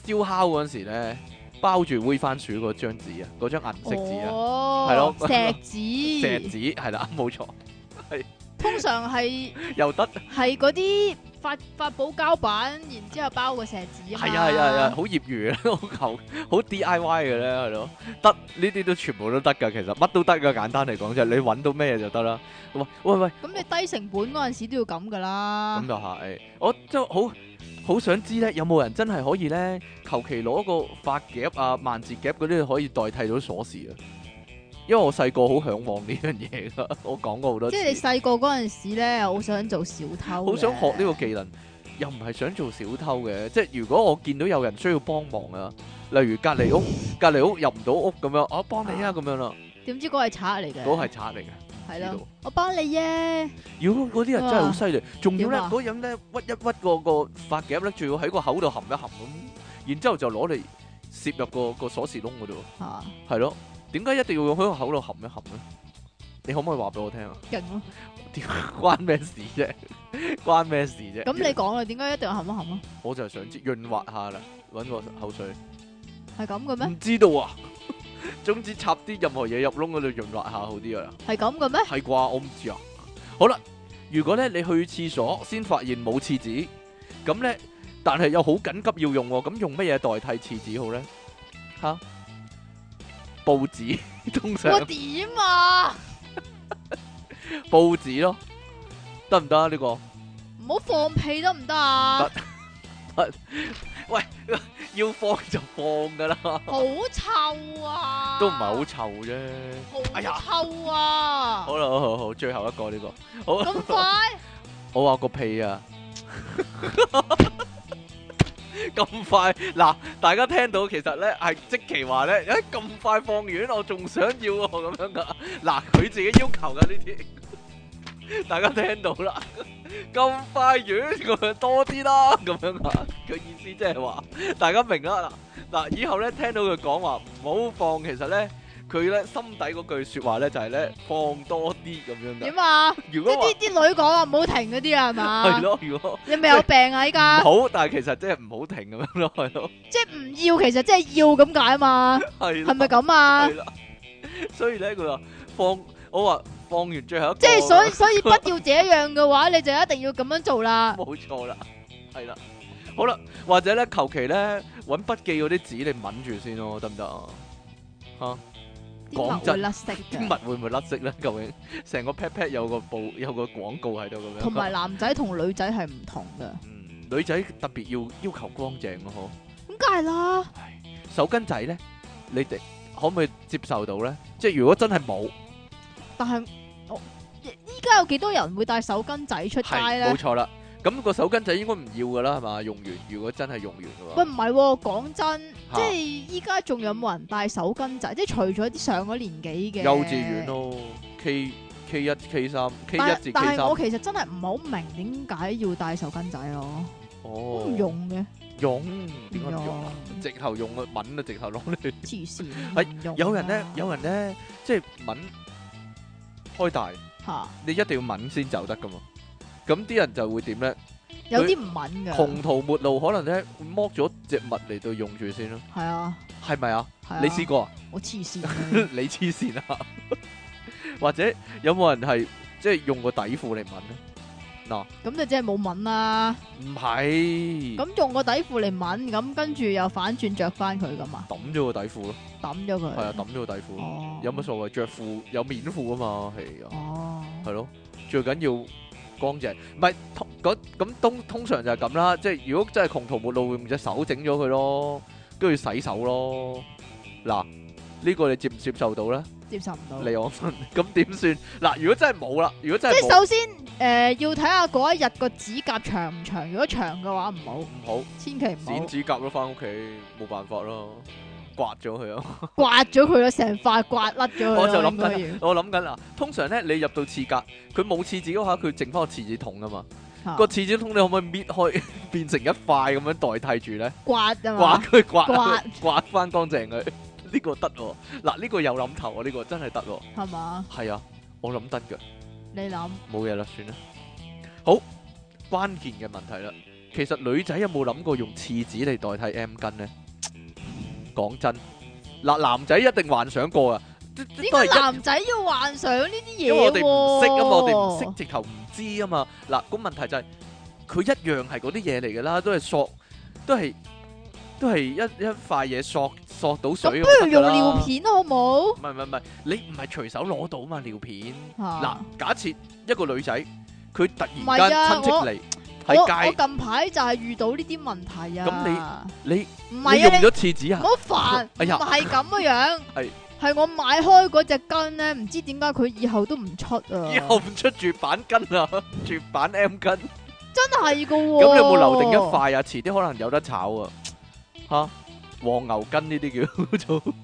Speaker 1: 燒烤嗰陣時咧，包住煨番薯嗰張紙啊，嗰張銀色紙啊，
Speaker 2: 哦，
Speaker 1: 係咯
Speaker 2: 石 子，
Speaker 1: 石紙係啦， 冇錯，
Speaker 2: 通常係。
Speaker 1: 又得，
Speaker 2: 係嗰啲發發泡膠板，然之後包個石子啊嘛
Speaker 1: 係啊係啊係啊，好業餘啊，好求 好 DIY 嘅咧，係咯，得呢啲都全部都得噶，其實乜都得噶，簡單嚟講就係你揾到咩就得啦。喂喂喂！
Speaker 2: 咁你低成本嗰陣時都要咁噶啦
Speaker 1: 咁，就係，我真係好好想知咧，有冇人真係可以咧，求其攞個髮夾啊、萬字夾嗰啲可以代替到鎖匙啊？因為我細個好向往呢樣嘢噶，我講過好多
Speaker 2: 即
Speaker 1: 次，
Speaker 2: 係你細個嗰陣時咧，好想做小偷，
Speaker 1: 好想學呢個技能，又唔係想做小偷嘅。即係如果我見到有人需要幫忙啊，例如隔離屋、隔離屋入唔到屋咁樣，我幫你啊咁樣啦，
Speaker 2: 個，點知嗰係賊嚟嘅，
Speaker 1: 都係賊嚟嘅。
Speaker 2: 係
Speaker 1: 知
Speaker 2: 咯
Speaker 1: 道，
Speaker 2: 我幫你耶，
Speaker 1: 如果嗰啲人真係好犀利，仲要咧
Speaker 2: 點啊
Speaker 1: 嗰樣咧屈一屈個個髮夾咧，仲要喺個口度含一含咁，然之後就攞嚟攝入個個鎖匙窿嗰度，
Speaker 2: 吓
Speaker 1: 係咯？點解一定要用喺個口度含一含咧？你可唔可以話俾我聽啊？
Speaker 2: 勁咯。
Speaker 1: 關咩事啫？ 關咩事啫？
Speaker 2: 咁你講啦，點解一定要含一含啊？
Speaker 1: 我就係想知潤滑下啦，揾個口水，
Speaker 2: 係咁嘅咩？
Speaker 1: 唔知道啊。 總之插啲任何嘢入窿嗰度潤滑下好啲啊。
Speaker 2: 係咁 嘅咩？
Speaker 1: 係啩？我唔知啊。好啦，如果咧你去廁所先發現冇廁紙，咁咧，但係又好緊急要用喎，咁用乜嘢代替廁紙好咧？吓，報紙 通常
Speaker 2: 我點啊？
Speaker 1: 報紙咯，得唔得啊？呢個
Speaker 2: 唔好放屁得唔得啊
Speaker 1: 得？要放就放噶啦，
Speaker 2: 好臭啊！
Speaker 1: 都唔係好臭啫。哎呀
Speaker 2: 好臭啊！
Speaker 1: 好啦，好好好，最後一個呢個，好，
Speaker 2: 咁快。
Speaker 1: 我話個屁啊！咁快嗱，大家聽到其實咧係即其話咧，誒咁快放完，我仲想要喎 咁樣噶。嗱，佢自己要求噶呢 啲，大家聽到 啦。咁快完咁樣多啲啦，咁樣啊。佢意思即係話，大家明啦嗱嗱，以後咧聽到佢講話唔好放，其實咧佢咧心底嗰句説話咧就係咧放多啲咁樣噶。
Speaker 2: 点啊？
Speaker 1: 如
Speaker 2: 即
Speaker 1: 果
Speaker 2: 係
Speaker 1: 話
Speaker 2: 啲啲女講啊，唔好停嗰啲啊，
Speaker 1: 係
Speaker 2: 係嘛？
Speaker 1: 咯，如果
Speaker 2: 你咪有病啊！依
Speaker 1: 唔
Speaker 2: 家
Speaker 1: 好，但係其實即係唔好停咁樣咯，係咯，
Speaker 2: 即係唔要，其實即係要咁解啊嘛？
Speaker 1: 係
Speaker 2: 係
Speaker 1: 啦
Speaker 2: 咪咁啊
Speaker 1: 係？啦，所以咧佢話放，我話放完最後一個，
Speaker 2: 即係所以所以不要這樣嘅話，你就一定要咁樣做啦。
Speaker 1: 冇錯啦。係啦，好啦，或者咧求其咧揾筆記嗰啲紙你抿住先咯，得唔得啊？
Speaker 2: 啲
Speaker 1: 講
Speaker 2: 物
Speaker 1: 真
Speaker 2: 會甩色
Speaker 1: 啲
Speaker 2: 㗎，
Speaker 1: 襪會唔會甩色咧？究竟成個 pat pat 有個布有個廣告喺度咁樣。
Speaker 2: 同埋男仔同女仔係唔同㗎。
Speaker 1: 嗯，女仔特別要要求乾淨咯，
Speaker 2: 咁梗係啦，
Speaker 1: 嗬。手巾仔咧，你哋可唔可以接受到咧？即係如果真係冇，
Speaker 2: 但係我依家有幾多人會帶手巾仔出街
Speaker 1: 係
Speaker 2: 咧
Speaker 1: 冇？錯啦。咁個手巾仔應該唔要噶啦，係嘛？用完如果真係用完嘅話，
Speaker 2: 喂，唔係喎，講真，
Speaker 1: 嚇
Speaker 2: 即係依家仲有冇人帶手巾仔？即係除咗啲上咗年紀嘅
Speaker 1: 幼稚園。咯，K K 一 K 三 K
Speaker 2: 但
Speaker 1: 一至
Speaker 2: 係但
Speaker 1: K
Speaker 2: 係我
Speaker 1: 三，
Speaker 2: 其實真係唔係好明點解要帶手巾仔咯，都
Speaker 1: 哦
Speaker 2: 唔，用嘅，
Speaker 1: 用點解唔用啊？
Speaker 2: 唔用
Speaker 1: 直頭用啊，抿啊，直頭 攞嚟。
Speaker 2: 黐線，
Speaker 1: 係
Speaker 2: 唔
Speaker 1: 哎
Speaker 2: 用㗎。啊
Speaker 1: 有人咧，有人咧，即係抿開大，
Speaker 2: 嚇，
Speaker 1: 你一定要抿先走得噶嘛。咁啲人就會點咧？
Speaker 2: 有啲唔敏㗎，
Speaker 1: 窮途末路，可能咧剝咗隻物嚟到用住先咯，
Speaker 2: 係啊，
Speaker 1: 係咪啊？
Speaker 2: 係啊，
Speaker 1: 你試過啊？
Speaker 2: 我黐 線嘅，
Speaker 1: 你黐線啊！或者有冇人係即係用個底褲嚟抿咧？
Speaker 2: 咁就即係冇敏啦。
Speaker 1: 唔係，
Speaker 2: 咁用個底褲嚟抿，咁跟住又反轉着翻佢噶嘛，
Speaker 1: 抌咗個底褲咯，
Speaker 2: 抌咗佢。
Speaker 1: 係啊，抌咗個底褲咯，
Speaker 2: 哦，
Speaker 1: 有乜所謂？着褲有面褲啊嘛，係啊，
Speaker 2: 哦，
Speaker 1: 係咯，最緊要乾淨，唔係通嗰咁通通常就係咁啦，即係如果真係窮途末路，用隻手整咗佢咯，跟住洗手咯，嗱呢個你接唔接受到咧？
Speaker 2: 接受唔到。
Speaker 1: 嚟我份，咁點算？嗱，如果真係冇啦，如果真
Speaker 2: 即
Speaker 1: 係
Speaker 2: 係
Speaker 1: 冇，
Speaker 2: 首先诶，要睇下嗰一日個指甲長唔長。如果長嘅話唔好，
Speaker 1: 唔好
Speaker 2: 千祈唔
Speaker 1: 剪
Speaker 2: 好
Speaker 1: 指甲咯，翻屋企冇辦法咯，刮咗佢啊咯。
Speaker 2: 刮咗佢咯，成塊刮甩咗佢咯。
Speaker 1: 我就諗
Speaker 2: 應該要
Speaker 1: 緊， 我諗緊啦。通常咧，你入到廁格，佢冇廁紙嗰下，佢剩翻個廁紙筒啊嘛。
Speaker 2: 嚇
Speaker 1: 個廁紙筒你可唔可以搣開， 變成一塊咁樣代替住咧？
Speaker 2: 刮啊
Speaker 1: 刮
Speaker 2: 嘛，
Speaker 1: 佢，刮
Speaker 2: 刮
Speaker 1: 佢， 刮翻乾淨佢。呢個得喎，嗱呢個有諗頭喎，呢個真係得喎。
Speaker 2: 係嘛？
Speaker 1: 係啊，我諗得㗎。
Speaker 2: 你諗
Speaker 1: 冇嘢啦，算啦。好，關鍵嘅問題啦，其實女仔有冇諗過用廁紙嚟代替 M 巾呢？講真，嗱男仔一定幻想過啊，都都
Speaker 2: 點
Speaker 1: 都係
Speaker 2: 解
Speaker 1: 一
Speaker 2: 男仔要幻想呢啲嘢？
Speaker 1: 因為我哋唔識啊嘛，我哋唔識直頭唔知啊嘛。嗱，個問題就係佢一樣係嗰啲嘢嚟噶啦，都係索，都係都係一一塊嘢索索到
Speaker 2: 咁
Speaker 1: 水咁就得
Speaker 2: 不如
Speaker 1: 㗎
Speaker 2: 用
Speaker 1: 啦
Speaker 2: 尿。片好冇？
Speaker 1: 唔係唔係唔係，你唔係隨手攞到嘛尿片。嗱
Speaker 2: 嗱，，
Speaker 1: 假設一個女仔，佢突
Speaker 2: 唔
Speaker 1: 然
Speaker 2: 係
Speaker 1: 間
Speaker 2: 啊
Speaker 1: 親戚
Speaker 2: 我
Speaker 1: 嚟
Speaker 2: 我
Speaker 1: 喺
Speaker 2: 我
Speaker 1: 街，
Speaker 2: 近排就係遇到呢啲問題啊。
Speaker 1: 你
Speaker 2: 你唔
Speaker 1: 你
Speaker 2: 係
Speaker 1: 用
Speaker 2: 啊，你
Speaker 1: 咗廁紙
Speaker 2: 唔
Speaker 1: 啊？
Speaker 2: 好煩，
Speaker 1: 哎呀
Speaker 2: 唔係咁嘅樣。
Speaker 1: 係
Speaker 2: 係我買開嗰隻巾咧，唔知點解佢以後都唔出 啊。
Speaker 1: 以後唔出絕版巾啊， 絕版 M 巾，咁
Speaker 2: 真係噶
Speaker 1: 你
Speaker 2: 喎。
Speaker 1: 有冇留定一塊啊？遲啲可能有得炒啊！吓，黃牛筋呢啲叫 做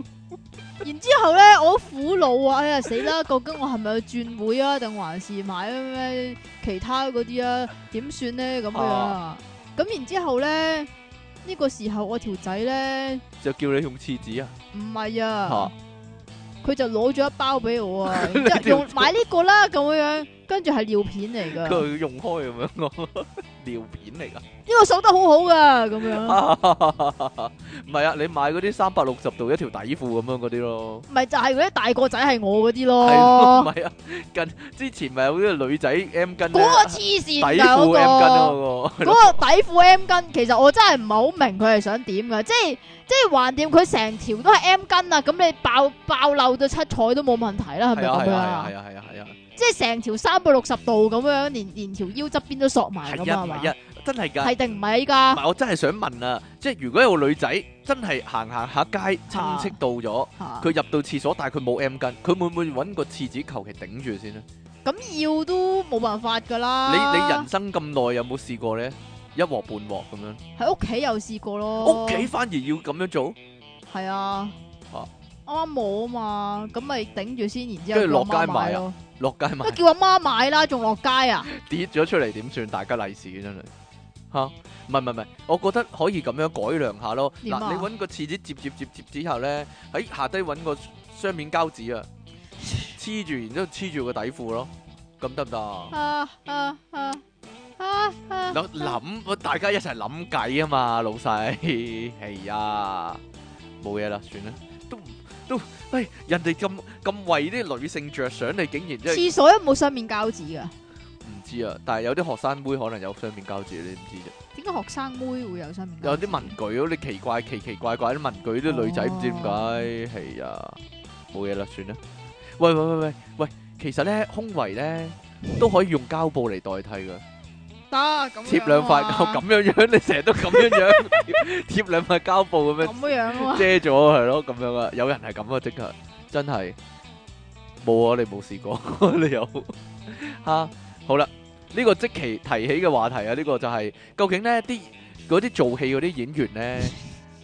Speaker 2: 然之後咧，我好苦惱啊！哎呀死啦，究竟我係咪要轉會啊，定還是買咩其他嗰啲啊？點算咧咁樣啊？咁然之後咧，呢個時候我條仔咧
Speaker 1: 就叫你用廁紙啊！
Speaker 2: 唔係啊
Speaker 1: 嚇，
Speaker 2: 佢就攞咗一包俾我啊， 然之後
Speaker 1: 你條
Speaker 2: 用買呢個啦咁樣，跟住係尿片嚟噶，呢
Speaker 1: 佢用開咁樣咯， 尿片 嚟噶。
Speaker 2: 個手得好好噶咁
Speaker 1: 啊
Speaker 2: 樣，
Speaker 1: 唔係啊，你買嗰啲三百六十度一條底褲咁樣嗰啲咯。
Speaker 2: 咪就係嗰啲大個仔係我嗰啲
Speaker 1: 係咯，唔
Speaker 2: 咯，
Speaker 1: 係啊，近之前咪有啲女仔 M 巾咧
Speaker 2: 嗰個黐線
Speaker 1: 底
Speaker 2: 㗎
Speaker 1: 褲 M 啊巾
Speaker 2: 嗰
Speaker 1: 嗰個。
Speaker 2: 個。嗰個底褲 M 巾，其實我真係唔係好明佢係想點嘅，即係即係橫掂佢成條都係 M 巾啊，咁你爆爆漏到七彩都冇問題啦，係咪
Speaker 1: 係啊，
Speaker 2: 咁樣
Speaker 1: 係啊，
Speaker 2: 啊？
Speaker 1: 係啊，係啊，係啊，
Speaker 2: 即係成條三百六十度咁樣，連連條腰側邊都索埋
Speaker 1: 係
Speaker 2: 咁
Speaker 1: 啊，
Speaker 2: 啊
Speaker 1: 唔
Speaker 2: 係嘛
Speaker 1: 係？啊，真係㗎。
Speaker 2: 係定唔係依
Speaker 1: 唔
Speaker 2: 家？
Speaker 1: 係，我真係想問啊，即係如果有個女仔真係行行下街，親戚到咗，
Speaker 2: 嚇
Speaker 1: 佢入到廁所，但係佢冇 M 巾，佢會唔會揾個廁紙求其頂住先咧？
Speaker 2: 咁要都冇辦法㗎啦。
Speaker 1: 你你人生咁耐有冇試過咧？一鑊半鑊咁樣，
Speaker 2: 喺屋企有試過咯，
Speaker 1: 屋企反而要咁樣做，
Speaker 2: 係啊，
Speaker 1: 啊
Speaker 2: 啱啱冇啊嘛，咁咪頂住先，然之後
Speaker 1: 跟住落
Speaker 2: 叫阿媽
Speaker 1: 街買啊
Speaker 2: 咯，
Speaker 1: 落街買
Speaker 2: 乜叫阿媽買啦，仲落街啊？
Speaker 1: 跌咗出嚟點算？大家利是真係吓，唔係唔係唔係，我覺得可以咁樣改良下咯。
Speaker 2: 點
Speaker 1: 嗱、
Speaker 2: 啊
Speaker 1: 你揾個廁紙摺摺摺摺之後咧，喺下低揾個雙面膠紙啊，黐住，然之後黐住個底褲咯，咁得唔得 啊？
Speaker 2: 啊啊啊啊啊！
Speaker 1: 諗諗，大家一齊諗計啊嘛，老細， 係啊，冇嘢啦，算啦，都唔都，喂，人哋咁咁為啲女性着想，你竟然真係
Speaker 2: 廁所有冇雙面膠紙噶？
Speaker 1: 唔知啊！但係有啲學生妹可能有雙面膠紙，你唔知啫，
Speaker 2: 點解學生妹會有雙面
Speaker 1: 有啲文具嗰啲奇怪、奇奇怪怪啲文具啲女仔唔知點解，係啊，冇嘢啦，算啦。喂喂喂喂喂，其實咧胸圍咧都可以用膠布嚟代替噶，
Speaker 2: 得咁
Speaker 1: 貼兩塊膠咁樣樣，你成日都咁樣樣貼貼兩塊膠布咁樣
Speaker 2: 咁樣啊嘛，
Speaker 1: 遮咗係咯，咁樣啊，有人係咁啊，即刻真係冇啊，你冇試過， 你有吓好啦，呢個即期提起嘅話題啊，呢個就係究竟呢啲嗰啲做戲嗰啲演員呢，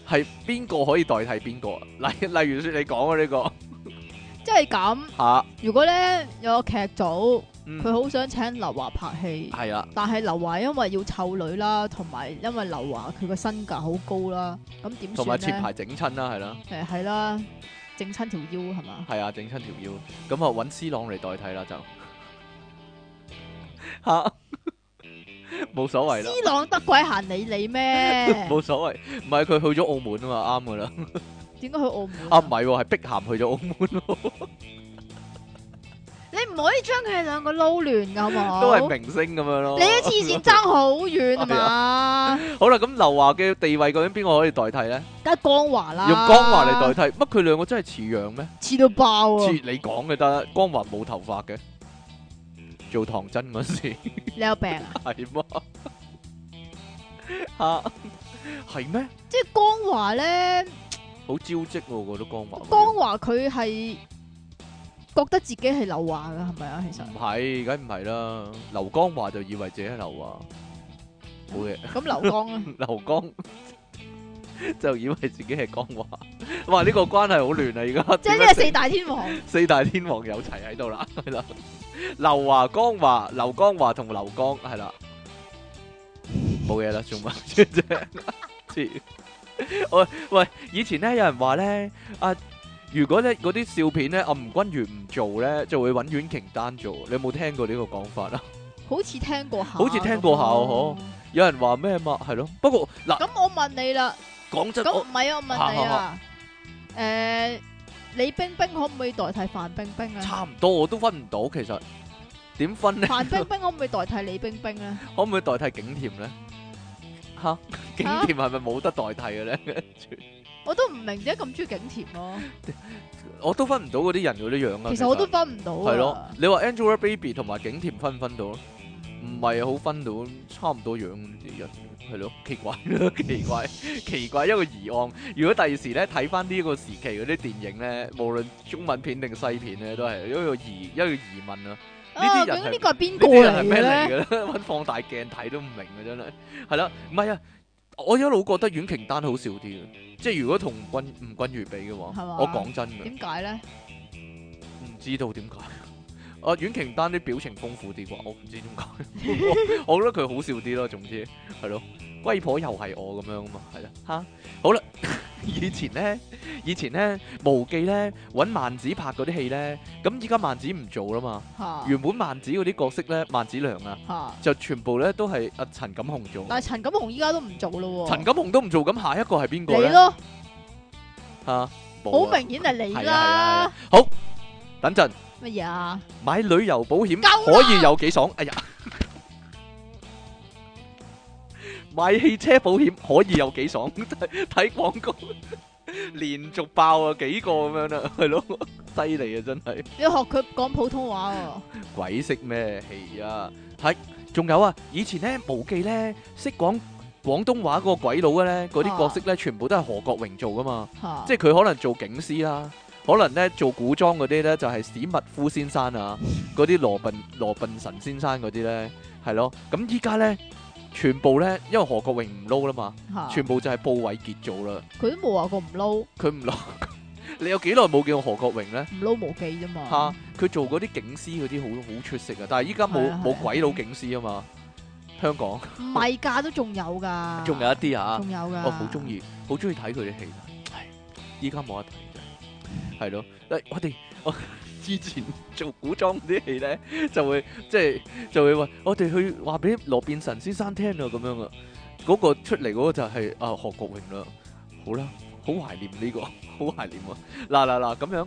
Speaker 1: 係邊個可以代替邊個啊？ 例例如說你講啊呢個
Speaker 2: 即係咁。
Speaker 1: 吓，
Speaker 2: 如果咧有個劇組，佢
Speaker 1: 嗯，
Speaker 2: 好想請劉華拍戲，
Speaker 1: 係啦，
Speaker 2: 但係劉華因為要湊女啦，同埋因為劉華佢個身價好高啦，咁點
Speaker 1: 同
Speaker 2: 算
Speaker 1: 埋前
Speaker 2: 咧？
Speaker 1: 排整親啦，係啦，
Speaker 2: 誒係啦，整親條腰 係嘛？
Speaker 1: 係啊，整親條腰，咁啊揾 C 朗嚟代替啦就 吓，冇所謂啦。？
Speaker 2: 伊朗得鬼閒理你咩
Speaker 1: 冇所謂，唔係佢去咗澳門啊嘛，啱噶啦。
Speaker 2: 點解去澳門
Speaker 1: 啊
Speaker 2: 啊？
Speaker 1: 唔係喎，係碧咸去咗澳門咯，
Speaker 2: 你唔可以將佢哋兩個撈亂噶好唔好？
Speaker 1: 都係明星咁樣咯
Speaker 2: 你。啲黐線爭好遠啊 嘛，
Speaker 1: 好啦，咁劉華嘅地位究竟邊個可以代替咧？
Speaker 2: 梗係光華啦，
Speaker 1: 用江華嚟代替，乜佢兩個真係似樣咩？
Speaker 2: 替，似到爆
Speaker 1: 似
Speaker 2: 啊！
Speaker 1: 你講嘅得，江華冇頭髮嘅，做唐真嗰時
Speaker 2: 你有病啊？
Speaker 1: 係 嗎？吓係咩？
Speaker 2: 即係光華咧，
Speaker 1: 好招積喎，我覺得江華嗰
Speaker 2: 光
Speaker 1: 樣。
Speaker 2: 華佢係覺得自己係劉華嘅，係咪啊？其實
Speaker 1: 唔係，梗唔係啦。劉江華就以為自己係劉華，好嘢。
Speaker 2: 咁劉江啊，
Speaker 1: 劉江就以為自己係江華，哇！呢、個關係好亂啊！而家
Speaker 2: 即
Speaker 1: 點
Speaker 2: 係呢
Speaker 1: 樣
Speaker 2: 個四大天王，
Speaker 1: 四四大天王有齊喺度啦， 係啦，劉華、江華、劉江華同劉江係啦，冇嘢啦，做乜啫？黐喂喂，以前咧有人話咧啊，如果咧嗰啲笑片咧阿吳君如唔做咧，就會揾阮瓊丹做，你有冇聽過呢個講法啊？
Speaker 2: 好似聽過下，
Speaker 1: 好似聽過下哦
Speaker 2: 咁
Speaker 1: 喎
Speaker 2: 啊
Speaker 1: 有人話咩嘛？係咯，不過嗱，
Speaker 2: 咁我問你啦，
Speaker 1: 講真，
Speaker 2: 咁
Speaker 1: 我
Speaker 2: 唔係啊，我問你啊，誒，李冰冰可唔可以代替范冰冰 啊？
Speaker 1: 差唔多，我都分唔到，其實點分 咧？
Speaker 2: 范冰冰可唔可以代替李冰冰啊咧？
Speaker 1: 可唔可以代替景 甜咧？吓，景甜係咪冇得代替嘅咧？
Speaker 2: 我都唔明點解咁中意景甜咯。
Speaker 1: 我都分唔到嗰啲人嗰啲樣啊。
Speaker 2: 其實我都分唔到啊。
Speaker 1: 係咯，你話 Angelababy 同埋景甜分唔分到咯？唔係好分到，差唔多樣啲人，係咯，奇怪 奇怪，奇怪一個疑案。如果第二時咧睇翻呢個時期嗰啲電影咧，無論中文片定西片咧，都係一個疑一個疑問啊。呢
Speaker 2: 啊，
Speaker 1: 啲人
Speaker 2: 究
Speaker 1: 係
Speaker 2: 竟呢個係邊
Speaker 1: 呢
Speaker 2: 個
Speaker 1: 啲人係
Speaker 2: 嚟嘅
Speaker 1: 咩嚟嘅
Speaker 2: 咧？
Speaker 1: 咧？ 揾放大鏡睇都唔明嘅真係，係啦，唔係啊！我一路覺得阮瓊丹好笑啲嘅，即係如果同吳君吳君如比嘅
Speaker 2: 係
Speaker 1: 話
Speaker 2: 嘛，
Speaker 1: 我講真嘅，
Speaker 2: 點解咧？
Speaker 1: 唔知道點解。 啊，阮瓊丹啲表情豐富啲啩，我唔知點解。 我覺得佢好笑啲咯，總之係咯，龜婆又係我咁樣啊嘛，係啦嚇。好啦， 以前咧，以前咧，無記咧揾萬子拍嗰啲戲咧，咁依家萬子唔做啦嘛。
Speaker 2: 嚇
Speaker 1: 原本萬子嗰啲角色咧，萬子良啊。
Speaker 2: 嚇！
Speaker 1: 就全部咧都係阿陳錦鴻做。
Speaker 2: 但係陳錦鴻依家都唔做咯喎。
Speaker 1: 陳錦鴻都唔做，咁下一個係邊個
Speaker 2: 你
Speaker 1: 咧？
Speaker 2: 咯，
Speaker 1: 啊，冇
Speaker 2: 好
Speaker 1: 啊
Speaker 2: 明顯係你
Speaker 1: 係啊係啊係
Speaker 2: 啦
Speaker 1: 啊。好，等陣
Speaker 2: 乜嘢啊？
Speaker 1: 買旅遊保險
Speaker 2: 夠啦
Speaker 1: 可以有幾爽？哎呀， 買汽車保險可以有幾爽？ 睇睇廣告連續爆啊幾個咁樣啦，係咯， 犀利啊真係。
Speaker 2: 你要學佢講普通話喎。
Speaker 1: 鬼識咩戲啊？係，仲有啊！以前咧無記咧識講廣東話嗰個鬼佬嘅咧，嗰啲角色咧全部都係何國榮做噶嘛，
Speaker 2: 嚇！
Speaker 1: 即係佢可能做警司啦，可能咧做古裝嗰啲咧就係史密夫先生啊，嗰啲羅賓羅賓神先生嗰啲咧，係咯。咁依家咧全部咧，因為何國榮唔撈啦嘛，
Speaker 2: 嚇
Speaker 1: 全部就係布偉傑做啦，
Speaker 2: 佢都冇話過唔撈，
Speaker 1: 佢唔撈。 你有幾耐冇見過何國榮咧？
Speaker 2: 唔撈無忌啫嘛。
Speaker 1: 吓，佢做嗰啲警司嗰啲好好出色啊！但係依家冇
Speaker 2: 啊係啊係
Speaker 1: 冇
Speaker 2: 啊
Speaker 1: 鬼佬警司啊嘛，香港
Speaker 2: 唔係㗎，都仲有㗎。
Speaker 1: 仲有一啲啊，
Speaker 2: 仲有㗎。
Speaker 1: 我好中。意，好中意睇佢啲戲，但係依家冇得睇真係，係咯。誒我哋我之前做古裝嗰啲戲咧，就會即係就會話我哋去話俾羅變神先生聽啊咁樣啊，嗰個出嚟嗰個就係啊何國榮啦，好啦，好懷念呢個，好懷念啊！嗱嗱嗱咁樣。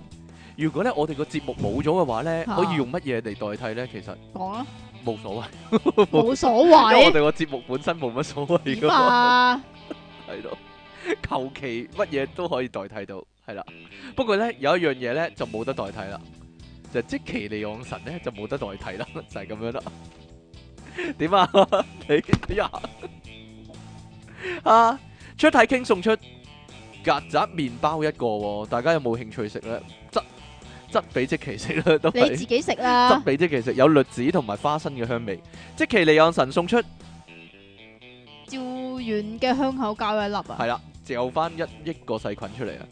Speaker 1: 如果咧我哋個節目冇咗嘅話咧，
Speaker 2: 啊
Speaker 1: 可以用乜嘢嚟代替咧？其實
Speaker 2: 講啊，
Speaker 1: 冇所謂，
Speaker 2: 冇所
Speaker 1: 因為我哋
Speaker 2: 謂
Speaker 1: 個節目本身冇乜所謂
Speaker 2: 點
Speaker 1: 噶嘛。
Speaker 2: 啊？
Speaker 1: 系咯， 求其乜嘢都可以代替到，系啦。不過咧有一樣嘢咧就冇得代替啦，就即其利昂神咧就冇得代替啦， 就係咁樣啦。點啊？ 你哎呀啊！出體傾送出曱甴麵包一個喎，大家有冇興趣食咧？質質俾即其食啦，都
Speaker 2: 你
Speaker 1: 係
Speaker 2: 自。己啊食
Speaker 1: 汁
Speaker 2: 啦，
Speaker 1: 味即其實有栗子同埋花生嘅香味，即其利昂神送出。
Speaker 2: 照遠嘅香口膠一粒啊！
Speaker 1: 系啦，嚼翻一億個細菌出嚟啊！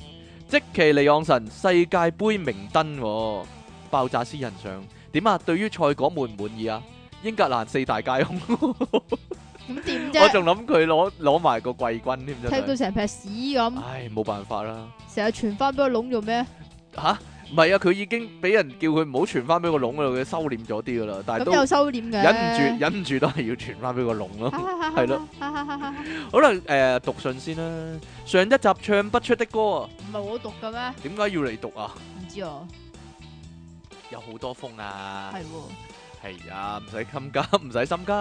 Speaker 1: 即其利昂神世界盃明燈、喎，爆炸私人相點啊？對於賽果滿唔滿意啊？英格蘭四大皆空，
Speaker 2: 咁點
Speaker 1: 我
Speaker 2: 啫？
Speaker 1: 仲諗佢攞攞埋個季軍添真
Speaker 2: 踢到
Speaker 1: 係，啊
Speaker 2: 成劈屎咁，
Speaker 1: 唉冇辦法啦
Speaker 2: 成日傳翻俾個籠做咩？
Speaker 1: 吓，唔係啊，佢已經俾人叫佢唔好傳翻俾個籠嗰度，佢收斂咗啲噶啦，但係
Speaker 2: 咁
Speaker 1: 都
Speaker 2: 有收斂嘅，
Speaker 1: 忍唔住忍唔住都係要傳翻俾個籠咯。係
Speaker 2: 係
Speaker 1: 咯，
Speaker 2: 唔
Speaker 1: 好啦，誒讀信先啦，上一集唱不出的歌啊，
Speaker 2: 係我讀嘅咩？
Speaker 1: 點解要嚟讀啊？
Speaker 2: 唔知啊，
Speaker 1: 有好多風啊！
Speaker 2: 係喎，
Speaker 1: 系啊，唔使心急， 唔使心急。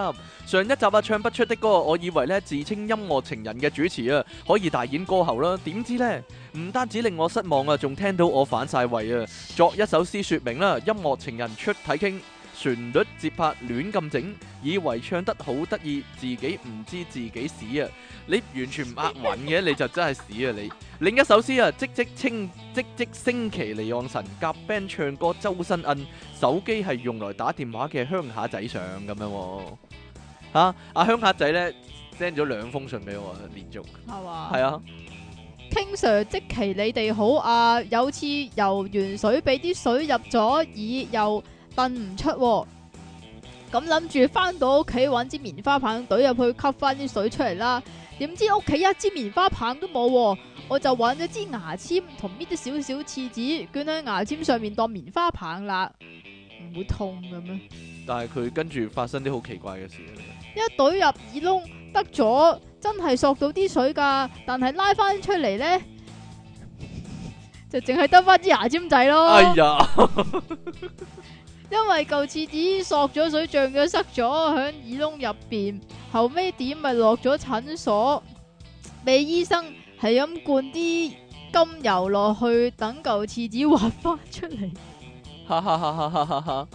Speaker 1: 上一集啊，唱不出的歌，我以為咧自稱音樂情人嘅主持啊，可以大演歌喉啦。點知呢？唔單止令我失望啊，仲聽到我反晒胃啊！作一首詩說明啦，音樂情人出體傾，旋律節拍亂咁整，以為唱得好得意，自己唔知自己屎啊！你完全唔押韻嘅，你就真係屎啊你！另一首詩啊，即即清即即星期離岸神夾 band 唱歌周身摁。手機係用來打電話嘅鄉下仔上咁樣喎、吓阿、鄉下仔咧 send 咗兩封信俾我啊，連續
Speaker 2: 係嘛？
Speaker 1: 係啊，
Speaker 2: King Sir，即期你哋好啊！有次游完水俾啲水入咗耳，又扽唔出、喎。咁諗住翻到屋企揾支棉花棒懟入去吸翻啲水出嚟啦。點知屋企一支棉花棒都冇、喎，我就揾咗支牙籤同搣啲少少廁紙捲喺牙籤上面當棉花棒啦。唔會痛嘅咩？
Speaker 1: 但係佢跟住發生啲好奇怪嘅事啊。
Speaker 2: 一懟入耳窿得咗，真係索到啲水噶，但係拉翻出嚟咧，就淨係得翻支牙尖仔咯。
Speaker 1: 哎呀，
Speaker 2: 因為舊廁紙索咗水，脹咗塞咗響耳窿入邊，後尾點咪落咗診所，俾醫生係咁灌啲金油落去，等舊廁紙滑翻出嚟。
Speaker 1: 哈哈哈哈哈哈哈！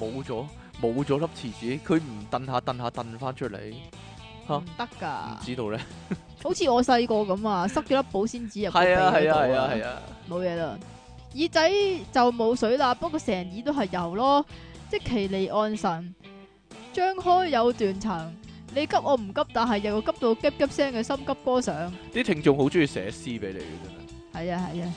Speaker 1: 冇咗冇咗粒廁紙，佢唔蹬下蹬下蹬翻出嚟，唔嚇
Speaker 2: 唔得噶，
Speaker 1: 知道咧。
Speaker 2: 好似我細個咁啊，塞咗粒保鮮紙入個鼻
Speaker 1: 係啊係
Speaker 2: 嗰
Speaker 1: 啊
Speaker 2: 度
Speaker 1: 係啊係啊！
Speaker 2: 冇嘢啦。耳仔就冇水啦，不過成耳都係油咯。即其離岸神，張開有斷層。你急我唔急，但係又急到急急聲嘅心急歌上。
Speaker 1: 啲聽眾好中意寫詩俾你嘅真係。
Speaker 2: 係啊係啊，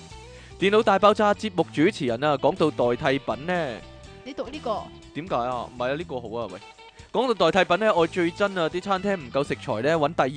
Speaker 1: 電腦大爆炸節目主持人啊，講到代替品呢。
Speaker 2: 你讀呢、個
Speaker 1: 點解啊？唔係啊，呢個好啊，喂！講到代替品呢，我最憎啊啲餐廳唔夠食材呢，揾第二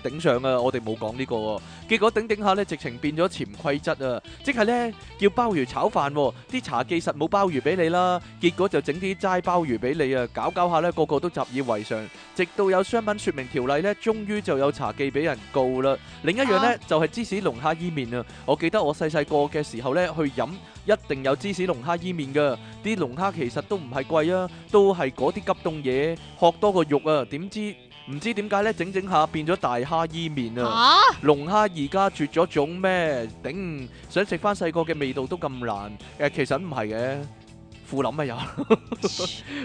Speaker 1: 啲嘢頂上啊！我哋冇講呢個喎，結果頂頂下呢，直情變咗潛規則啊！即係呢，叫鮑魚炒飯喎，啲茶記實冇鮑魚俾你啦，結果就整啲齋鮑魚俾你啊！搞搞下呢，個個都習以為常，直到有商品說明條例呢，終於就有茶記俾人告啦。另一樣呢
Speaker 2: 啊，
Speaker 1: 就係芝士龍蝦伊麵啊！我記得我細細個嘅時候呢，去飲一定有芝士龍蝦伊麵㗎。啲龍蝦其實都唔係貴啊，都係嗰啲急凍嘢，殼多過肉啊。點知唔知點解呢？整整下變咗大蝦伊麵
Speaker 2: 吓、
Speaker 1: 啊！龍蝦而家絕咗種咩？頂，想食翻細個嘅味道都咁難。誒、其實唔係嘅，負諗啊有。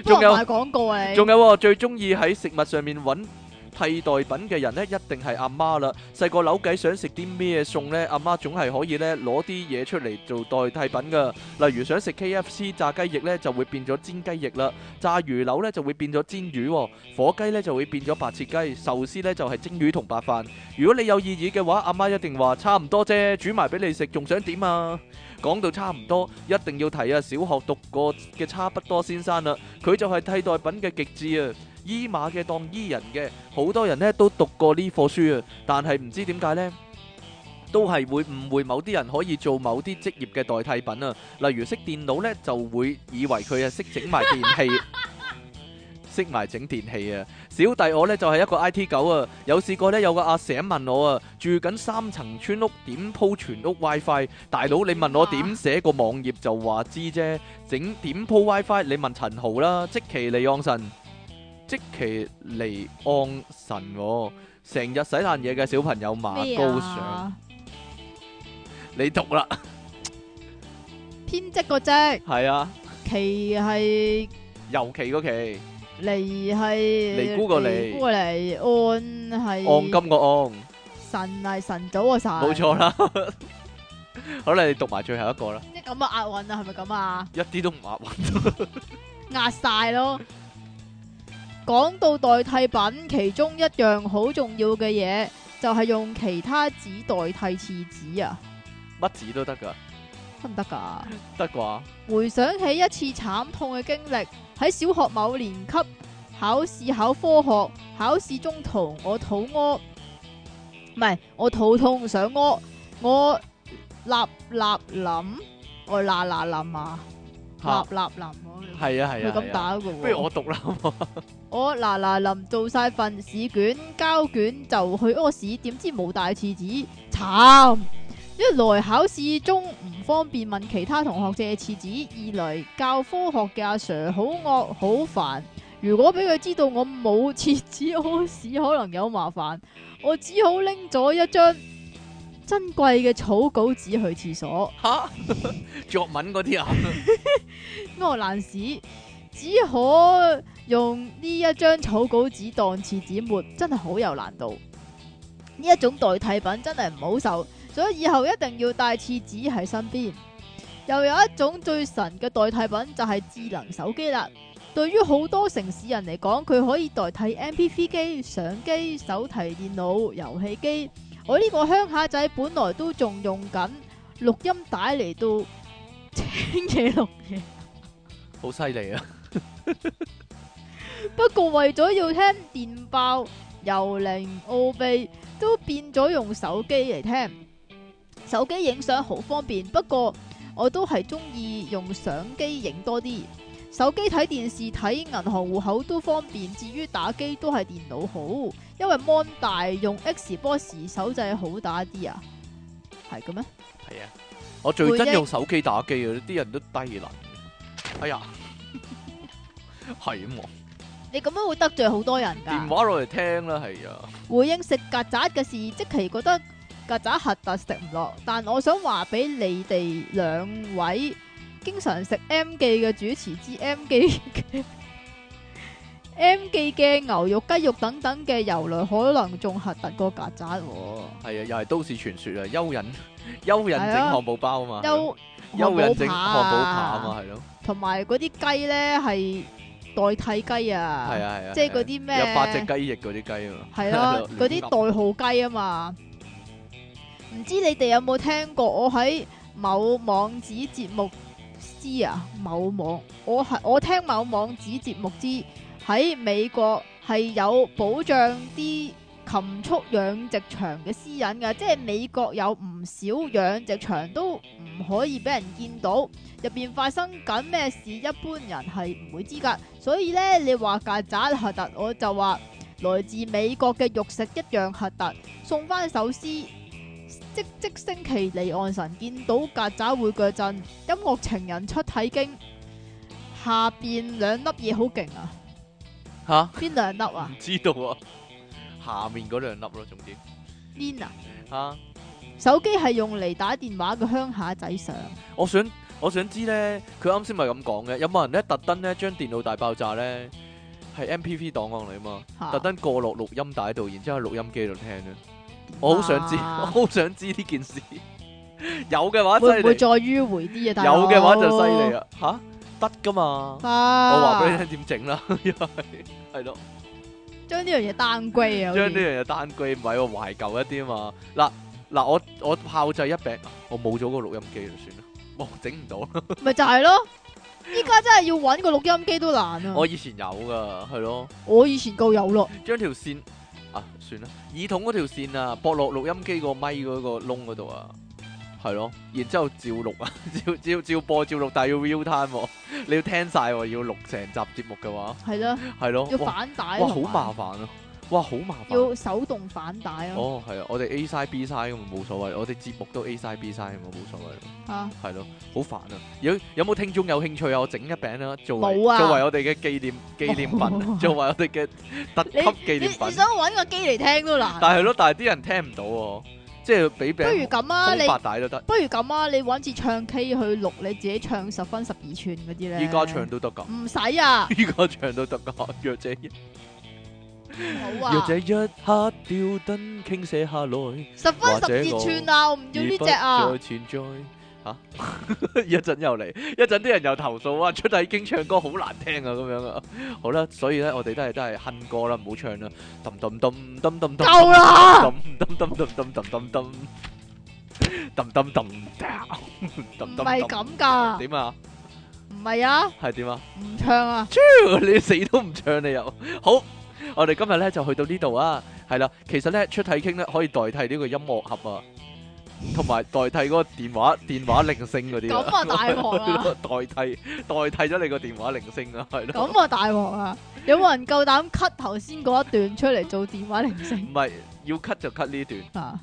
Speaker 1: 仲
Speaker 2: 幫
Speaker 1: 有
Speaker 2: 人賣廣告啊你。
Speaker 1: 仲有喎，最中意喺食物上面揾替代品嘅人呢，一定係阿媽啦。細個扭計想食啲咩餸呢？阿媽總係可以呢攞啲嘢出嚟做代替品噶。例如想食 KFC 炸雞翼呢，就會變咗煎雞翼啦；炸魚柳呢，就會變咗煎魚喎；火雞呢，就會變咗白切雞；壽司呢，就係蒸魚同白飯。如果你有異議嘅話，阿媽一定話差唔多啫，煮埋俾你食，仲想點啊？講到差唔多，一定要提啊！小學讀過嘅差不多先生啊啦，佢就係替代品嘅極致啊！醫馬嘅當醫人嘅，好多人呢都讀過呢課書啊，但係唔知點解呢，都係會誤會某啲人可以做某啲職業嘅代替品啊。例如識電腦呢，就會以為佢係識整埋電器。識埋整電器啊！小弟我呢就係、一個 I T 狗啊，有試過呢，有個阿醒問我啊，住緊三層村屋點鋪全屋 WiFi？大佬你問我點寫個網頁就話知啫，整點鋪 WiFi 你問陳豪啦，即其利昂神，即其利昂神、喎，成日洗爛嘢嘅小朋友馬
Speaker 2: 咩
Speaker 1: 高上，
Speaker 2: 啊？
Speaker 1: 你讀啦，
Speaker 2: 編織個織，
Speaker 1: 係啊，
Speaker 2: 其係
Speaker 1: 尤其嗰期
Speaker 2: 尼係
Speaker 1: 尼姑個尼
Speaker 2: 尼姑個尼，按
Speaker 1: 按
Speaker 2: 係
Speaker 1: 金個按。
Speaker 2: 神係神早個神，
Speaker 1: 冇。錯啦。 好啦，你讀埋最後一個啦，
Speaker 2: 即係咁啊，押韻啊，係咪咁啊？
Speaker 1: 一啲都唔押韻。
Speaker 2: 壓晒咯。講到代替品，其中一樣好重要嘅嘢，就係用其他紙代替廁紙啊，
Speaker 1: 乜字都得噶，
Speaker 2: 得唔得噶？
Speaker 1: 得啩？
Speaker 2: 回想起一次慘痛嘅經歷，喺小學某年級考試考科學，考試中途我肚屙，唔係我肚痛想屙，我立立諗，我嗱嗱諗啊，立
Speaker 1: 嚇，
Speaker 2: 立諗我，
Speaker 1: 係啊係
Speaker 2: 佢
Speaker 1: 啊。
Speaker 2: 咁
Speaker 1: 係啊
Speaker 2: 打噶喎。
Speaker 1: 不如我讀啦。 好冇
Speaker 2: 我嗱嗱臨做晒份試卷、交卷就去屙屎，點知冇帶廁紙，慘！一來考試中唔方便問其他同學借廁紙，二來教科學嘅阿 Sir 好惡好煩。如果俾佢知道我冇廁紙屙屎，可能有麻煩。我只好拎咗一張珍貴嘅草稿紙去廁所。
Speaker 1: 嚇，作文嗰啲啊，
Speaker 2: 我爛屎，只可用呢一張草稿紙當廁紙抹，真係好有難度。呢一種代替品真係唔好受，所以以後一定要帶廁紙喺身邊。又有一種最神嘅代替品就係智能手機啦。對於好多城市人嚟講，佢可以代替 MP3 機、相機、手提電腦、遊戲機。我呢個鄉下仔本來都仲用緊錄音帶嚟到清嘢錄嘢。
Speaker 1: 好犀利啊！
Speaker 2: 不過為咗要聽電爆、幽靈、奧秘，都變咗用手機嚟聽。手機影相好方便，不過我都係中意用相機影多啲。手機睇電視、睇銀行户口都方便，至於打機都係電腦好，因為 mon 大用 Xbox 手掣好打啲啊，係嘅咩？
Speaker 1: 係啊，我最
Speaker 2: 回
Speaker 1: 憎
Speaker 2: 憶
Speaker 1: 用手機打機啊！啲人都低能。哎 呀，係咁喎，
Speaker 2: 你咁樣會得罪好多人㗎。
Speaker 1: 電話攞嚟聽啦，係啊，
Speaker 2: 回應食曱甴嘅事，即其覺得曱甴核突食唔落，但我想話俾你哋兩位經常食 M 記嘅主持知 M 記嘅 M 記嘅牛肉、雞肉等等嘅由來，可能仲核突過曱甴喎。
Speaker 1: 係啊，又係都市傳說啊，蚯蚓， 蚯蚓
Speaker 2: 係
Speaker 1: 整
Speaker 2: 啊
Speaker 1: 漢堡包啊嘛，
Speaker 2: 有
Speaker 1: 蚯蚓整漢堡扒啊
Speaker 2: 啊，
Speaker 1: 嘛，係咯，
Speaker 2: 同埋嗰啲雞咧係代替雞啊，
Speaker 1: 係啊係啊，
Speaker 2: 即係
Speaker 1: 係啊
Speaker 2: 嗰啲咩
Speaker 1: 有八隻雞翼嗰啲雞啊嘛，，
Speaker 2: 係啦 嗰啲代號雞啊嘛。唔知你哋有冇聽過？我喺某網址節目知啊，某網我係我聽某網址節目知喺美國係有保障啲禽畜養殖場嘅私隱嘅，即係美國有唔少養殖場都唔可以俾人見到。入邊發生緊咩事，一般人係唔會知㗎。所以咧，你話曱甴核突，我就話來自美國嘅肉食一樣核突。送翻首詩，即即星期離岸神見到曱甴會腳震，音樂情人出體經。下邊兩粒嘢好勁啊！
Speaker 1: 嚇。
Speaker 2: 邊兩粒啊
Speaker 1: 唔知道啊，下面嗰兩粒咯，總之
Speaker 2: ？Lina，
Speaker 1: 啊，
Speaker 2: 手機係用嚟打電話嘅鄉下仔上，
Speaker 1: 我想我想知咧，佢啱先咪咁講嘅，有冇人咧特登咧將電腦大爆炸咧係 M P V 檔案嚟啊嘛，
Speaker 2: 嚇
Speaker 1: 特登過落錄音帶度，然之後喺錄音機度聽咧，我好想知， 我
Speaker 2: 啊
Speaker 1: 好想知呢件事，有嘅話犀
Speaker 2: 會唔會
Speaker 1: 利，
Speaker 2: 再迂迴啲啊？
Speaker 1: 有
Speaker 2: 大佬
Speaker 1: 嘅話就犀利！啊，吓得噶嘛，我
Speaker 2: 我
Speaker 1: 話俾你聽點整啦， 因為係咯。
Speaker 2: 將呢樣嘢 downgrade 啊！好似
Speaker 1: 將呢樣嘢單歸唔係喎，懷舊一啲啊嘛。嗱嗱，我我炮製一餅，我冇咗個錄音機就算啦， 我整唔到。
Speaker 2: 咪就係咯，依家真係要揾個錄音機都難啊！
Speaker 1: 我
Speaker 2: 我
Speaker 1: 以前有噶，係咯，
Speaker 2: 以前夠有咯，
Speaker 1: 將條線啊，算啦，耳筒嗰條線啊，駁落錄音機個咪嗰個窿嗰度啊，係咯，然之後照錄啊， 照照照播照錄，但係要 real time 喎，你要聽晒喎，要錄成集節目嘅話，
Speaker 2: 係啦，
Speaker 1: 係咯，
Speaker 2: 要
Speaker 1: 哦哇
Speaker 2: 反帶啊，
Speaker 1: 哇好
Speaker 2: 同埋
Speaker 1: 麻煩啊，哇好麻煩。
Speaker 2: 要手動反帶啊，
Speaker 1: 哦，係啊，我哋 A side B side 咁冇所謂，我哋節目都 A side B side 咁冇所謂咯，
Speaker 2: 嚇
Speaker 1: 係咯，好煩啊！有有冇聽眾有興趣啊？我整一餅啦，作為
Speaker 2: 冇啊
Speaker 1: 作為我哋嘅紀 念紀念
Speaker 2: 冇
Speaker 1: 品，
Speaker 2: 啊
Speaker 1: 作為我哋嘅特級紀
Speaker 2: 你
Speaker 1: 念
Speaker 2: 你
Speaker 1: 品。
Speaker 2: 想揾個機嚟聽都難，
Speaker 1: 但係咯，但係啲人聽唔到喎，即係俾
Speaker 2: 不如
Speaker 1: 餅
Speaker 2: 咁啊，你
Speaker 1: 空白帶都得，
Speaker 2: 不如咁啊，你揾次唱 K 去錄你自己唱十分十二寸嗰啲咧，
Speaker 1: 依家唱都 得㗎，
Speaker 2: 唔使啊，
Speaker 1: 依家唱都得㗎，若者
Speaker 2: 唔好
Speaker 1: 若
Speaker 2: 啊
Speaker 1: 者，一刻吊燈傾瀉下來。
Speaker 2: 十分十二寸啊，我唔要呢只
Speaker 1: 已不
Speaker 2: 啊
Speaker 1: 再，存在吓，一陣又嚟，一陣啲人又投訴啊，出體經唱歌好難聽啊，咁樣啊，好啦，所以咧我哋都係都係哼歌啦，唔好唱啦，噔噔噔噔噔噔，
Speaker 2: 夠啦，
Speaker 1: 噔噔噔噔噔噔噔，噔噔噔
Speaker 2: 唔
Speaker 1: 噔，
Speaker 2: 係咁噶，
Speaker 1: 點啊？
Speaker 2: 唔係啊，
Speaker 1: 係點啊？
Speaker 2: 唔唱 啊，
Speaker 1: 你死都唔唱你又 好。我哋今日咧就去到呢度啊，係啦，其實咧出體傾咧可以代替呢個音樂盒啊，同埋代替嗰個電話電話鈴聲嗰啲
Speaker 2: 咁
Speaker 1: 啊，
Speaker 2: 啊大鑊啊！
Speaker 1: 代替代替咗你個電話鈴聲啊，係咯，
Speaker 2: 咁啊大鑊啊！有冇人夠膽 cut 頭先嗰一段出嚟做電話鈴聲
Speaker 1: 唔係要 cut 就 cut 呢段。
Speaker 2: 啊？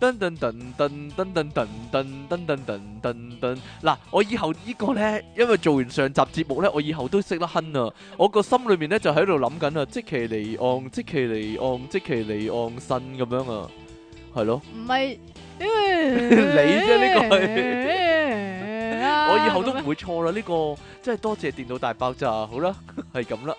Speaker 1: 噔噔噔噔噔噔噔噔噔噔噔噔噔，嗱，我以後呢個咧，因為做完上集節目咧，我以後都識得哼啊！我個心裏面咧就喺度諗緊啊，即其離岸，即其離岸，即其離岸身咁樣啊，係咯，
Speaker 2: 唔 係你
Speaker 1: 啫呢個
Speaker 2: 係 哎
Speaker 1: 我以後都唔會錯啦，呢個真係多謝電腦大爆炸，好啦，係咁啦，